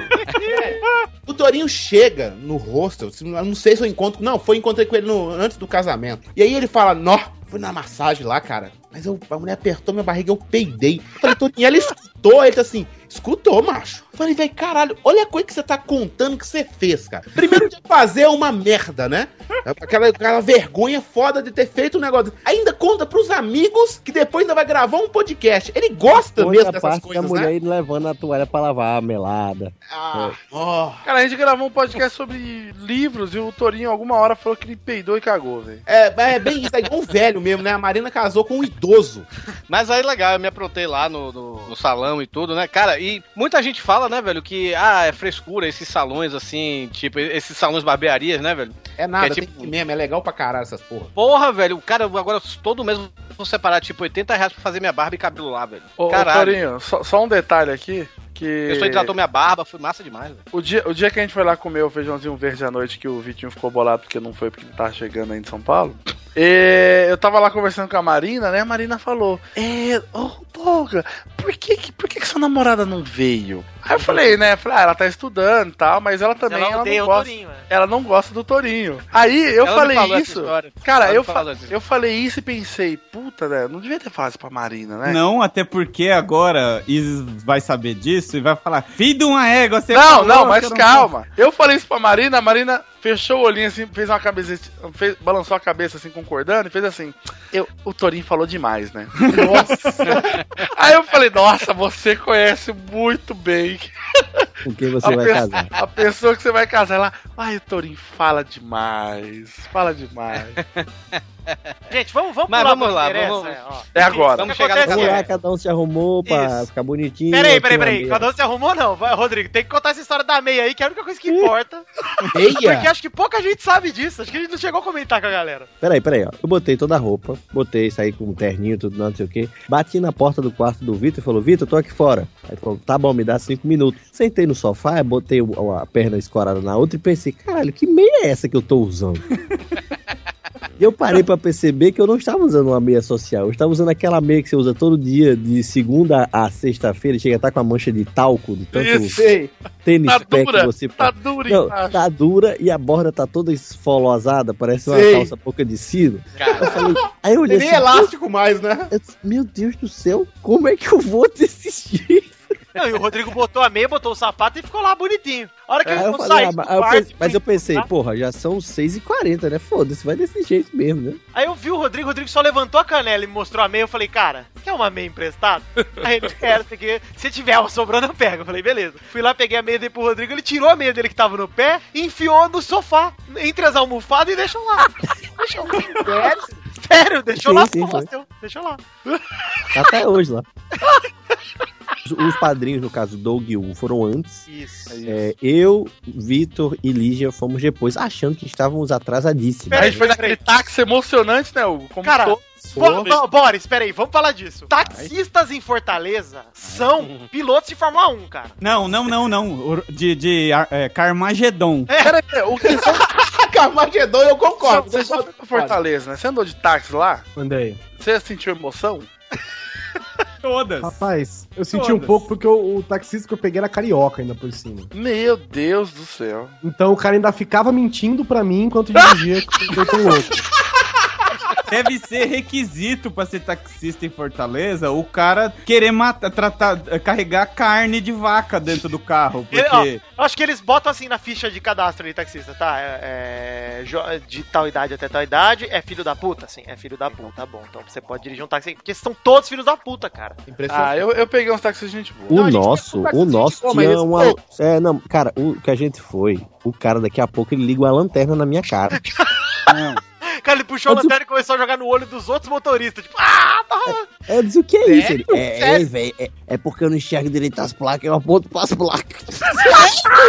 O Torinho chega no hostel, se- eu não sei se eu encontro. Não, foi encontrei com ele no- antes do casamento. E aí ele fala: Nó, fui na massagem lá, cara. Mas eu- a mulher apertou minha barriga, eu peidei. Eu falei, Torinho, ela escutou, ele tá assim. Escutou, macho. Eu Falei, velho, caralho, olha a coisa que você tá contando que você fez, cara. Primeiro de fazer é uma merda, né? Aquela, aquela vergonha foda de ter feito um negócio. Ainda conta pros amigos que depois ainda vai gravar um podcast. Ele gosta Outra mesmo dessas parte coisas, da mulher né? indo levando a toalha pra lavar a melada. Ah, É, Cara, a gente gravou um podcast sobre livros e o Torinho alguma hora falou que ele peidou e cagou, velho. É, é bem isso, é igual um velho mesmo, né? A Marina casou com um idoso. Mas aí legal, eu me aprontei lá no, no- no salão e tudo, né? Cara, e muita gente fala, né, velho, que ah, é frescura esses salões assim, tipo, esses salões barbearias, né, velho? É nada, Que é tipo- tem que ir mesmo, é legal pra caralho essas porra. Porra, velho, o cara, agora todo mês eu vou separar, tipo, 80 reais pra fazer minha barba e cabelo lá, velho. Ô, ô, Caralho. Torinho, só, só um detalhe aqui. Que... O pessoal hidratou minha barba, foi massa demais, velho. O dia, o dia que a gente foi lá comer o feijãozinho verde à noite, que o Vitinho ficou bolado porque não foi porque ele tava chegando aí em São Paulo. e eu tava lá conversando com a Marina, né? A Marina falou: É, ô Boga, por que, que- por que, que sua namorada não veio? Aí eu falei, né? Falei, ah, ela tá estudando e tal, mas ela também Ela ela odeia não o gosta. Torinho, é. ela não gosta do Torinho. Aí eu Ela me falei falou essa isso. história. Cara, Ela me eu, falou fa- essa eu falei isso e pensei, puta, né? Não devia ter falado isso pra Marina, né? Não, até porque agora Isis vai saber disso e vai falar, filho de uma égua, você não, falou não, que mas eu não- calma. Eu falei isso pra Marina, a Marina fechou o olhinho assim, fez uma cabeça, fez- balançou a cabeça assim, concordando, e fez assim. Eu, o Torinho falou demais, né? Nossa. Aí eu falei, nossa, você conhece muito bem Com quem você vai pessoa- casar? a pessoa que você vai casar. Ela, ai, o Torinho fala demais, fala demais. Gente, vamos, vamos Mas pular vamos pro lá, interessa, vamos- é, ó. É agora. Vamos chegar no Vamos lá, casamento. cada um se arrumou pra ficar bonitinho. Peraí, peraí, aqui, peraí. uma Cada um se arrumou, não. Vai, Rodrigo, tem que contar essa história da meia aí, que é a única coisa que importa. Meia? Porque acho que pouca gente sabe disso. Acho que a gente não chegou a comentar com a galera. Peraí, peraí, ó. Eu botei toda a roupa, botei, saí com um terninho, tudo não sei o quê. Bati na porta do quarto do Vitor e falou, Vitor, eu tô aqui fora. Aí ele falou, tá bom, me dá cinco minutos. Sentei no sofá, botei o- a perna escorada na outra e pensei, caralho, que meia é essa que eu tô usando? E eu parei pra perceber que eu não estava usando uma meia social. Eu estava usando aquela meia que você usa todo dia, de segunda a sexta-feira, chega a estar com a mancha de talco, de tanto Isso, sei. tênis Tá pé dura, que você... tá dura Não, embaixo. tá dura e a borda tá toda esfolosada, parece uma Sei. calça pouca de sino. Eu falei, aí eu olhei assim, Tem nem elástico mais, né? Meu Deus do céu, como é que eu vou desistir? Não, e o Rodrigo botou a meia, botou o sapato e ficou lá bonitinho. A hora que Aí ele eu não falei, saiu ah, do mas, aí eu quarto, pe- mas eu pensei, porra, já são 6h40, né? Foda-se, vai desse jeito mesmo, né? Aí eu vi o Rodrigo, o Rodrigo só levantou a canela e me mostrou a meia. Eu falei, cara, quer uma meia emprestada? Aí ele, quero, porque se tiver uma sobrando, eu pego. Eu falei, beleza. Fui lá, peguei a meia, dei pro Rodrigo, ele tirou a meia dele que tava no pé, enfiou no sofá, entre as almofadas e deixou lá. deixou lá. Sério? Sério, deixou Sim, lá, sim, porra, foi. seu. Deixou lá. Tá Até hoje lá. Os- Os padrinhos, no caso, Doug e Hugo, foram antes. Isso. É, eu, Vitor e Lígia fomos depois, achando que estávamos atrasadíssimos. A gente foi naquele táxi emocionante, né, Hugo? Como né? Cara, todo- Bo- Bo- Boris, peraí, vamos falar disso. Taxistas em Fortaleza são pilotos de Fórmula 1, cara. Não, não, não, não. O- De, de ah, é, Carmageddon. É, Pera, pera, o que são... Carmageddon, eu concordo. Você só foi pra Fortaleza, né? Você andou de táxi lá? Andei. Você sentiu emoção? Todas. Rapaz, eu senti um Todas. pouco porque o, o taxista que eu peguei era carioca ainda por cima. Meu Deus do céu. Então o cara ainda ficava mentindo pra mim enquanto dirigia que eu tô louco. Deve ser requisito pra ser taxista em Fortaleza o cara querer matar, tratar, eh, carregar carne de vaca dentro do carro. Porque. Ele- ó, eu acho que eles botam assim na ficha de cadastro de taxista, tá? É, é, jo- de tal idade até tal idade, é filho da puta? Sim, é filho da puta, tá bom. Então você pode dirigir um táxi, porque são todos filhos da puta, cara. Impressionante. Ah, eu, eu peguei uns táxis de gente boa. O nosso, o nosso boa, mas tinha eles- uma. É, não, cara, o que a gente foi, o cara daqui a pouco ele liga uma lanterna na minha cara. Cara, ele puxou a lanterna e começou a jogar no olho dos outros motoristas. Tipo, ah, tá. Eu disse, o que é isso? Ele, Sério? é, é, Sério? velho, é, é porque eu não enxergo direito as placas, eu aponto pras placas.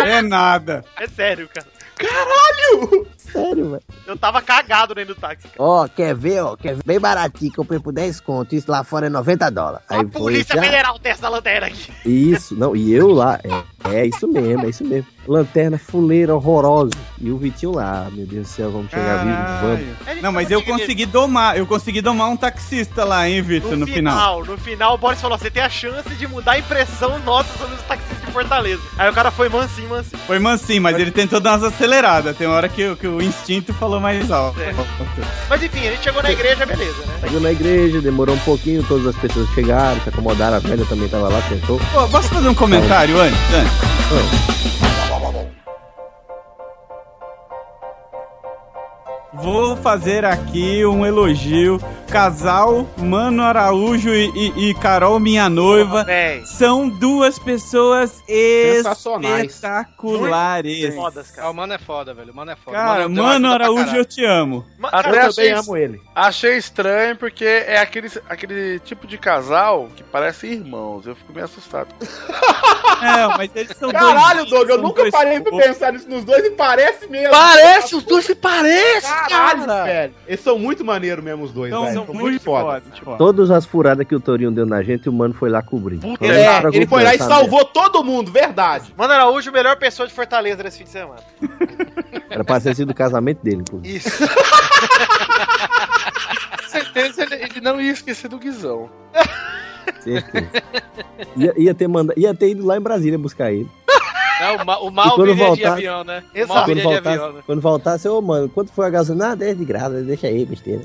É nada. É sério, cara. Caralho! Sério, velho. Eu tava cagado dentro do táxi. Ó, quer ver, ó, quer ver bem baratinho, comprei por 10 conto, isso lá fora é 90 dólares. Aí foi, Polícia já- Federal desce a lanterna aqui. Isso, não, e eu lá, é, é isso mesmo, é isso mesmo. Lanterna fuleira horrorosa. E o Vitinho lá, meu Deus do céu, vamos chegar vivo, vamos. Não, mas eu consegui domar. Eu consegui domar um taxista lá, hein, Vitor, no, final. No final, o Boris falou: você tem a chance de mudar a impressão nossa sobre os taxistas de Fortaleza. Aí o cara foi mansinho, mansinho. Foi mansinho, mas ele tentou dar umas aceleradas. Tem hora que, o- que o instinto falou mais alto. É. Mas enfim, a gente chegou na igreja, beleza, né? Chegou na igreja, demorou um pouquinho, todas as pessoas chegaram, se acomodaram, a velha também tava lá, tentou. Pô, posso fazer um comentário antes? antes? Vou fazer aqui um elogio. Casal Mano Araújo e, e- e Carol, minha noiva, são duas pessoas Sensacionais. espetaculares. Fodas, cara. Ah, o mano é foda, velho. O mano é foda. Cara, O Mano, é uma ajuda pra Araújo, caralho. eu te amo. Até Eu achei também es- amo ele. Achei estranho porque é aquele, aquele tipo de casal que parece irmãos. Eu fico meio assustado. É, mas eles são Caralho, Doug, eu nunca parei pra poucos. pensar nisso nos dois e parece mesmo. Parece, os dois se parecem, Caralho, cara. velho. Eles são muito maneiros mesmo, os dois, São- velho. são São muito foda. Todas as furadas que o Torinho deu na gente, o mano foi lá cobrir. Ele, é, ele foi lá e salvou todo mundo, verdade. Mano Araújo, melhor pessoa de Fortaleza nesse fim de semana. Era pra ter sido o casamento dele, inclusive. Isso. Com certeza ele, ele não ia esquecer do Guizão. Certeza. Ia, ia ter manda... ia ter ido lá em Brasília buscar ele. Não, o, ma é o E mal quando viria de voltasse- avião, né? O mal Quando viria de voltasse, avião, né? quando voltasse, ô mano, quanto foi a gasolina? Ah, 10 de graça, deixa aí, besteira.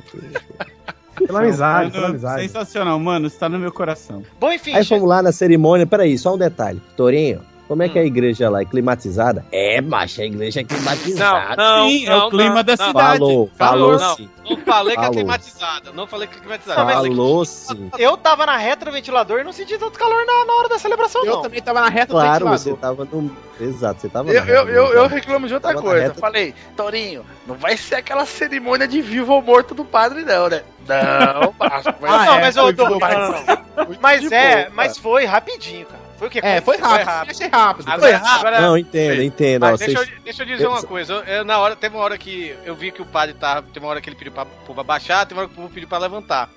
Pela amizade, pela amizade. Sensacional, mano, está no meu coração. Bom, enfim. Aí fomos lá na cerimônia, peraí, só um detalhe. Torinho, como é Hum. que é a igreja lá é climatizada? É, macho, a igreja é climatizada. Não, não, Sim, é o não, clima não, da não. cidade. Falou, Falou, falou, não. sim. Não falei que é Falou. climatizada. Não falei que é climatizada. Falou sim. assim, tá Eu tava na reta do ventilador e não senti tanto calor na, na hora da celebração, não. Eu também tava na reta Claro, você tava no. Exato, você tava Eu, na eu, eu, eu reta. reclamo de outra Tava na coisa. reta. Falei, Torinho, não vai ser aquela cerimônia de vivo ou morto do padre, não, né? Não, Vasco, vai Ah, ser. não, mas eu Foi tô- vivo ou não, não, morto. Mas de é, boa, mas foi rapidinho, cara. Foi o quê? É, foi rápido. Achei rápido. Agora- agora- Não, entendo, entendo. ó, Mas deixa, vocês- eu, deixa eu dizer uma coisa. Eu, eu, na hora, teve uma hora que eu vi que o padre tava. Teve uma hora que ele pediu pra, pra baixar, teve uma hora que o povo pediu pra levantar.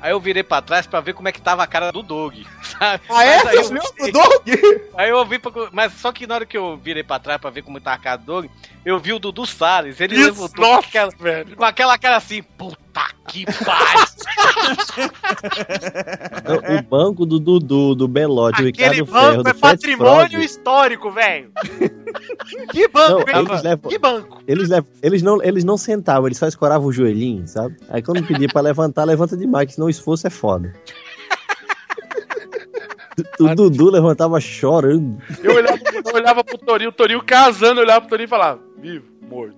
Aí eu virei pra trás pra ver como é que tava a cara do Doug, sabe? Ah, é? Mas Aí Você eu, viu o Doug? aí eu ouvi, pra- mas só que na hora que eu virei pra trás pra ver como tava a cara do Doug, eu vi o Dudu Salles, ele Isso, levantou com, nossa, aquela, com aquela cara assim, puta que pariu! Não, o banco do Dudu, do Belote, o É, Aquele Ricardo Ferro, banco do é Fred patrimônio Frog. histórico, velho. que banco, Não, hein? eles levam- Que banco. Eles, lev- eles, não, eles não sentavam, eles só escoravam o joelhinho, sabe? Aí quando pedia pra levantar, levanta demais, que senão o esforço é foda. O Dudu levantava chorando. Eu olhava, eu olhava pro Torinho, o Torinho casando, eu olhava pro Torinho e falava, vivo, morto.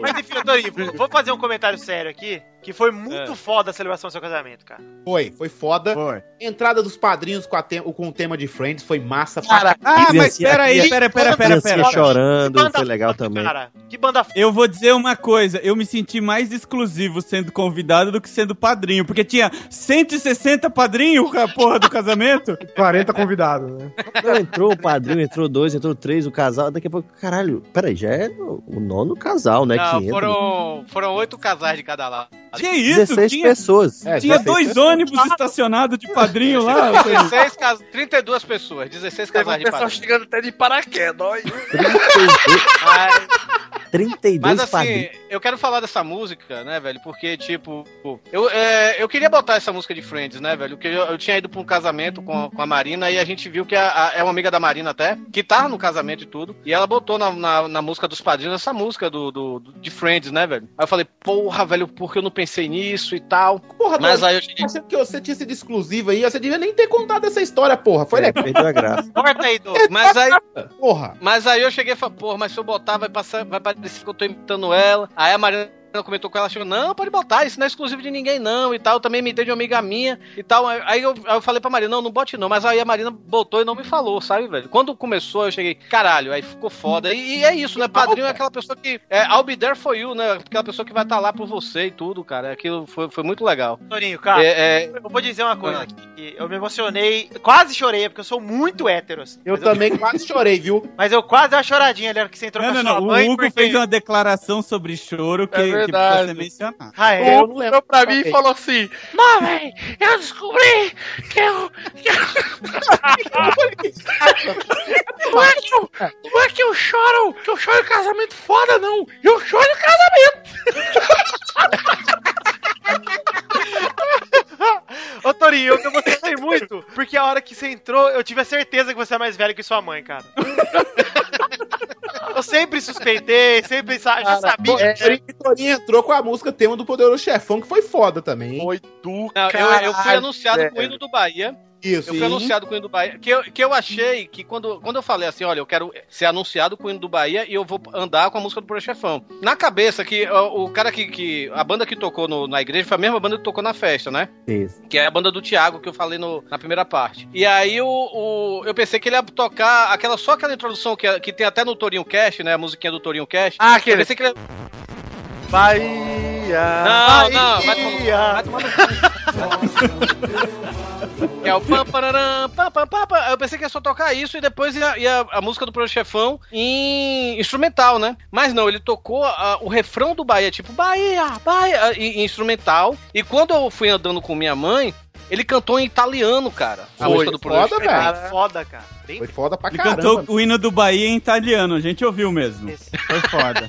Mas enfim, Torinho, vou- vou fazer um comentário sério aqui. Que foi É. muito foda a celebração do seu casamento, cara. Foi, foi foda. Entrada dos padrinhos com, a te- com o tema de Friends foi massa Cara, ah, mas pera aí, pera, pera, pera, pera. chorando, Manda foi legal também. que banda Eu vou dizer uma coisa, eu me senti mais exclusivo sendo convidado do que sendo padrinho, porque tinha 160 padrinhos com a porra do casamento. 40 convidados, né? Não, entrou o padrinho, entrou dois, entrou três, o casal. Daqui a pouco, caralho, peraí, já é o o nono casal, né? que Não, entra. foram, foram oito casais de cada lado. Que isso? 16 tinha pessoas. É, tinha dois ônibus estacionados de padrinho lá. 16 cas... 32 pessoas, 16 casais de pessoal padrinho. chegando até de paraquedas, olha. 32 Mas assim, padrinhos. eu quero falar dessa música, né, velho? Porque, tipo, eu, é, eu queria botar essa música de Friends, né, velho? Porque eu, eu tinha ido pra um casamento com a, com a Marina e a gente viu que a- a- é uma amiga da Marina até, que tá no casamento e tudo. E ela botou na, na, na música dos padrinhos essa música do, do- do- de Friends, né, velho? Aí eu falei, porra, velho, por que eu não pensei nisso e tal? Porra, Mas Dorinho, aí eu achando que você tinha sido exclusivo aí, você devia nem ter contado essa história, porra. Foi legal. É, Perdeu a graça. Corta aí, Doug. Mas aí. Porra. Mas aí eu cheguei e falei, porra, mas se eu botar, vai, passar, vai parecer que eu tô imitando ela. Aí a Mariana comentou com ela, chegou, não, pode botar, isso não é exclusivo de ninguém, não, e tal. Eu também imitei de uma amiga minha e tal. Aí eu, aí eu falei pra Marina, não, não bote não. Mas aí a Marina botou e não me falou, sabe, velho? Quando começou, eu cheguei, caralho, aí ficou foda. E, e é isso, né? Padrinho é aquela pessoa que. É, I'll be there for you, né? Aquela pessoa que vai estar lá por você e tudo, cara. Aquilo foi, foi muito legal. Torinho, cara, É, é- eu vou dizer uma coisa Ah. aqui. que Eu me emocionei, quase chorei, porque eu sou muito hétero. assim. Eu Mas também quase chorei, viu? Mas eu quase dei uma choradinha ali, na hora que você entrou Não, com a não, sua não. O mãe. Hugo fez uma declaração sobre choro que, É que precisa verdade. ser mencionada. Ah, é? O Hugo virou Tá pra mim e falou assim: Mamãe, eu descobri que eu. que eu- não, é que eu não é que eu choro, que eu choro em casamento foda, não. Eu choro em casamento. Ô, Torinho, eu gostei muito, porque a hora que você entrou, eu tive a certeza que você é mais velho que sua mãe, cara. Eu sempre suspeitei, sempre sa- já sabia. Cara, é Torinho- Torinho entrou com a música tema do Poderoso Chefão, que foi foda também. Foi do Não, eu, eu fui anunciado com o hino do Bahia. Isso, Eu fui sim. anunciado com o hino do Bahia. Que eu, que eu achei que quando, quando eu falei assim, olha, eu quero ser anunciado com o hino do Bahia e eu vou andar com a música do Pro Chefão. Na cabeça que ó, o cara que, que. A banda que tocou no- na igreja foi a mesma banda que tocou na festa, né? Isso. Que é a banda do Thiago que eu falei no- na primeira parte. E aí o, o- eu pensei que ele ia tocar aquela, só aquela introdução que, que tem até no Torinho Cash, né? A musiquinha do Torinho Cash. Ah, aquele. Eu pensei que ele ia... Bahia. Não, não, vai tomar no cu, vai tomar no cu. Que é o pam, pararam, pam, pam, pam, pam. Eu pensei que ia só tocar isso e depois ia, ia a música do Projeto Chefão em instrumental, né? Mas não, ele tocou ah, o refrão do Bahia, tipo Bahia, Bahia, ah, em, em instrumental. E quando eu fui andando com minha mãe, ele cantou em italiano, cara. A Foi música do Projeto foda, Chefão. velho. Cara, é foda, cara. Bem Foi foda pra Ele caramba. cantou o hino do Bahia em italiano, a gente ouviu mesmo. Foi foda.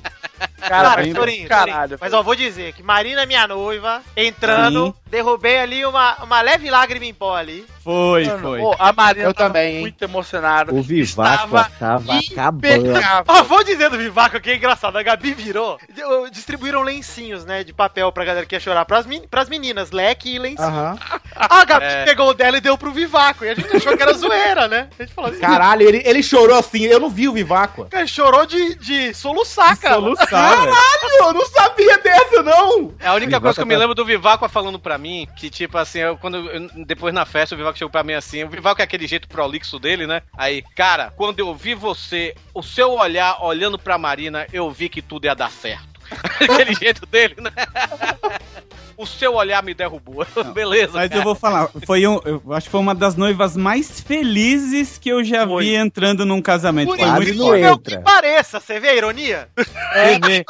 Cara, Tá mas vendo? Torinho, Caralho. Torinho, mas ó, vou dizer que Marina, minha noiva, entrando, Sim. derrubei ali uma, uma leve lágrima em pó ali. Foi, Mano, foi. ô, a Marina eu também, muito emocionada. O Vivaco tava acabando. Ó, vou dizer do Vivaco que é engraçado. A Gabi virou. de- Distribuíram lencinhos, né? De papel pra galera que ia chorar. Pras, men- pras meninas, leque e lencinho. Aham. A Ah, Gabi É. pegou o dela e deu pro Vivaco. E a gente achou que era zoeira, né? A gente falou assim. Caralho, ele, ele chorou assim, eu não vi o Viváqua. Cara, chorou de, de soluçar, cara. soluçar, velho. Caralho, eu não sabia dessa, não! É a única Vivaco coisa que eu me tá- lembro do Vivaco falando pra mim, que tipo assim, eu- quando eu- depois na festa o Vivaco chegou pra mim assim, o Vivaco é aquele jeito prolixo dele, né? Aí, cara, quando eu vi você, o seu olhar olhando pra Marina, eu vi que tudo ia dar certo. aquele jeito dele, né? o seu olhar me derrubou. Beleza. Mas cara. eu vou falar, foi um, eu acho que foi uma das noivas mais felizes que eu já vi entrando num casamento. Por Foi muito É, incrível foda. que pareça, você vê a ironia? Você vê,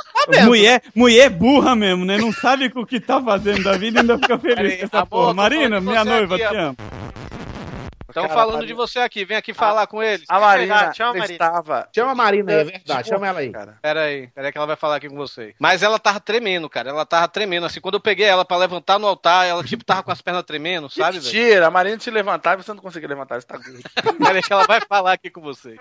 mulher, mulher burra mesmo, né? Não sabe o que tá fazendo da vida e ainda fica feliz com essa porra. tô Marina, falando de minha você noiva, aqui, te ó. amo. Estão Cara, falando Marina- de você aqui, vem aqui falar com eles. A Marina Verdade, chama estava. Chama a Marina aí, é verdade, chama ela aí. Cara. Pera aí, pera aí que ela vai falar aqui com você. Mas ela tava tremendo, cara. Ela tava tremendo. Assim, quando eu peguei ela pra levantar no altar, ela tipo tava com as pernas tremendo, sabe, velho? Mentira, a Marina te levantava e você não conseguia levantar, você tá gordo. Pera aí que ela vai falar aqui com você.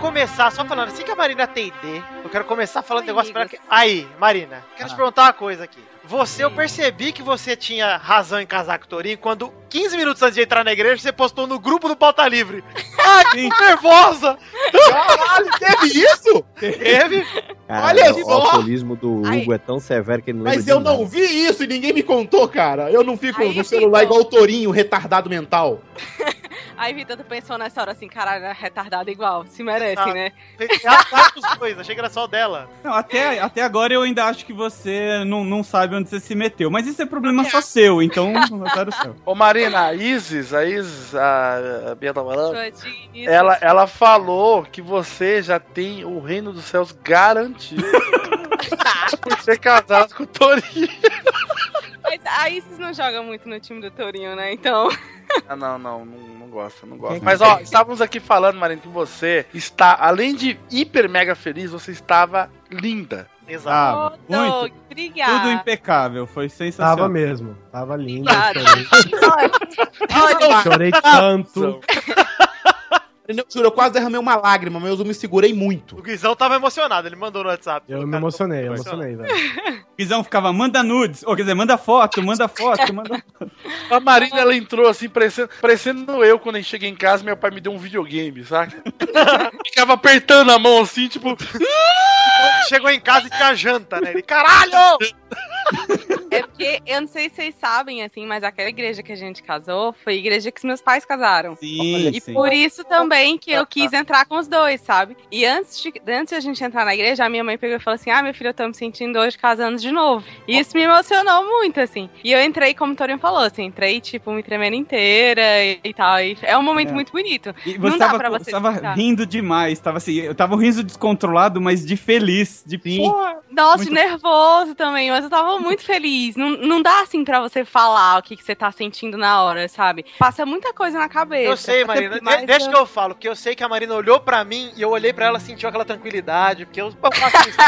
começar só falando, assim que a Marina atender, eu quero começar falando um negócio pra... que- Aí, Marina, quero te perguntar uma coisa aqui. Você, eu percebi que você tinha razão em casar com o Torinho quando 15 minutos antes de entrar na igreja, você postou no grupo do Pauta Livre. Ai, que nervosa! Caralho, teve isso? Teve. Olha o só! alcoolismo do Hugo é tão severo que ele não lembra Mas de eu nada. não vi isso e ninguém me contou, cara. Eu não fico no celular igual o Torinho, retardado mental. Aí Vitanta pensou nessa hora assim, caralho, é retardada igual, se merece, Exato. né? Ela tá com os dois, achei que era só dela. Não, até, até agora eu ainda acho que você não, não sabe onde você se meteu, mas isso é problema só seu, então azar o seu. Ô Marina, a Isis, a Isis, a, a Bia Tamarã, digníssima. ela, ela falou que você já tem o reino dos céus garantido por ser casado com o Torinho. Mas a Isis não joga muito no time do Tourinho, né? Então. Ah, não, não, não, não gosto, não gosto. Mas ó, estávamos aqui falando, Marina, que você está, além de hiper mega feliz, você estava linda. Oh, Exato. Ah, muito. Doug, obrigada. Tudo impecável, foi sensacional. Tava mesmo. Tava lindo. Obrigada. Chorei, chorei tanto. Eu juro, eu quase derramei uma lágrima, mas eu me segurei muito. O Guizão tava emocionado, ele mandou no WhatsApp. Eu me emocionei, eu emocionei, velho. Pisão ficava, manda nudes, ou quer dizer, manda foto, manda foto, manda foto. A Marina, ela entrou assim, parecendo, parecendo eu quando eu cheguei em casa, meu pai me deu um videogame, saca? Ficava apertando a mão assim, tipo. Chegou em casa e tinha janta, né? Ele, caralho! É porque, eu não sei se vocês sabem, assim, mas aquela igreja que a gente casou foi a igreja que os meus pais casaram. Sim, E sim. por isso também que eu quis entrar com os dois, sabe? E antes de, antes de a gente entrar na igreja, a minha mãe pegou e falou assim: Ah, meu filho, eu tô me sentindo hoje casando de novo. E isso me emocionou muito, assim. E eu entrei, como o Torinho falou, assim, entrei, tipo, me tremendo inteira e, e tal. E é um momento É. muito bonito. E não você dá tava, pra co- você. tava Tá. explicar. rindo demais, tava assim, eu tava um riso descontrolado, mas de feliz, de porra. Nossa, Muito- de nervoso também, mas eu tava muito feliz. Não, não dá assim pra você falar o que, que você tá sentindo na hora, sabe? Passa muita coisa na cabeça. Eu sei, Marina. de- deixa que eu falo, que eu sei que a Marina olhou pra mim e eu olhei pra ela sentiu aquela tranquilidade, porque eu, eu faço isso.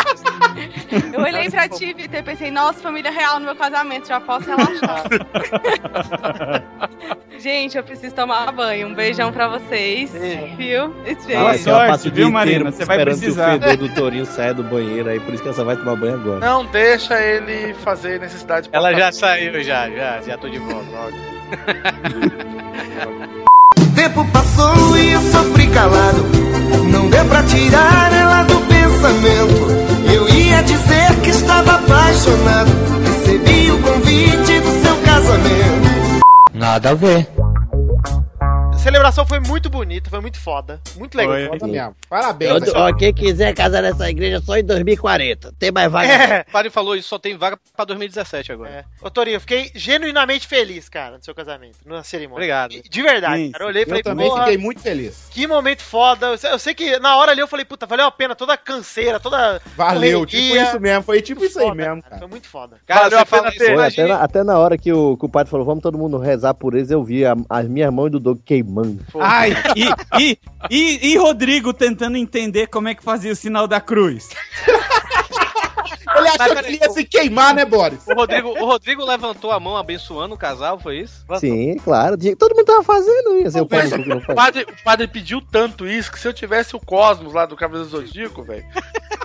Eu olhei pra ti, Vitor, e pensei, nossa, família real no meu casamento, já posso relaxar. Gente, eu preciso tomar banho. Um beijão pra vocês, viu? Fala assim, ó, passa o dia viu, inteiro Marina? Você vai esperando que precisar. O fedor do Torinho saia do banheiro aí, por isso que ela só vai tomar banho agora. Não deixa ele fazer necessidade. Ela já saiu, já, já, já tô de volta. Tempo passou e eu sofri calado. Não deu pra tirar ela do pensamento. Eu ia dizer que estava apaixonado. Recebi o convite do seu casamento. Nada a ver. A celebração foi muito bonita, foi muito foda. Muito legal. Foi. Foda mesmo. Parabéns. Eu- pessoal. ó, quem quiser casar nessa igreja só em 2040. Tem mais vaga. É. O padre falou isso, só tem vaga pra 2017 agora. É. Ô, Torinho, eu fiquei genuinamente feliz, cara, no seu casamento, na cerimônia. Obrigado. De- De verdade, Hum, Sim, cara. Eu olhei e eu falei, também porra, fiquei muito feliz. Que momento foda. Eu sei, eu sei que na hora ali eu falei, puta, valeu a pena toda a canseira, toda. Valeu, correria. tipo isso mesmo. Foi tipo isso aí mesmo, cara. Foi muito foda. Valeu a pena isso, ter. Foi, até, imagina- na, até na hora que o, que o padre falou, vamos todo mundo rezar por eles, eu vi a- as minhas mãos do Doug queimando. Ah, Ai, e, e, e, e Rodrigo tentando entender como é que fazia o sinal da cruz. Ele achou que ele ia se queimar, né, Boris? O Rodrigo, o Rodrigo levantou a mão abençoando o casal, foi isso? Sim, claro. tinha- Todo mundo tava fazendo isso. Eu Mas falei, não o, faz. padre, o padre pediu tanto isso que se eu tivesse o Cosmos lá do Cavaleiro do Zodíaco, velho,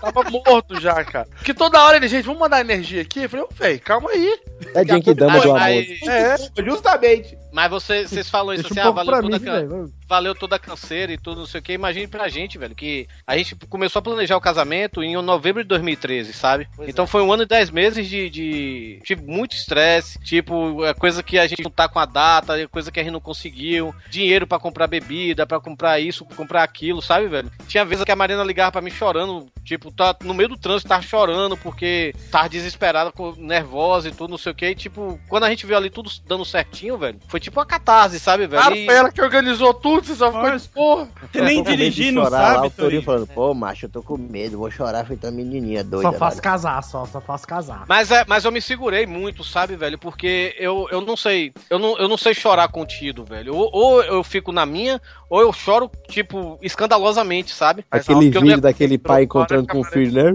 tava morto já, cara. Porque toda hora ele, gente, vamos mandar energia aqui? Eu falei, ô, velho, calma aí. É Genki Dama do amor. É, justamente. Mas você- vocês falam isso Deixa assim, um ah, pouco valeu pra toda, mim, a can- velho. valeu toda a canseira e tudo, não sei o que. Imagine pra gente, velho, que a gente começou a planejar o casamento em novembro de 2013, sabe? então foi um ano e dez meses de, de tipo, muito estresse, tipo, é coisa que a gente não tá com a data, é coisa que a gente não conseguiu, dinheiro pra comprar bebida, pra comprar isso, pra comprar aquilo, sabe, velho? Tinha vezes que a Marina ligava pra mim chorando, tipo, tá no meio do trânsito, tava chorando porque tava desesperada, com- nervosa e tudo, não sei o que. E, tipo, quando a gente viu ali tudo dando certinho, velho, foi tipo uma catarse, sabe, velho? Claro, E- foi ela que organizou tudo, você só ficou de porra. chorar lá, o Torinho falando, pô, macho, eu tô com medo, vou chorar feito uma menininha doida. Só faço velho." casar, só, só faço casar. Mas, é, mas eu me segurei muito, sabe, velho? Porque eu, eu não sei. Eu não, eu não sei chorar contido, velho. Ou, ou eu fico na minha, ou eu choro, tipo, escandalosamente, sabe? Aquele Porque eu não vídeo ia- daquele pai encontrando um com o filho, né?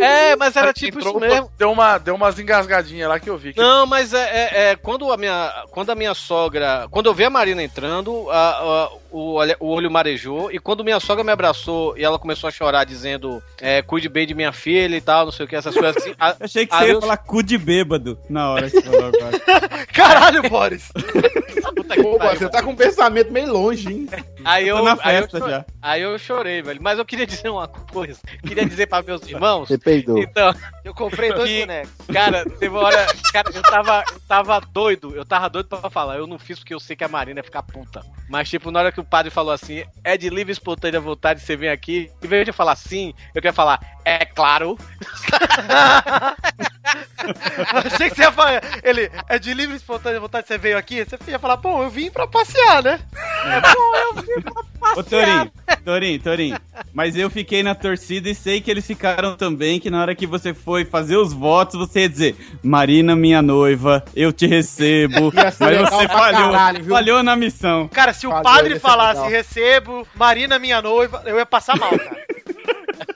É, mas era tipo isso mesmo. Deu, uma, deu umas engasgadinhas lá que eu vi. Que Não, mas é, é- é, quando a minha quando a minha sogra, quando eu vi a Marina entrando, a- a- o, olha- o olho marejou. E quando minha sogra me abraçou e ela começou a chorar, dizendo: é, cuide bem de minha filha e tal, não sei o que, essas coisas assim. a- Achei que a- você ia falar cu de bêbado na hora que você falou agora. Caralho, Boris! Pô, você tá com um pensamento meio longe, hein? Aí eu, tô na aí, eu festa cho- já. aí eu chorei, velho. Mas eu queria dizer uma coisa. Queria dizer pra meus irmãos. Você peidou. Então, eu comprei dois bonecos. Cara, teve uma hora. Cara, eu tava, eu tava doido. Eu tava doido pra falar. Eu não fiz porque eu sei que a Marina ia ficar puta. Mas, tipo, na hora que o padre falou assim: é de livre e espontânea vontade, você vem aqui. Em vez de eu falar sim, eu quero falar, é claro. Achei que você ia falar. Ele é de livre e espontânea vontade, você veio aqui, você ia falar, bom, eu vim pra passear, né? Bom, eu vim pra Ô, Torinho, Torinho, Torinho. Mas eu fiquei na torcida e sei que eles ficaram também, que na hora que você foi fazer os votos, você ia dizer, Marina, minha noiva, eu te recebo. Ia Mas ser legal você pra falhou, caralho, viu? falhou na missão. Cara, se o Falhou, padre ia ser falasse legal. recebo, Marina minha noiva, eu ia passar mal, cara.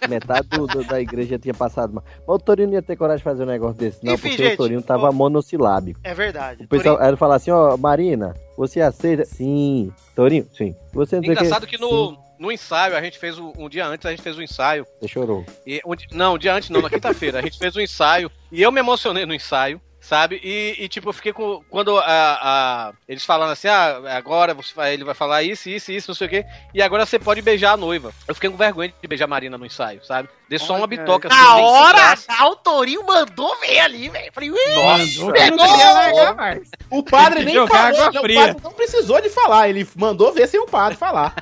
Metade do- do- da igreja tinha passado mal. Mas o Torino não ia ter coragem de fazer um negócio desse, não, Enfim, porque gente, o Torino tava monossilábico. É verdade. O pessoal aí ele fala assim, ó, Marina, você aceita? Sim. Torinho, sim. Você não sei o Engraçado que Sim. no, no ensaio, a gente fez o- um dia antes, a gente fez um ensaio. Você chorou. E um di- não, um dia antes não, na quinta-feira. A gente fez um ensaio e eu me emocionei no ensaio, sabe? E, e, tipo, eu fiquei com. Quando a, a- eles falaram assim, ah, agora você vai- ele vai falar isso, isso, isso, não sei o quê. E agora você pode beijar a noiva. Eu fiquei com vergonha de beijar a Marina no ensaio, sabe? Dei só uma bitoca assim, Na bem sem hora, graça. tá, o Torinho mandou ver ali, velho. Falei, ui, Nossa. é pegou! né, O padre Tem que nem jogar falou, água né? fria. o padre não precisou de falar, ele mandou ver sem o padre falar.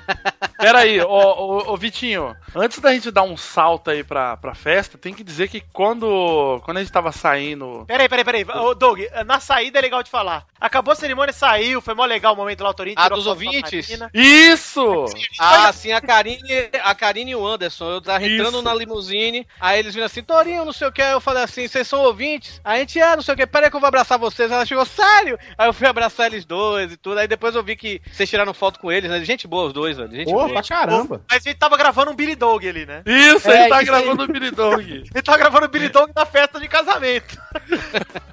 Peraí, ô, ô, ô, Vitinho, antes da gente dar um salto aí pra, pra festa, tem que dizer que quando, quando a gente tava saindo. Peraí, peraí, peraí. Ô, Doug, na saída é legal de falar. Acabou a cerimônia, saiu, foi mó legal o momento lá, o Torinho. Ah, tirou dos foto com a ouvintes? Marina. Isso! Ah, sim, a Karine, a Karine e o Anderson. Eu tava entrando Isso. na limusine, aí eles viram assim, Torinho, não sei o que. Aí eu falei assim, vocês são ouvintes? A gente é, não sei o que, peraí que eu vou abraçar vocês. Ela chegou, sério? Aí eu fui abraçar eles dois e tudo. Aí depois eu vi que vocês tiraram foto com eles, né? Gente boa os dois, velho. Gente Boa boa. pra caramba. Mas ele tava gravando um Billy Dog ali, né? Isso, É, ele tá isso gravando aí. o Billy Dog. Ele tava gravando o Billy Dog na festa de casamento.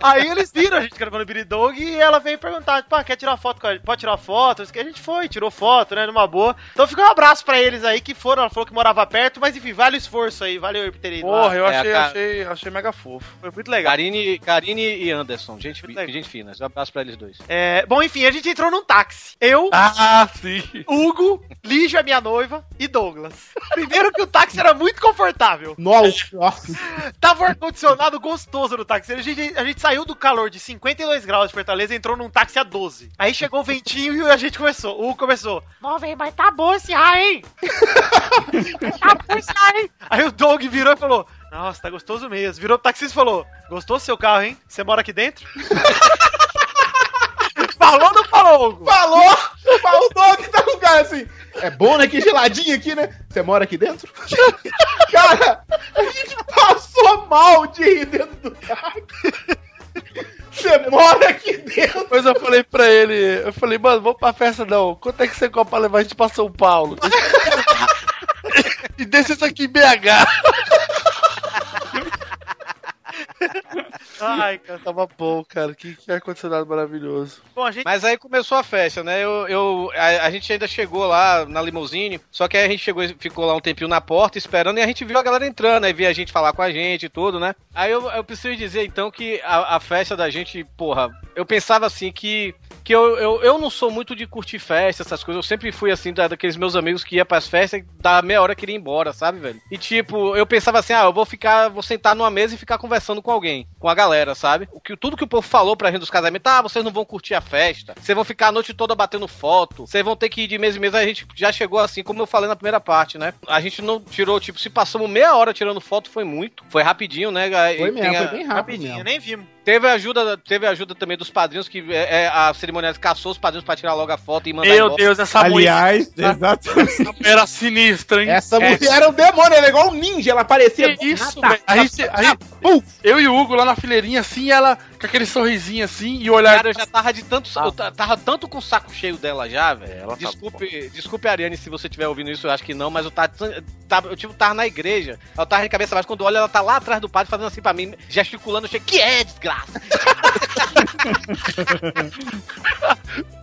Aí eles viram a gente gravando o Billy Dog e ela veio perguntar, tipo, ah, quer tirar foto com a gente? Pode tirar foto? A gente foi, tirou foto, né, numa boa. Então fica um abraço pra eles aí que foram, ela falou que morava perto, mas enfim, vale o esforço aí, valeu aí por terem ido lá. Porra, eu É, achei, cara. achei, achei mega fofo. Foi muito legal. Karine, Karine e Anderson, gente, gente fina. Um abraço pra eles dois. É, bom, enfim, a gente entrou num táxi. Eu, Ah, sim. Hugo, Lígia, minha noiva e Douglas. Primeiro que o táxi era muito confortável. Nossa. Tava o ar-condicionado gostoso no táxi. A gente, a gente saiu do calor de 52 graus de Fortaleza e entrou num táxi a 12. Aí chegou o ventinho e a gente começou. O Hugo começou. Não, velho, mas tá bom esse ar, hein? Tá bom, sai. Aí o Doug virou e falou: Nossa, tá gostoso mesmo. Virou pro taxista e falou: Gostou do seu carro, hein? Você mora aqui dentro? falou ou não falou, Hugo? Falou! Falou o Doug, tá um cara assim. É bom, né? Que geladinho aqui, né? Você mora aqui dentro? cara, a gente passou mal de rir dentro do carro. Você mora aqui dentro. Mas eu falei pra ele, eu falei, mano, vamos pra festa não. Quanto é que você compra pra levar a gente pra São Paulo? e deixa isso aqui em BH. Ai, cara, tava bom, cara. Que, que ar-condicionado maravilhoso. Mas aí começou a festa, né? Eu, eu- a, a gente ainda chegou lá na limusine, só que aí a gente chegou, e ficou lá um tempinho na porta esperando e a gente viu a galera entrando, aí via a gente falar com a gente e tudo, né? Aí eu, eu preciso dizer então que a, a festa da gente, porra, eu pensava assim que, que eu, eu, eu não sou muito de curtir festa, essas coisas. Eu sempre fui assim, da, daqueles meus amigos que ia pras festas e da meia hora queria ir embora, sabe, velho? E tipo, eu pensava assim, ah, eu vou ficar, vou sentar numa mesa e ficar conversando com alguém, com a galera, sabe? O que, tudo que o povo falou pra gente dos casamentos, ah, vocês não vão curtir a festa, vocês vão ficar a noite toda batendo foto, vocês vão ter que ir de mês em mês, a gente já chegou assim, como eu falei na primeira parte, né? A gente não tirou, tipo, se passamos meia hora tirando foto, foi muito, foi rapidinho, né? Foi mesmo, tem a- né? foi bem rápido mesmo. nem vimos. Teve ajuda, teve ajuda também dos padrinhos, que é, é, a cerimônia caçou os padrinhos pra tirar logo a foto e mandar Meu embora. Deus, essa Aliás, mulher. Essa mulher era sinistra, hein? Essa mulher era um demônio, era igual um ninja, ela parecia. Que isso, velho. A gente, a gente- Puf! eu e o Hugo lá na fileirinha, assim, e ela com aquele sorrisinho assim e o olhar. Cara, eu já tava de tanto. Eu ta- tava tanto com o saco cheio dela já, velho. desculpe, desculpe, Ariane, se você estiver ouvindo isso, eu acho que não, mas eu tava. tan- tava- eu tipo, tava na igreja. Eu tava de cabeça baixa. Quando olha, ela tá lá atrás do padre fazendo assim pra mim, gesticulando, eu achei, que é, desgraça!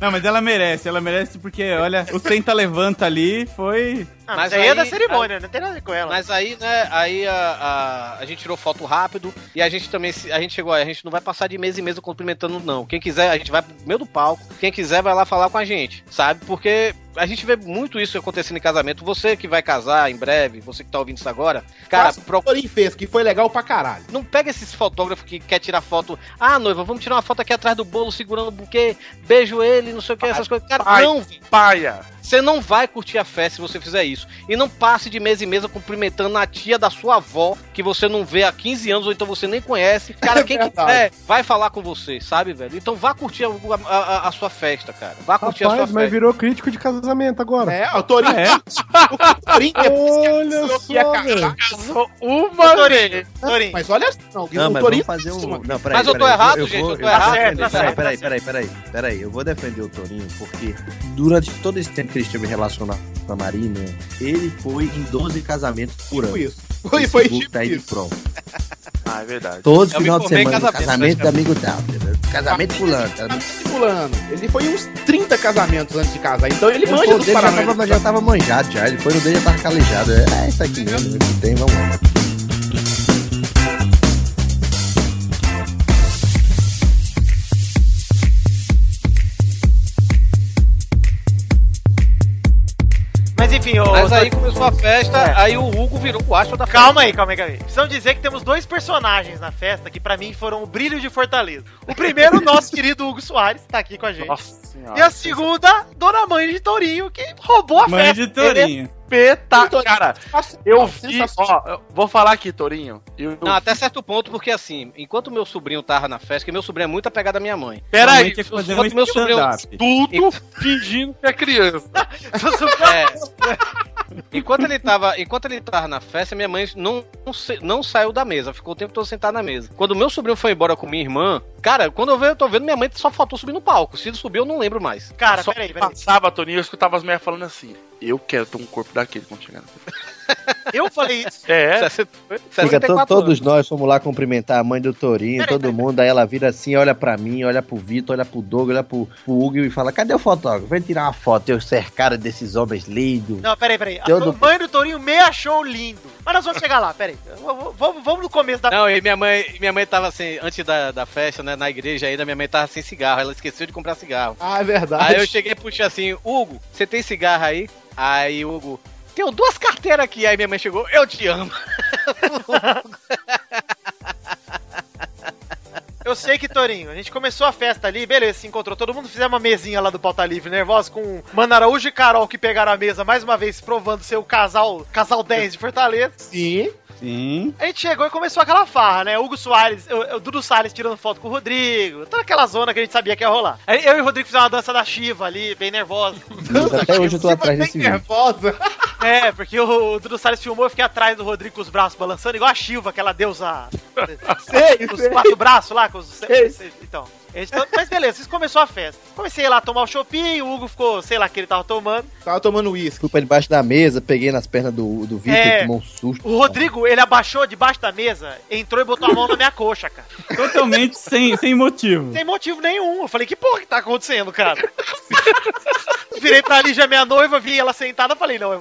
Não, mas ela merece, ela merece porque, olha, o Senta Levanta ali foi. Ah, mas aí, é da cerimônia, não tem nada a ver com ela. Mas aí, né, aí a, a, a gente tirou foto rápido e a gente também, se- a gente chegou, "Olha, a gente não vai passar de mês em mês cumprimentando, não. Quem quiser, a gente vai pro meio do palco, quem quiser vai lá falar com a gente, sabe? Porque a gente vê muito isso acontecendo em casamento. Você que vai casar em breve, você que tá ouvindo isso agora, cara, procura e fez, que foi legal pra caralho. Não pega esses fotógrafos que quer tirar foto. Ah, noiva, vamos tirar uma foto aqui atrás do bolo, segurando o buquê, beijo ele, não sei o que, essas coisas. Cara, Ai, não, paia. você não vai curtir a festa se você fizer isso. E não passe de mesa em mesa cumprimentando a tia da sua avó, que você não vê há 15 anos, ou então você nem conhece. Cara, É quem quiser vai falar com você, sabe, velho? Então vá curtir a, a- a- a sua festa, cara. Vá curtir a Rapaz, sua mas festa. virou crítico de casamento agora. É, o Torinho. O Torinho é Olha só, velho. é Casou uma Torinho, Torinho. Mas olha só, Não, mas Torinho tá vamos fazer um. Não, peraí, Mas eu tô peraí, errado, eu gente, vou- eu tô vou errado. defender, Tá certo, Peraí, tá peraí, peraí, peraí, peraí. Eu vou defender o Torinho, porque durante todo esse tempo que ele esteve relacionado com a Marina, ele foi em 12 casamentos por ano. isso. Foi, foi tipo tá aí de pronto. Ah, é verdade. Todo Eu me final de formei em semana, casamento, casamento do amigo tal. Casamento fulano. tá? fulano. Ele foi em uns 30 casamentos antes de casar. Então ele O manja pão dos dele já paramentos. tava, já tava manjado já. Ele foi no dele já tava calejado. É, isso aqui mesmo, que tem, vamos lá. Mas enfim, ô. Mas aí Torinho, começou a festa, É. aí o Hugo virou o astro da Calma aí, festa. calma aí, calma aí. Precisamos dizer que temos dois personagens na festa que pra mim foram o brilho de Fortaleza. O primeiro, o nosso querido Hugo Soares, tá aqui com a gente. senhora. E a segunda, Dona Mãe de Tourinho, que roubou a Mãe de festa. Tourinho. Peta, cara, eu vi, ó, eu vou falar aqui, Tourinho. Eu, Não, até certo ponto, porque assim, enquanto meu sobrinho tava na festa, que meu sobrinho é muito apegado à minha mãe. Pera Minha aí, mãe tinha que seu fazer sobrinho um meu sobrinho stand-up. Tudo fingindo que é criança. É. Enquanto ele tava, enquanto ele tava na festa, minha mãe não, não, se- não saiu da mesa, ficou o tempo todo sentada na mesa. Quando meu sobrinho foi embora com minha irmã, cara, quando eu vejo, eu tô vendo minha mãe só faltou subir no palco. Se ele subiu, eu não lembro mais. Cara, só peraí, peraí. Passava, Toninho, eu escutava as mulheres falando assim, eu quero ter um corpo daquele quando chegar na Eu falei isso. É. Fica to- todos nós fomos lá cumprimentar a mãe do Torinho, todo mundo. Aí ela vira assim, olha pra mim, olha pro Vitor, olha pro Doug, olha pro, pro Hugo e fala: cadê o fotógrafo? Vem tirar uma foto, eu cercado desses homens lindos. Não, peraí, peraí. A Todo- mãe do Tourinho me achou lindo. Mas nós vamos chegar lá, peraí. V- v- Vamos, vamos no começo da. Não, e minha mãe, e minha mãe tava assim, antes da, da festa, né, na igreja ainda, minha mãe tava sem cigarro, ela esqueceu de comprar cigarro. Ah, é verdade. Aí eu cheguei e puxei assim, Hugo, você tem cigarro aí? Aí, Hugo, tenho duas carteiras aqui. Aí minha mãe chegou, eu te amo. Eu sei que, Torinho, a gente começou a festa ali, beleza, se encontrou todo mundo, fizemos uma mesinha lá do Pauta Livre, nervosa, com Mano Araújo e Carol que pegaram a mesa mais uma vez, provando ser o casal, casal 10 de Fortaleza. Sim. Sim. A gente chegou e começou aquela farra, né? Hugo Soares, eu, eu- Dudu Salles tirando foto com o Rodrigo, toda aquela zona que a gente sabia que ia rolar. Aí eu e o Rodrigo fizemos uma dança da Shiva ali, bem nervosa. Mas até hoje eu tô atrás desse vídeo. nervosa. É, porque o, o Dudu Salles filmou, eu fiquei atrás do Rodrigo com os braços balançando, igual a Shiva, aquela deusa. Sei, com os sei. quatro braços lá, com os. Então. a gente tá- Mas beleza, isso começou a festa. Comecei lá a tomar o shopping, o Hugo ficou, sei lá, o que ele tava tomando. Tava tomando uísque. Fui pra debaixo da mesa, peguei nas pernas do, do Vitor, É. ele tomou um susto. O Rodrigo, ele abaixou debaixo da mesa, entrou e botou a mão na minha coxa, cara. Então, Totalmente sem, sem motivo. Sem motivo nenhum. Eu falei, que porra que tá acontecendo, cara? Virei pra Lígia, minha noiva, vi ela sentada, falei, não, eu...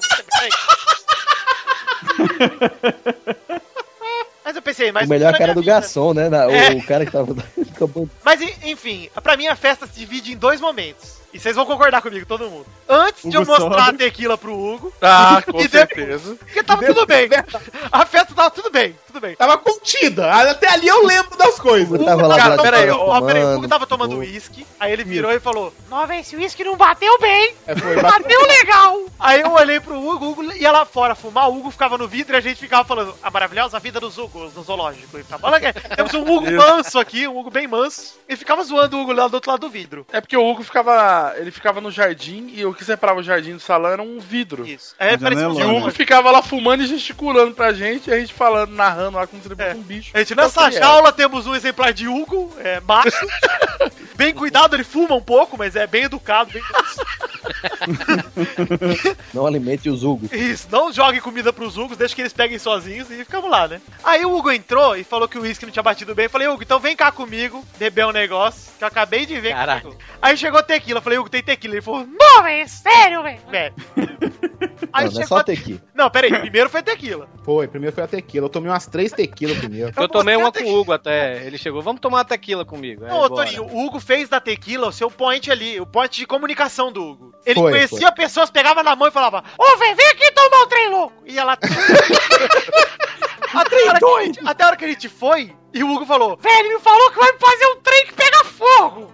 peraí. Mas eu pensei, mas... o melhor pra cara minha do vida- garçom, né? Na- o- É. O cara que tava. acabou- Mas en- enfim, pra mim a festa se divide em dois momentos. E vocês vão concordar comigo, todo mundo. Antes de Hugo eu mostrar sobe. a tequila pro Hugo. Ah, com e depois- certeza. Porque tava tudo bem. A festa tava tudo bem, tudo bem. Tava contida. Até ali eu lembro das coisas. Eu tava lá do Cara, lado peraí, do ó, peraí, o Hugo mano, tava tomando pô. uísque, aí ele virou e falou, Nova, esse uísque não bateu bem. É, foi, bateu legal. Aí eu olhei pro Hugo, o Hugo ia lá fora fumar, o Hugo ficava no vidro e a gente ficava falando a maravilhosa vida dos Hugos no zoológico. E ficava, olha que temos um Hugo manso aqui, um Hugo bem manso, e ficava zoando o Hugo lá do outro lado do vidro. É porque o Hugo ficava. Ele ficava no jardim e o que separava o jardim do salão era um vidro. Isso. É, parecia um E o Hugo ficava lá fumando e gesticulando pra gente, e a gente falando, narrando lá como se ele fosse um bicho. A É. gente, nessa Então, jaula temos um exemplar de Hugo, é macho. bem cuidado, ele fuma um pouco, mas é bem educado. Bem... Não alimente os Hugo. Isso, não jogue comida pros Hugos, deixa que eles peguem sozinhos e ficamos lá, né? Aí o Hugo entrou e falou que o uísque não tinha batido bem. Eu falei, Hugo, então vem cá comigo, beber um negócio, que eu acabei de ver. Caraca. comigo. Aí chegou tequila, eu falei, Hugo, tem tequila. Ele falou, não, Não, é sério, velho. velho. Aí não, é só tequila. Não, peraí, primeiro foi tequila. Foi, primeiro foi a tequila. Eu tomei umas três tequilas primeiro. Eu tomei uma com o Hugo até. Ele chegou, vamos tomar uma tequila comigo. Aí, É Não, ô, bora. Toninho, o Hugo fez da tequila o seu point ali, o point de comunicação do Hugo. Ele Foi, conhecia pessoas, pegava na mão e falava, ô, vem, vem aqui tomar um trem louco. E ela... até, a hora que a gente, até a hora que a gente foi, e o Hugo falou, Velho, ele me falou que vai me fazer um trem que pega fogo.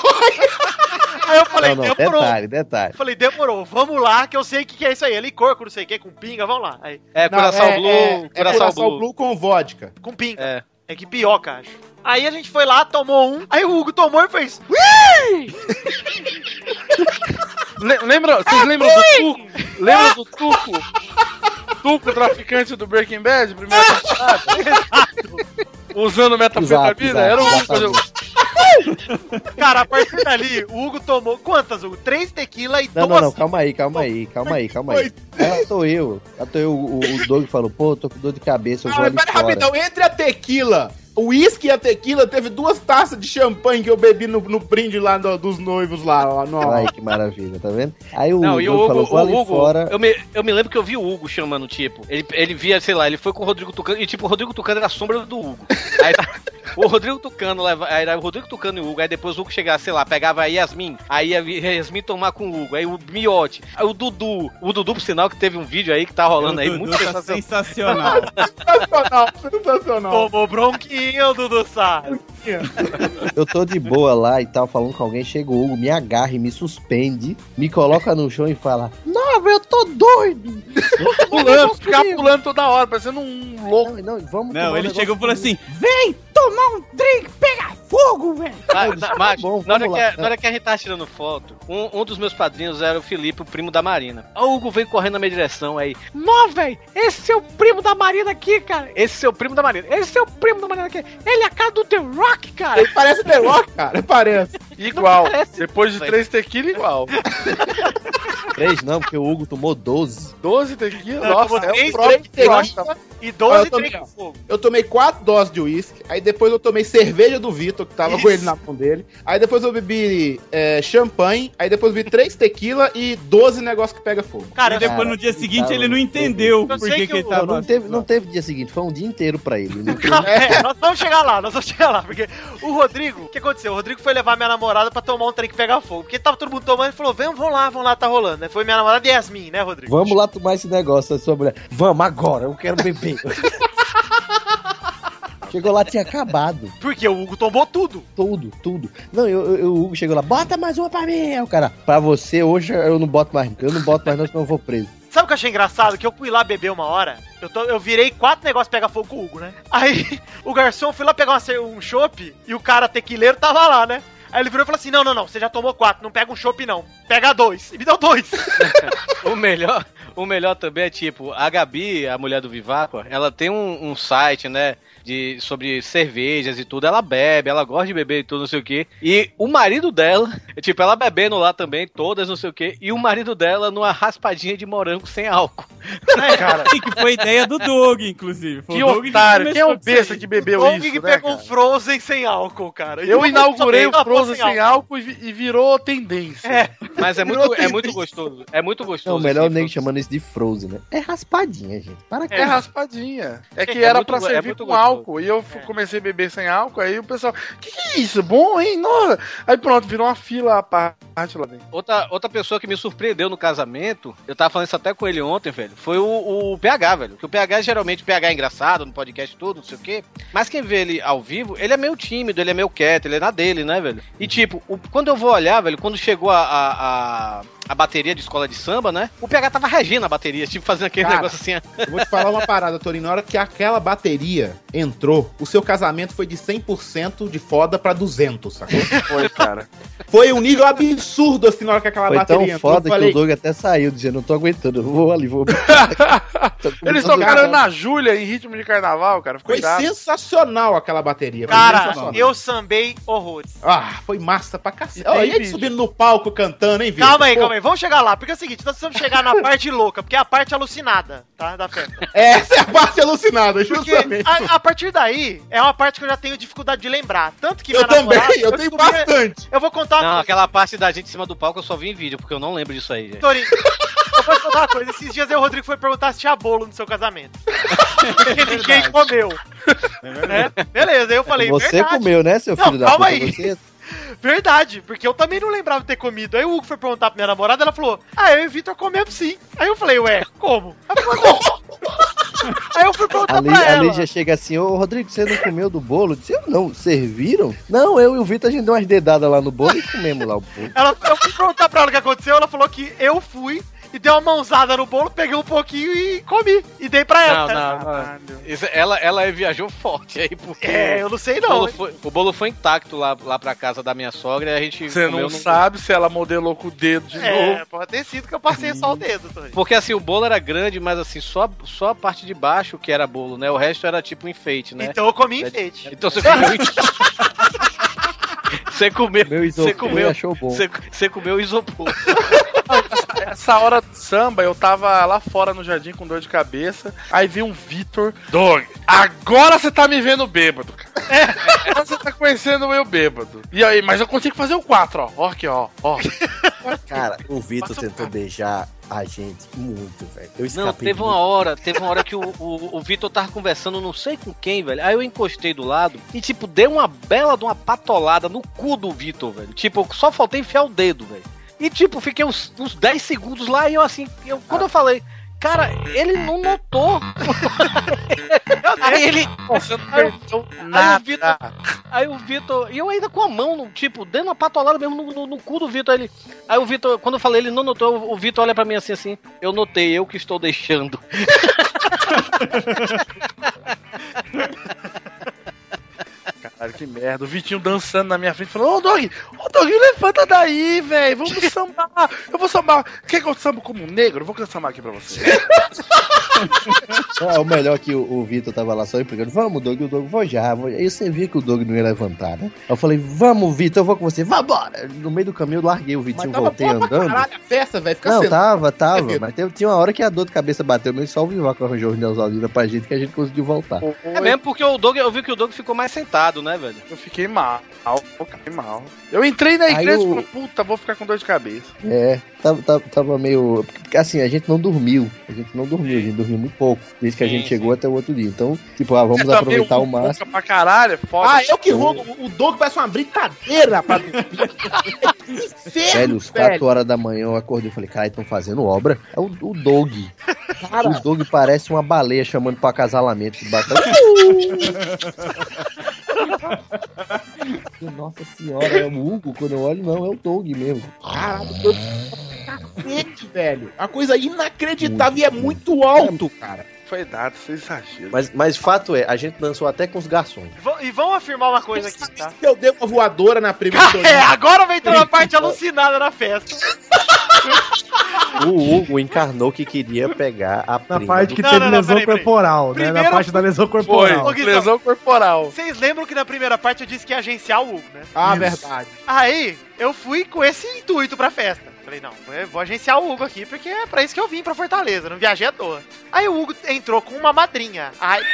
Aí eu falei, não, não, demorou. detalhe, detalhe. Eu falei, demorou, vamos lá, que eu sei o que, que é isso aí. Ele corco, não sei o que, com pinga, vamos lá. Aí, Não, é, é Curaçao Blue. com vodka. Com pinga. É. que pioca, acho. Aí a gente foi lá, tomou um, aí o Hugo tomou e fez. "Ui!" Le- lembra, vocês lembram do Tuco? Lembra do Tuco? Tuco, traficante do Breaking Bad, primeira temporada? Usando metanfetamina? né? Era uma coisa. Cara, a partir dali, o Hugo tomou quantas, Hugo? Três tequila e Não, duas. não, assim? não, calma aí, calma aí, calma aí, calma aí. Ela sou eu. Ela sou eu, o, o Doug falou, pô, tô com dor de cabeça, eu vou Ah, mas ali pera fora. rapidão, entre a tequila, o uísque e a tequila, teve duas taças de champanhe que eu bebi no, no brinde lá do- dos noivos lá. lá no... Ai, que maravilha, tá vendo? Aí o Não, Doug e o Hugo, falou, vou ali o Hugo fora. eu, me, eu me lembro que eu vi o Hugo chamando, tipo, ele, ele via, sei lá, ele foi com o Rodrigo Tucano, e tipo, o Rodrigo Tucano era a sombra do Hugo. Aí tá- o Rodrigo Tucano leva, aí era o Rodrigo Tucano e o Hugo, aí depois o Hugo chegava, sei lá, pegava a Yasmin, aí ia vi- Yasmin tomar com o Hugo, aí o Miote, aí o Dudu, o Dudu, por sinal, que teve um vídeo aí que tá rolando aí, Dudu muito tá sensacional. sensacional, sensacional. Tomou bronquinha, o Dudu Sá. Eu tô de boa lá e tal, falando com alguém, chega o Hugo, me agarra e me suspende, me coloca no chão e fala, Não, velho, eu tô doido. pulando, ficar pulando toda hora, parecendo um louco. Não, vamos um Não, ele chegou e falou assim: Vem tomar um drink, pega fogo, velho. Ah, tá, Macho, na, hora vamos que, lá. a- na hora que a gente tava tirando foto, um, um dos meus padrinhos era o Felipe, o primo da Marina. Aí O Hugo veio correndo na minha direção aí. Não, velho, esse seu primo da Marina aqui, cara. Esse seu primo da Marina. Esse seu primo da Marina aqui. Ele é a cara do The Rock, cara. Ele parece The Rock, cara, parece. Igual. Depois de três tequila, igual. três não, porque o Hugo tomou 12. 12 tequila? Eu Nossa, tomo é o três, próprio três tequila Costa. e 12 três de fogo. Eu tomei quatro doses de uísque, aí depois eu tomei cerveja do Vitor, que tava Isso. com ele na mão dele. Aí depois eu bebi é, champanhe, aí depois eu bebi três tequila e 12 negócio que pega fogo. e depois no Tá dia seguinte ele não entendeu por que, que ele tava. Não teve, não teve dia seguinte, foi um dia inteiro pra ele. Não teve- Calma, é, nós vamos chegar lá, nós vamos chegar lá, porque o Rodrigo, o que aconteceu? O Rodrigo foi levar minha namorada pra tomar um trem que pega fogo, porque tava todo mundo tomando, ele falou, vem, vamos lá, vamos lá, tá rolando, né? Foi minha namorada Yasmin, né, Rodrigo? Vamos lá tomar esse negócio, a sua mulher. Vamos agora, eu quero beber. chegou lá, tinha acabado. Porque o Hugo tomou tudo. Tudo, tudo. Não, eu, eu- eu- o Hugo chegou lá, bota mais uma pra mim. Aí o cara, pra você hoje eu não boto mais, eu não boto mais não, senão eu vou preso. Sabe o que eu achei engraçado? Que eu fui lá beber uma hora, eu, to- eu virei quatro negócios pega fogo com o Hugo, né? Aí o garçom foi lá pegar uma ce- um chopp e o cara tequileiro tava lá, né? Aí ele virou e falou assim: não, não, não, você já tomou quatro, não pega um chopp não, pega dois. E me deu dois. o melhor, o melhor também é tipo, a Gabi, a mulher do Vivaco, ela tem um, um site, né? De, sobre cervejas e tudo, ela bebe, ela gosta de beber e tudo, não sei o que. E o marido dela, tipo, ela bebendo lá também, todas, não sei o que. E o marido dela numa raspadinha de morango sem álcool. Né, cara? que foi ideia do Doug, inclusive. Foi Que o Doug otário, quem é o começou besta isso. que bebeu Doug isso, que né, pegou o Frozen sem álcool, cara. Eu inaugurei o Só pegou Frozen sem álcool e vi- e virou tendência. Mas é muito, é muito gostoso. É muito gostoso. Não, o melhor nem chamando isso de Frozen, né? É raspadinha, gente. Para que É raspadinha. É que É era muito pra go- é servir muito com gostoso. álcool. E eu f- comecei a beber sem álcool. Aí o pessoal, que que é isso? Bom, hein? Nossa. Aí pronto, virou uma fila a parte lá dentro. Outra, outra pessoa que me surpreendeu no casamento, eu tava falando isso até com ele ontem, velho, foi o, o PH, velho. Que o PH geralmente, o PH é engraçado no podcast e tudo, não sei o quê. Mas quem vê ele ao vivo, ele é meio tímido, ele é meio quieto, ele é na dele, né, velho? E tipo, o- quando eu vou olhar, velho, quando chegou a, a, a, a bateria de escola de samba, né? O PH tava regendo a bateria, tipo, fazendo aquele Cara, negócio assim. Eu vou te falar uma parada, Torinho. Na hora que aquela bateria entrou, o seu casamento foi de 100% de foda pra 200, sacou? Foi, cara. Foi um nível absurdo. absurdo assim na hora que aquela Foi bateria tão entrou, foda eu falei, que o Doug até saiu, dizendo, não tô aguentando, eu vou ali, vou... Eles tocaram na Júlia em ritmo de carnaval, cara. Ficou Foi irado. sensacional aquela bateria. foi Cara, sensacional. eu sambei horrores. Ah, foi massa pra cacete. E aí, Olha ele bicho? subindo no palco cantando, hein, Vitor? Calma aí, Pô, calma aí. Vamos chegar lá, porque é o seguinte, nós precisamos chegar na parte louca, porque é a parte alucinada, tá? Da festa. Essa é a parte alucinada, Porque justamente. a, a partir daí é uma parte que eu já tenho dificuldade de lembrar. Tanto que Eu minha namorada- também, eu tenho descobri- bastante. Eu vou contar uma Não, coisa. aquela parte da gente em cima do palco eu só vi em vídeo, porque eu não lembro disso aí, gente. Torinho, eu posso contar uma coisa. Esses dias aí o Rodrigo foi perguntar se tinha bolo no seu casamento. É Porque ninguém comeu. né? Beleza, aí eu falei, Você verdade. comeu, né, seu filho não, da calma puta, aí. você- Verdade, porque eu também não lembrava de ter comido. Aí o Hugo foi perguntar pra minha namorada, ela falou, ah, eu e o Vitor comemos sim. Aí eu falei, ué, como? Ela falou, "Não." aí eu fui perguntar Ali, pra ela. ali já chega assim, ô Rodrigo, você não comeu do bolo? Eu Disse, eu não, serviram? Não, eu e o Vitor, a gente deu umas dedadas lá no bolo e comemos lá o bolo. Ela, eu fui perguntar pra ela o que aconteceu, ela falou que eu fui e dei uma mãozada no bolo, peguei um pouquinho e comi. E dei pra Não, ela. tá? não, não. Isso- ela, ela viajou forte aí, porque. É, eu não sei O não, bolo hein? foi, o bolo foi intacto lá, lá pra casa da minha sogra e a gente. Você não comeu num- sabe se ela modelou com o dedo de É, novo. pode ter sido que eu passei só o dedo, Tony. Porque assim, o bolo era grande, mas assim, só, só a parte de baixo que era bolo, né? O resto era tipo enfeite, né? Então eu comi enfeite. Então você comeu enfeite. Você comeu, você isopor comeu, achou bom. Você, você comeu isopor. Essa hora do samba, eu tava lá fora no jardim com dor de cabeça. Aí vi um Vitor. Dog, agora você tá me vendo bêbado, cara. Agora você tá conhecendo o meu bêbado. E aí, mas eu consigo fazer o 4, ó. Ó aqui, ó. ó. Cara, o Vitor tentou beijar a gente muito, velho. Eu escapei Não, teve uma hora, teve uma hora que o, o, o Vitor tava conversando, não sei com quem, velho. Aí eu encostei do lado e, tipo, dei uma bela de uma patolada no cu do Vitor, velho. Tipo, eu só faltei enfiar o dedo, velho. E, tipo, fiquei uns, uns 10 segundos lá e eu, assim, eu, quando eu falei, cara, ele não notou. aí ele. Aí, eu- aí o Vitor. Aí o Vitor. E eu ainda com a mão, no, tipo, dando uma patolada mesmo no, no- no cu do Vitor. Ele, aí o Vitor, quando eu falei, ele não notou. O Vitor olha pra mim assim, assim. Eu notei, eu que estou deixando. Caralho, que merda. O Vitinho dançando na minha frente, falando: Ô, Dog, ô, Dog, levanta daí, velho. Vamos sambar. Eu vou sambar. Quer que eu sambo como um negro? Eu vou sambar aqui pra você. É o melhor que o, o Vitor tava lá só empregando. Vamos, Doug, o Doug, vou já, vou já. E você viu que o Doug não ia levantar, né? Eu falei, vamos, Vitor, eu vou com você, vambora! No meio do caminho eu larguei o Vitinho, voltei andando. Caralho, a festa, velho. Fica Não, tá. sentado. tava, tava, mas teve, tinha uma hora que a dor de cabeça bateu no só o Vivaco arranjou os Neusalina pra gente que a gente conseguiu voltar. É mesmo porque o Doug, eu vi que o Doug ficou mais sentado, né, velho? Eu fiquei mal, fiquei mal. Eu entrei na Aí igreja o- e falei: Puta, vou ficar com dor de cabeça. É, tava, tava, tava meio. porque, Assim, a gente não dormiu. A gente não dormiu, a gente dormiu muito pouco. Desde que a Sim, gente chegou até o outro dia. Então, tipo, ah, vamos Você tá aproveitar meio o máximo. louca Pra caralho, é foda. Ah, eu que roubo. O Doug parece uma brincadeira, rapaz. é um Velho, às 4 horas da manhã eu acordei e falei, caralho, estão fazendo obra. É o, o Doug. O Doug parece uma baleia chamando pra acasalamento. Que bateu. Uh! Nossa senhora, é o Hugo. Quando eu olho, não, é o Doug mesmo. Caralho, meu Deus, cacete, velho. A coisa inacreditável e é muito alto, cara. Foi dado, foi exagero. Mas, mas fato é, a gente dançou até com os garçons. Vão- E vamos afirmar uma coisa aqui, tá? Eu dei uma voadora na primeira É, agora vai entrar na parte alucinada da festa. O Hugo encarnou que queria pegar a prima. Na parte que teve lesão corporal, né? Na Primeiro- parte da lesão corporal. Ô, Guizão, corporal. Vocês lembram que na primeira parte eu disse que ia agenciar o Hugo, né? Ah, verdade. Aí, eu fui com esse intuito pra festa. Falei, não, eu vou agenciar o Hugo aqui, porque é pra isso que eu vim pra Fortaleza, não viajei à toa. Aí o Hugo entrou com uma madrinha. Aí,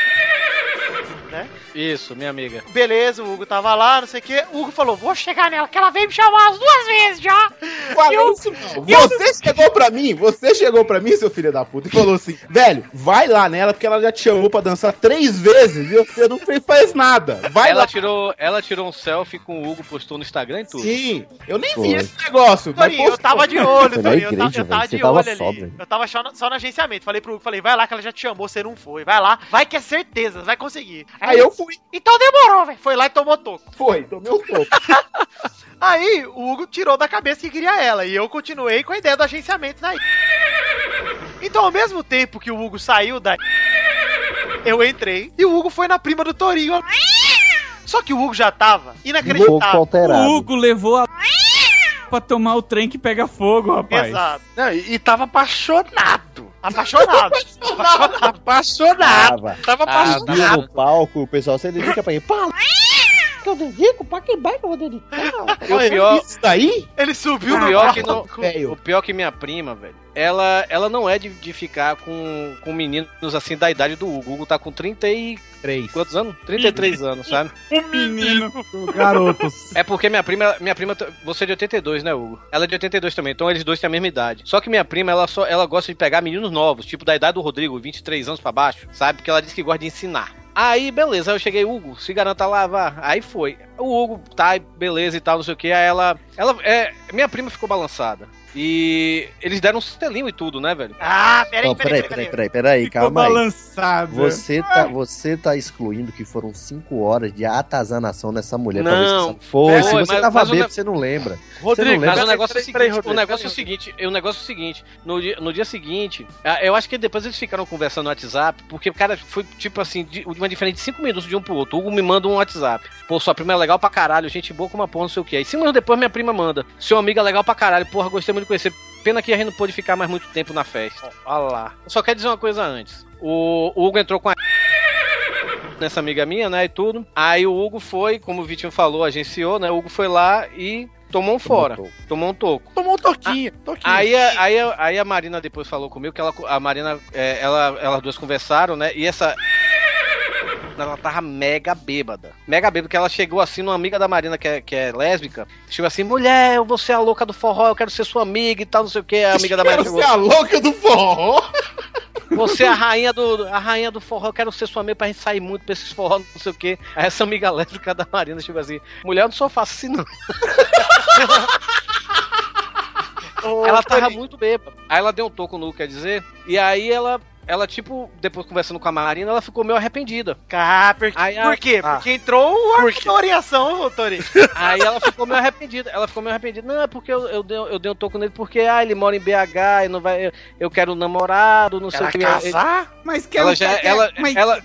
né? Isso, minha amiga. Beleza, o Hugo tava lá, não sei o quê. O Hugo falou, vou chegar nela, que ela veio me chamar as duas vezes já. Fala E eu- isso, não. Você chegou pra mim, você chegou pra mim, seu filho da puta, e falou assim: velho, vai lá nela, porque ela já te chamou pra dançar três vezes e você não fez faz nada. Vai ela lá. tirou, ela tirou um selfie com o Hugo, postou no Instagram e tudo. Sim, eu nem Foi. vi esse negócio. mas Toninho, eu postou. tava de olho, Foi na Toninho. Eu, tava- igreja, eu tava velho, você de tava olho ali. sóbrio. Eu tava só no, só no agenciamento. Falei pro Hugo, falei, vai lá que ela já te chamou, você não foi. Vai lá, vai que é certeza, você vai conseguir. Aí eu fui. Então demorou, velho. Foi lá e tomou toco. Foi, tomei um toco. Aí o Hugo tirou da cabeça que queria ela. E eu continuei com a ideia do agenciamento daí. Então, ao mesmo tempo que o Hugo saiu daí, eu entrei e o Hugo foi na prima do Torinho. Só que o Hugo já tava inacreditável. O Hugo levou a pra tomar o trem que pega fogo, rapaz. Exato. Não, e, e tava apaixonado. Apaixonado. apaixonado. apaixonado. Tava, Tava Ah, apaixonado. Subiu no palco, o pessoal se dedica pra ir. Pá, Que eu dedico? Pra quem vai que eu vou dedicar? É E o pior. é Isso daí? Ele subiu o no pior palco, que não, O pior é que minha prima, velho. Ela, ela não é de, de ficar com, com meninos assim da idade do Hugo. O Hugo tá com 33. Quantos anos? 33 anos, sabe? Um menino. Garotos. É porque minha prima, minha prima, você é de 82, né, Hugo? Ela é de 82 também, então eles dois têm a mesma idade. Só que minha prima, ela só ela gosta de pegar meninos novos, tipo da idade do Rodrigo, 23 anos pra baixo, sabe? Porque ela diz que gosta de ensinar. Aí, beleza, aí eu cheguei, Hugo, se garanta lá, vá. Aí foi. O Hugo, tá, beleza e tal, não sei o que. Aí ela. ela é, minha prima ficou balançada. E eles deram um selinho e tudo, né, velho? Ah, Não, peraí, peraí, peraí, peraí, calma aí. balançado. Você tá, você tá excluindo que foram 5 horas de atazanação nessa mulher. Não, talvez que você foi. Se foi, você mas- tava mas o bêbado, ne- você não lembra. você não Rodrigo, lembra. mas o negócio é peraí, o seguinte, Rodrigo, o negócio é o peraí, seguinte, o negócio é o seguinte, no dia, no dia seguinte, a- eu acho que depois eles ficaram conversando no WhatsApp, porque o cara foi tipo assim, de uma diferença de 5 minutos de um pro outro. O Hugo me manda um WhatsApp. Pô, sua prima é legal pra caralho, gente boa como uma porra, não sei o que. Aí 5 minutos depois minha prima manda. Seu amigo é legal pra caralho, porra, gostei muito de conhecer. Pena que a gente não pôde ficar mais muito tempo na festa. Olha lá. Eu só quero dizer uma coisa antes. O, o Hugo entrou com a nessa amiga minha, né, e tudo. Aí o Hugo foi, como o Vitinho falou, agenciou, né, o Hugo foi lá e tomou um fora, tomou um toco. Tomou um toquinho. toquinho. Aí, a- aí, a- aí a Marina depois falou comigo que ela, a Marina, é, ela, elas duas conversaram, né, e essa... Ela tava mega bêbada. Mega bêbada, que ela chegou assim numa amiga da Marina, que é, que é lésbica. Chegou assim: mulher, você é a louca do forró, eu quero ser sua amiga e tal, não sei o que. A amiga da Marina chegou. Você é a louca do forró? Você é a rainha do, a rainha do forró, eu quero ser sua amiga pra gente sair muito pra esses forró, não sei o quê. Aí essa amiga lésbica da Marina chegou assim, mulher, eu não sou fácil assim não. ela tava muito bêbada. Aí ela deu um toco no, quer dizer, e aí ela, ela tipo, depois conversando com a Marina, ela ficou meio arrependida. Ah, por, por quê? Porque entrou uma oriação, Tori. Aí ela ficou meio arrependida. Ela ficou meio arrependida. Não, é porque eu, eu, dei, eu dei um toco nele porque ah, ele mora em BH e não vai. Eu, eu quero um namorado, não sei Ela o que. casar? Mas que é- ela ela já é, quer- ela, mas- ela,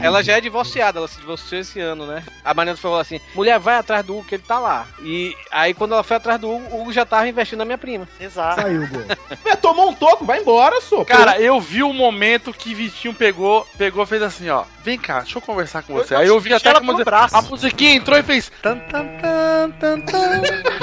ela já é divorciada, ela se divorciou esse ano, né? A Mariana falou assim: mulher, vai atrás do Hugo que ele tá lá. E aí quando ela foi atrás do Hugo, o Hugo já tava investindo na minha prima. Exato. Saiu, gol. É, tomou um toco, vai embora, sou. Cara, eu vi o momento que Vitinho pegou, pegou, fez assim, ó. Vem cá, deixa eu conversar com você. Aí eu vi até Ela que a música- braço. a musiquinha entrou e fez. Tan, tan, tan, tan,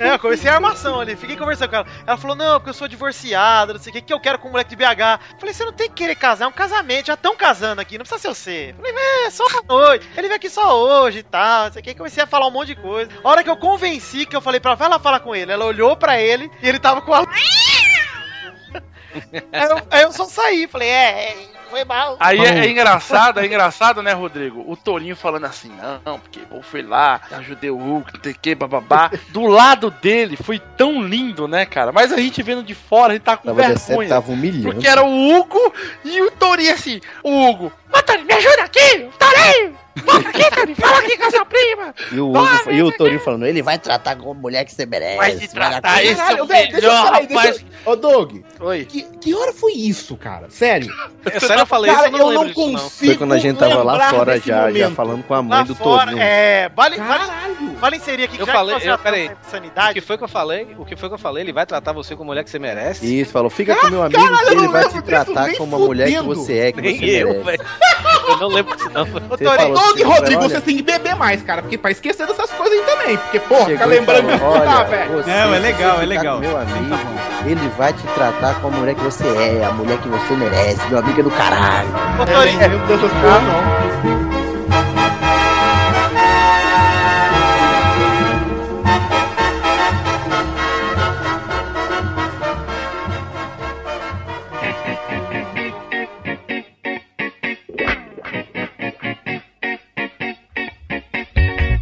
É, eu comecei a armação ali, fiquei conversando com ela. Ela falou, não, porque eu sou divorciada, não sei o que, que eu quero com um moleque de BH. Eu Falei, você não tem que querer casar, é um casamento, já estão casando aqui, não precisa ser você. Eu Falei, é, só uma noite, ele veio aqui só hoje e tal, não sei o que, comecei a falar um monte de coisa. A hora que eu convenci, que eu falei pra ela, vai lá falar com ele, ela olhou pra ele e ele tava com a... aí, eu, aí eu só saí, falei, é, é, foi mal. Aí é, é engraçado, é engraçado, né, Rodrigo? O Torinho falando assim, não, porque eu fui lá, ajudei o Hulk, não sei o que, bababá. Do lado dele foi tão lindo, né, cara? Mas a gente vendo de fora, a gente tá com Tava vergonha. decepto, tava humilhando. Porque era o Hugo e o Torinho assim, o Hugo, ô Torinho, me ajuda aqui, Torinho! Volta aqui, Torinho, fala aqui com a sua prima! E o, Hugo- e o Torinho falando, ele vai tratar como mulher que você merece. Vai se lá tratar, com- esse é o velho, deixa eu melhor, falar aí, rapaz. deixa eu- Ô, Doug. Oi. Que, que hora foi isso, cara? Sério. É sério, eu falei Cara, isso, eu não lembro disso, não. consigo Foi quando a gente tava lá lembrar fora desse já, já momento. falando com a mãe Lá do fora, Torinho. É, vale, vale, vale inserir aqui que Eu já falei, que eu, tá nós peraí. tratamos sanidade. O que foi que eu falei? O que foi que eu falei? Ele vai tratar você como mulher que você merece? Isso, falou, fica com meu amigo caralho, que eu ele não vai lembro te disso, tratar nem como a mulher que fudendo. você é, que Nem você eu, merece. velho. Eu não lembro disso, não. Você falou Doug assim, e Rodrigo, olha- você tem que beber mais, cara, porque pra esquecer dessas coisas aí também. Porque, porra, ficar Chegou e lembrando de falou, tudo, ah, tá, olha, velho. você, Não, é se legal, você é ficar legal. com Meu amigo, ele vai te tratar como a mulher que você é, a mulher que você merece, meu amigo é do caralho. Ô, Torinho,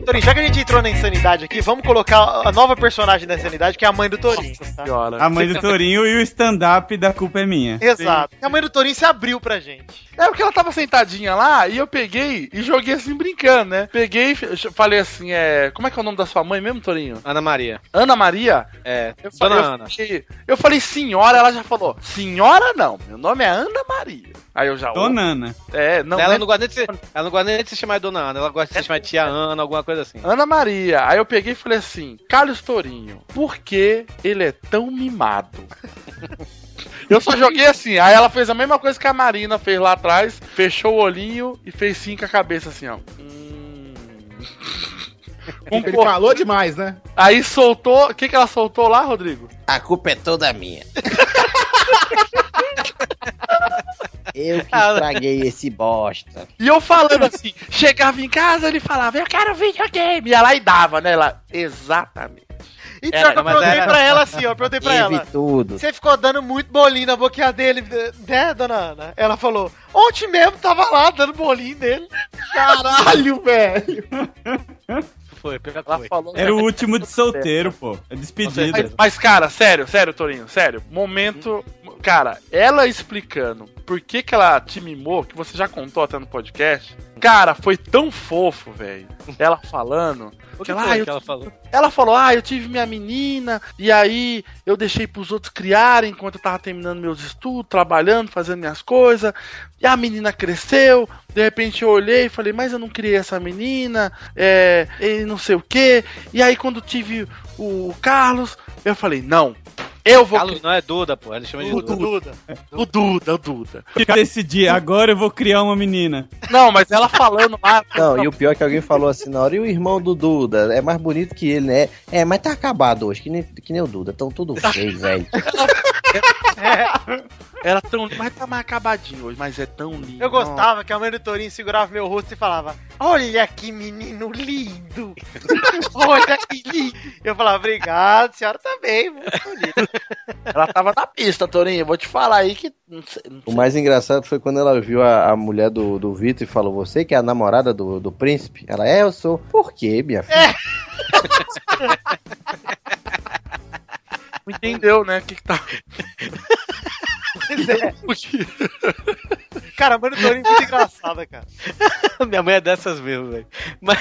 Torinho, já que a gente entrou na insanidade aqui, vamos colocar a nova personagem da insanidade, que é a mãe do Torinho. tá? A mãe do Torinho e o stand-up da culpa é minha. Exato. E A mãe do Torinho se abriu pra gente. É porque ela tava sentadinha lá e eu peguei e joguei assim brincando, né? Peguei e f- falei assim, é. Como é que é o nome da sua mãe mesmo, Torinho? Ana Maria. Ana Maria? É, eu Dona falei, eu Ana. falei- eu falei senhora, ela já falou, senhora não, meu nome é Ana Maria. Aí eu já. Dona Ana. É, não. ela, né? não gosta nem de se, ela não gosta nem de se chamar de Dona Ana, ela gosta de se chamar de Tia Ana, alguma coisa assim. Ana Maria. Aí eu peguei e falei assim: Carlos Tourinho, por que ele é tão mimado? Eu só joguei assim. Aí ela fez a mesma coisa que a Marina fez lá atrás, fechou o olhinho e fez sim com a cabeça assim, ó. Um Ele falou demais, né? Aí soltou. O que, que ela soltou lá, Rodrigo? A culpa é toda minha. Eu que estraguei esse bosta. E eu falando assim, chegava em casa, ele falava, eu quero videogame. Ia lá e dava, né? Ela, exatamente. E pior que eu perguntei pra ela assim, ó, eu perguntei pra Tive ela. tudo. Você ficou dando muito bolinho na boquinha dele, né, dona Ana? Ela falou, ontem mesmo tava lá dando bolinho nele. Caralho, velho. Foi, pega Ela falou. né? Era o último de solteiro, pô. É despedida. Mas, mas, cara, sério, sério, Torinho, sério. Momento. Cara, ela explicando por que, que ela te mimou, que você já contou até no podcast. Cara, foi tão fofo, velho. Ela falando. O que que ela, foi "Ah, que eu ela falou? Ela falou: Ah, eu tive minha menina, e aí eu deixei pros outros criarem enquanto eu tava terminando meus estudos, trabalhando, fazendo minhas coisas. E a menina cresceu. De repente eu olhei e falei: Mas eu não criei essa menina, é, e não sei o quê. E aí quando tive o Carlos, eu falei: Não, eu vou. Carlos não é Duda, pô. Ele chama de Duda. O Duda, o Duda. Que decidi, agora eu vou criar uma menina. Não, mas ela falando lá. Não, e o pior é que alguém falou assim na hora, e o irmão do Duda? É mais bonito que ele, né? É, mas tá acabado hoje, que nem, que nem o Duda. então Tão tudo feio, velho. Era tão. Mas tá mais acabadinho hoje, mas é tão lindo. É. Eu gostava que a mãe do Torinho segurava meu rosto e falava: Olha que um menino lindo! Olha que lindo! Eu falava, obrigado, senhora tá também, muito bonito. Ela tava na pista, Torinho. Vou te falar aí que. não sei- não O mais engraçado foi quando ela viu a, a mulher do, do Vitor e falou: Você que é a namorada do, do príncipe? Ela é, eu sou. Por quê, minha filha? Não entendeu, né? O que, que tá. Pois é. Cara, a mãe do Torinho é muito engraçada, cara. minha mãe é dessas mesmo, velho. Mas,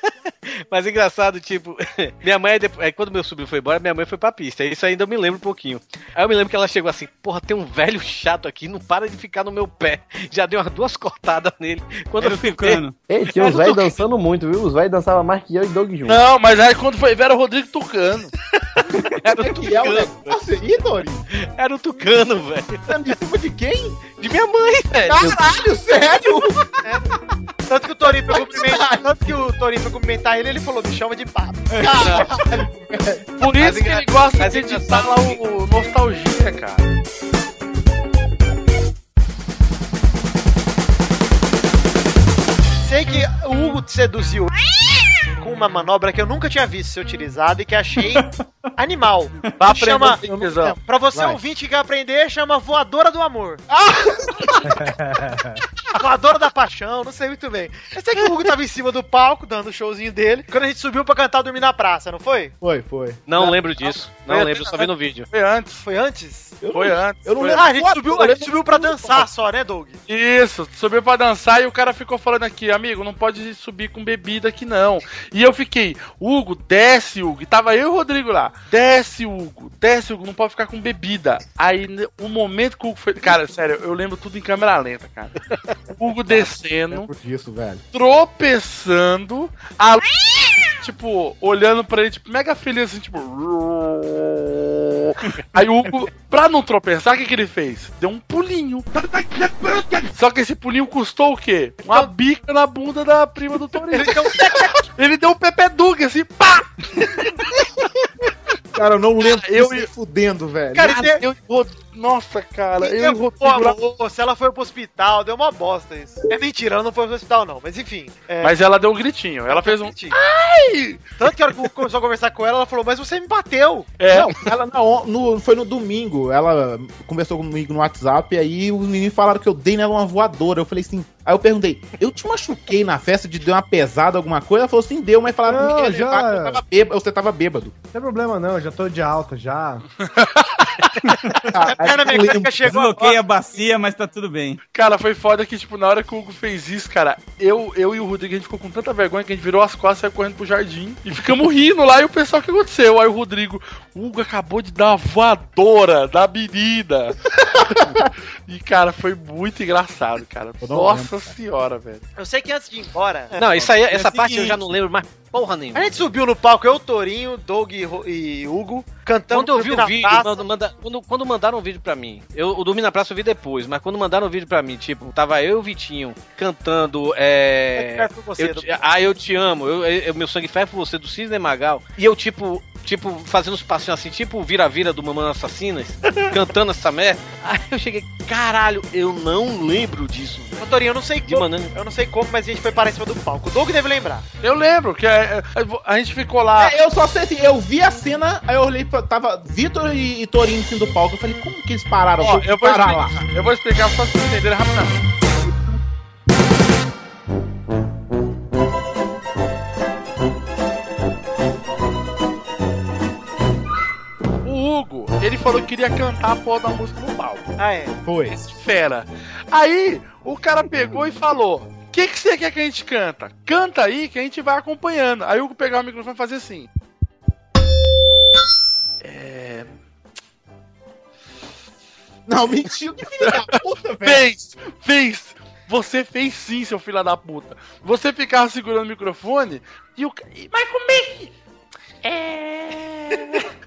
mas engraçado, tipo, minha mãe, depois, aí quando meu sobrinho foi embora, minha mãe foi pra pista. Isso ainda eu me lembro um pouquinho. Aí eu me lembro que ela chegou assim: porra, tem um velho chato aqui, não para de ficar no meu pé. Já deu umas duas cortadas nele. Quando eu fui ver, Ei, um tinha Era os o velhos Duda. dançando muito, viu? Os velhos dançavam mais que eu e Doug junto. Não, mas aí quando foi ver era o Rodrigo Tucano. Era que é o né? negócio aí, Dori? Era o Tucano, velho. Tá De cima de quem? De minha mãe, É, velho. Caralho, sério? um- Tanto que o Torinho foi cumprimentar, tanto que o Torinho foi cumprimentar ele, ele falou: Me chama de papo. Por isso que ele gosta de editar lá o Nostalgia, cara. Sei que o Hugo te seduziu com uma manobra que eu nunca tinha visto ser utilizada e que achei animal. Vá Que chama, aprender, tesão. pra você Vai. ouvinte que quer aprender, chama Voadora do Amor. Voadora da Paixão, não sei muito bem. Eu sei que o Hugo tava em cima do palco, dando o showzinho dele. Quando a gente subiu pra cantar Dormir na Praça, não foi? Foi, foi. Não lembro disso. Não lembro, só vi no vídeo. Foi antes. Foi antes? Foi antes. Eu não foi lembro. Ah, a gente antes. subiu, a gente subiu pra dançar só, né, Doug? Isso, subiu pra dançar e o cara ficou falando aqui, amigo, não pode subir com bebida aqui não. E eu fiquei, Hugo, desce, Hugo. E tava eu e o Rodrigo lá. Desce, Hugo, desce, Hugo, não pode ficar com bebida. Aí, ne- o momento que o Hugo foi. Cara, sério, eu lembro tudo em câmera lenta, cara. Hugo É descendo, Por disso, velho. tropeçando, a Lu- tipo, olhando pra ele, tipo, mega feliz, assim, tipo. Aí o Hugo, pra não tropeçar, o que, que ele fez? Deu um pulinho. Só que esse pulinho custou o quê? Uma bica na bunda da prima do Torinho. Então- Ele deu, um ele deu um Pepe Duque, assim, pá! Cara, eu não lembro eu disso e- fudendo, velho. Cara, Nada. eu, eu- um Nossa, cara, E eu eu, vou pô, amor, se ela foi pro hospital, deu uma bosta isso. É mentira, ela não foi pro hospital, não. Mas enfim. é- Mas ela deu um gritinho, ela fez um. assim. Ai! Tanto que a hora que começou a conversar com ela, ela falou, mas você me bateu. É. Não, ela na on- no, foi no domingo. Ela conversou comigo no WhatsApp e aí os meninos falaram que eu dei nela uma voadora. Eu falei assim. Aí eu perguntei, eu te machuquei na festa de deu uma pesada, alguma coisa? Ela falou assim, deu, mas falaram Não, que ia já- levar, que eu tava bêbado, você tava bêbado. Não tem problema não, eu já tô de alta já. Ah, A é perna mecânica chegou Desloquei a bacia, mas tá tudo bem. Cara, foi foda que, tipo, na hora que o Hugo fez isso, cara, eu, eu e o Rodrigo, a gente ficou com tanta vergonha que a gente virou as costas e saiu correndo pro jardim. E ficamos rindo lá e o pessoal, o que aconteceu? Aí o Rodrigo, o Hugo acabou de dar uma voadora da menina. e, cara, foi muito engraçado, cara. Nossa senhora, velho. Eu sei que antes de ir embora. Não, isso aí, essa parte eu já não lembro mais porra nenhuma. É, A gente subiu no palco, eu, Torinho, Doug e Ro- e Hugo, cantando Quando eu vi o Dormir na vídeo, Praça. quando, manda- quando- quando mandaram o vídeo pra mim, eu, o Dormi na Praça eu vi depois, mas quando mandaram o vídeo pra mim, tipo, tava eu e o Vitinho cantando Sangue é... Ferve por Você, eu do- te- ah, eu te amo, eu, eu- meu sangue ferve por você, do Cisne Magal, e eu tipo... Tipo, fazendo os passinhos assim, tipo o vira-vira do Mamãe Assassinas, cantando essa merda. Aí eu cheguei, caralho, eu não lembro disso, velho. Ô, Torinho, eu não sei De como. maneira- Eu não sei como, mas a gente foi parar em cima do palco. O Doug deve lembrar. Eu lembro que a, a- a gente ficou lá. É, eu só sei assim, eu vi a cena, aí eu olhei, pra- tava Vitor e, e Torinho em cima do palco, eu falei, como que eles pararam? Ó, eu vou, parar explicar, eu vou explicar só pra vocês entenderem rapidamente. O Hugo, ele falou que queria cantar a porra da música no palco. Ah, é? Foi. Fera. Aí, o cara pegou e falou: O que, que você quer que a gente canta? Canta aí que a gente vai acompanhando. Aí o Hugo pegava o microfone e fazia assim. É. Não, mentiu, que filho da puta, velho. Fez! Fez! Você fez sim, seu filho da puta. Você ficava segurando o microfone e o. ca- e- Mas como é que. É.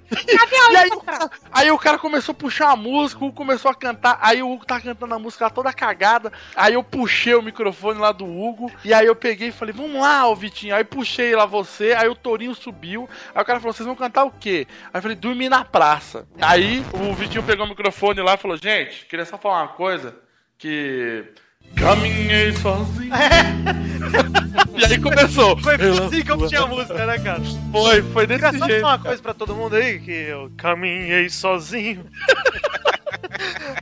E aí, o cara- aí o cara começou a puxar a música, o Hugo começou a cantar, aí o Hugo tá cantando a música toda cagada, aí eu puxei o microfone lá do Hugo, e aí eu peguei e falei, vamos lá, ô Vitinho, aí puxei lá você, aí o Torinho subiu, aí o cara falou, vocês vão cantar o quê? Aí eu falei, dormir na praça. Aí o Vitinho pegou o microfone lá e falou, gente, queria só falar uma coisa, que... Caminhei sozinho. e aí começou. Foi assim que eu tinha a música, né, cara? Foi, foi desse Engraçado jeito, falar uma cara. coisa pra todo mundo aí, que eu caminhei sozinho.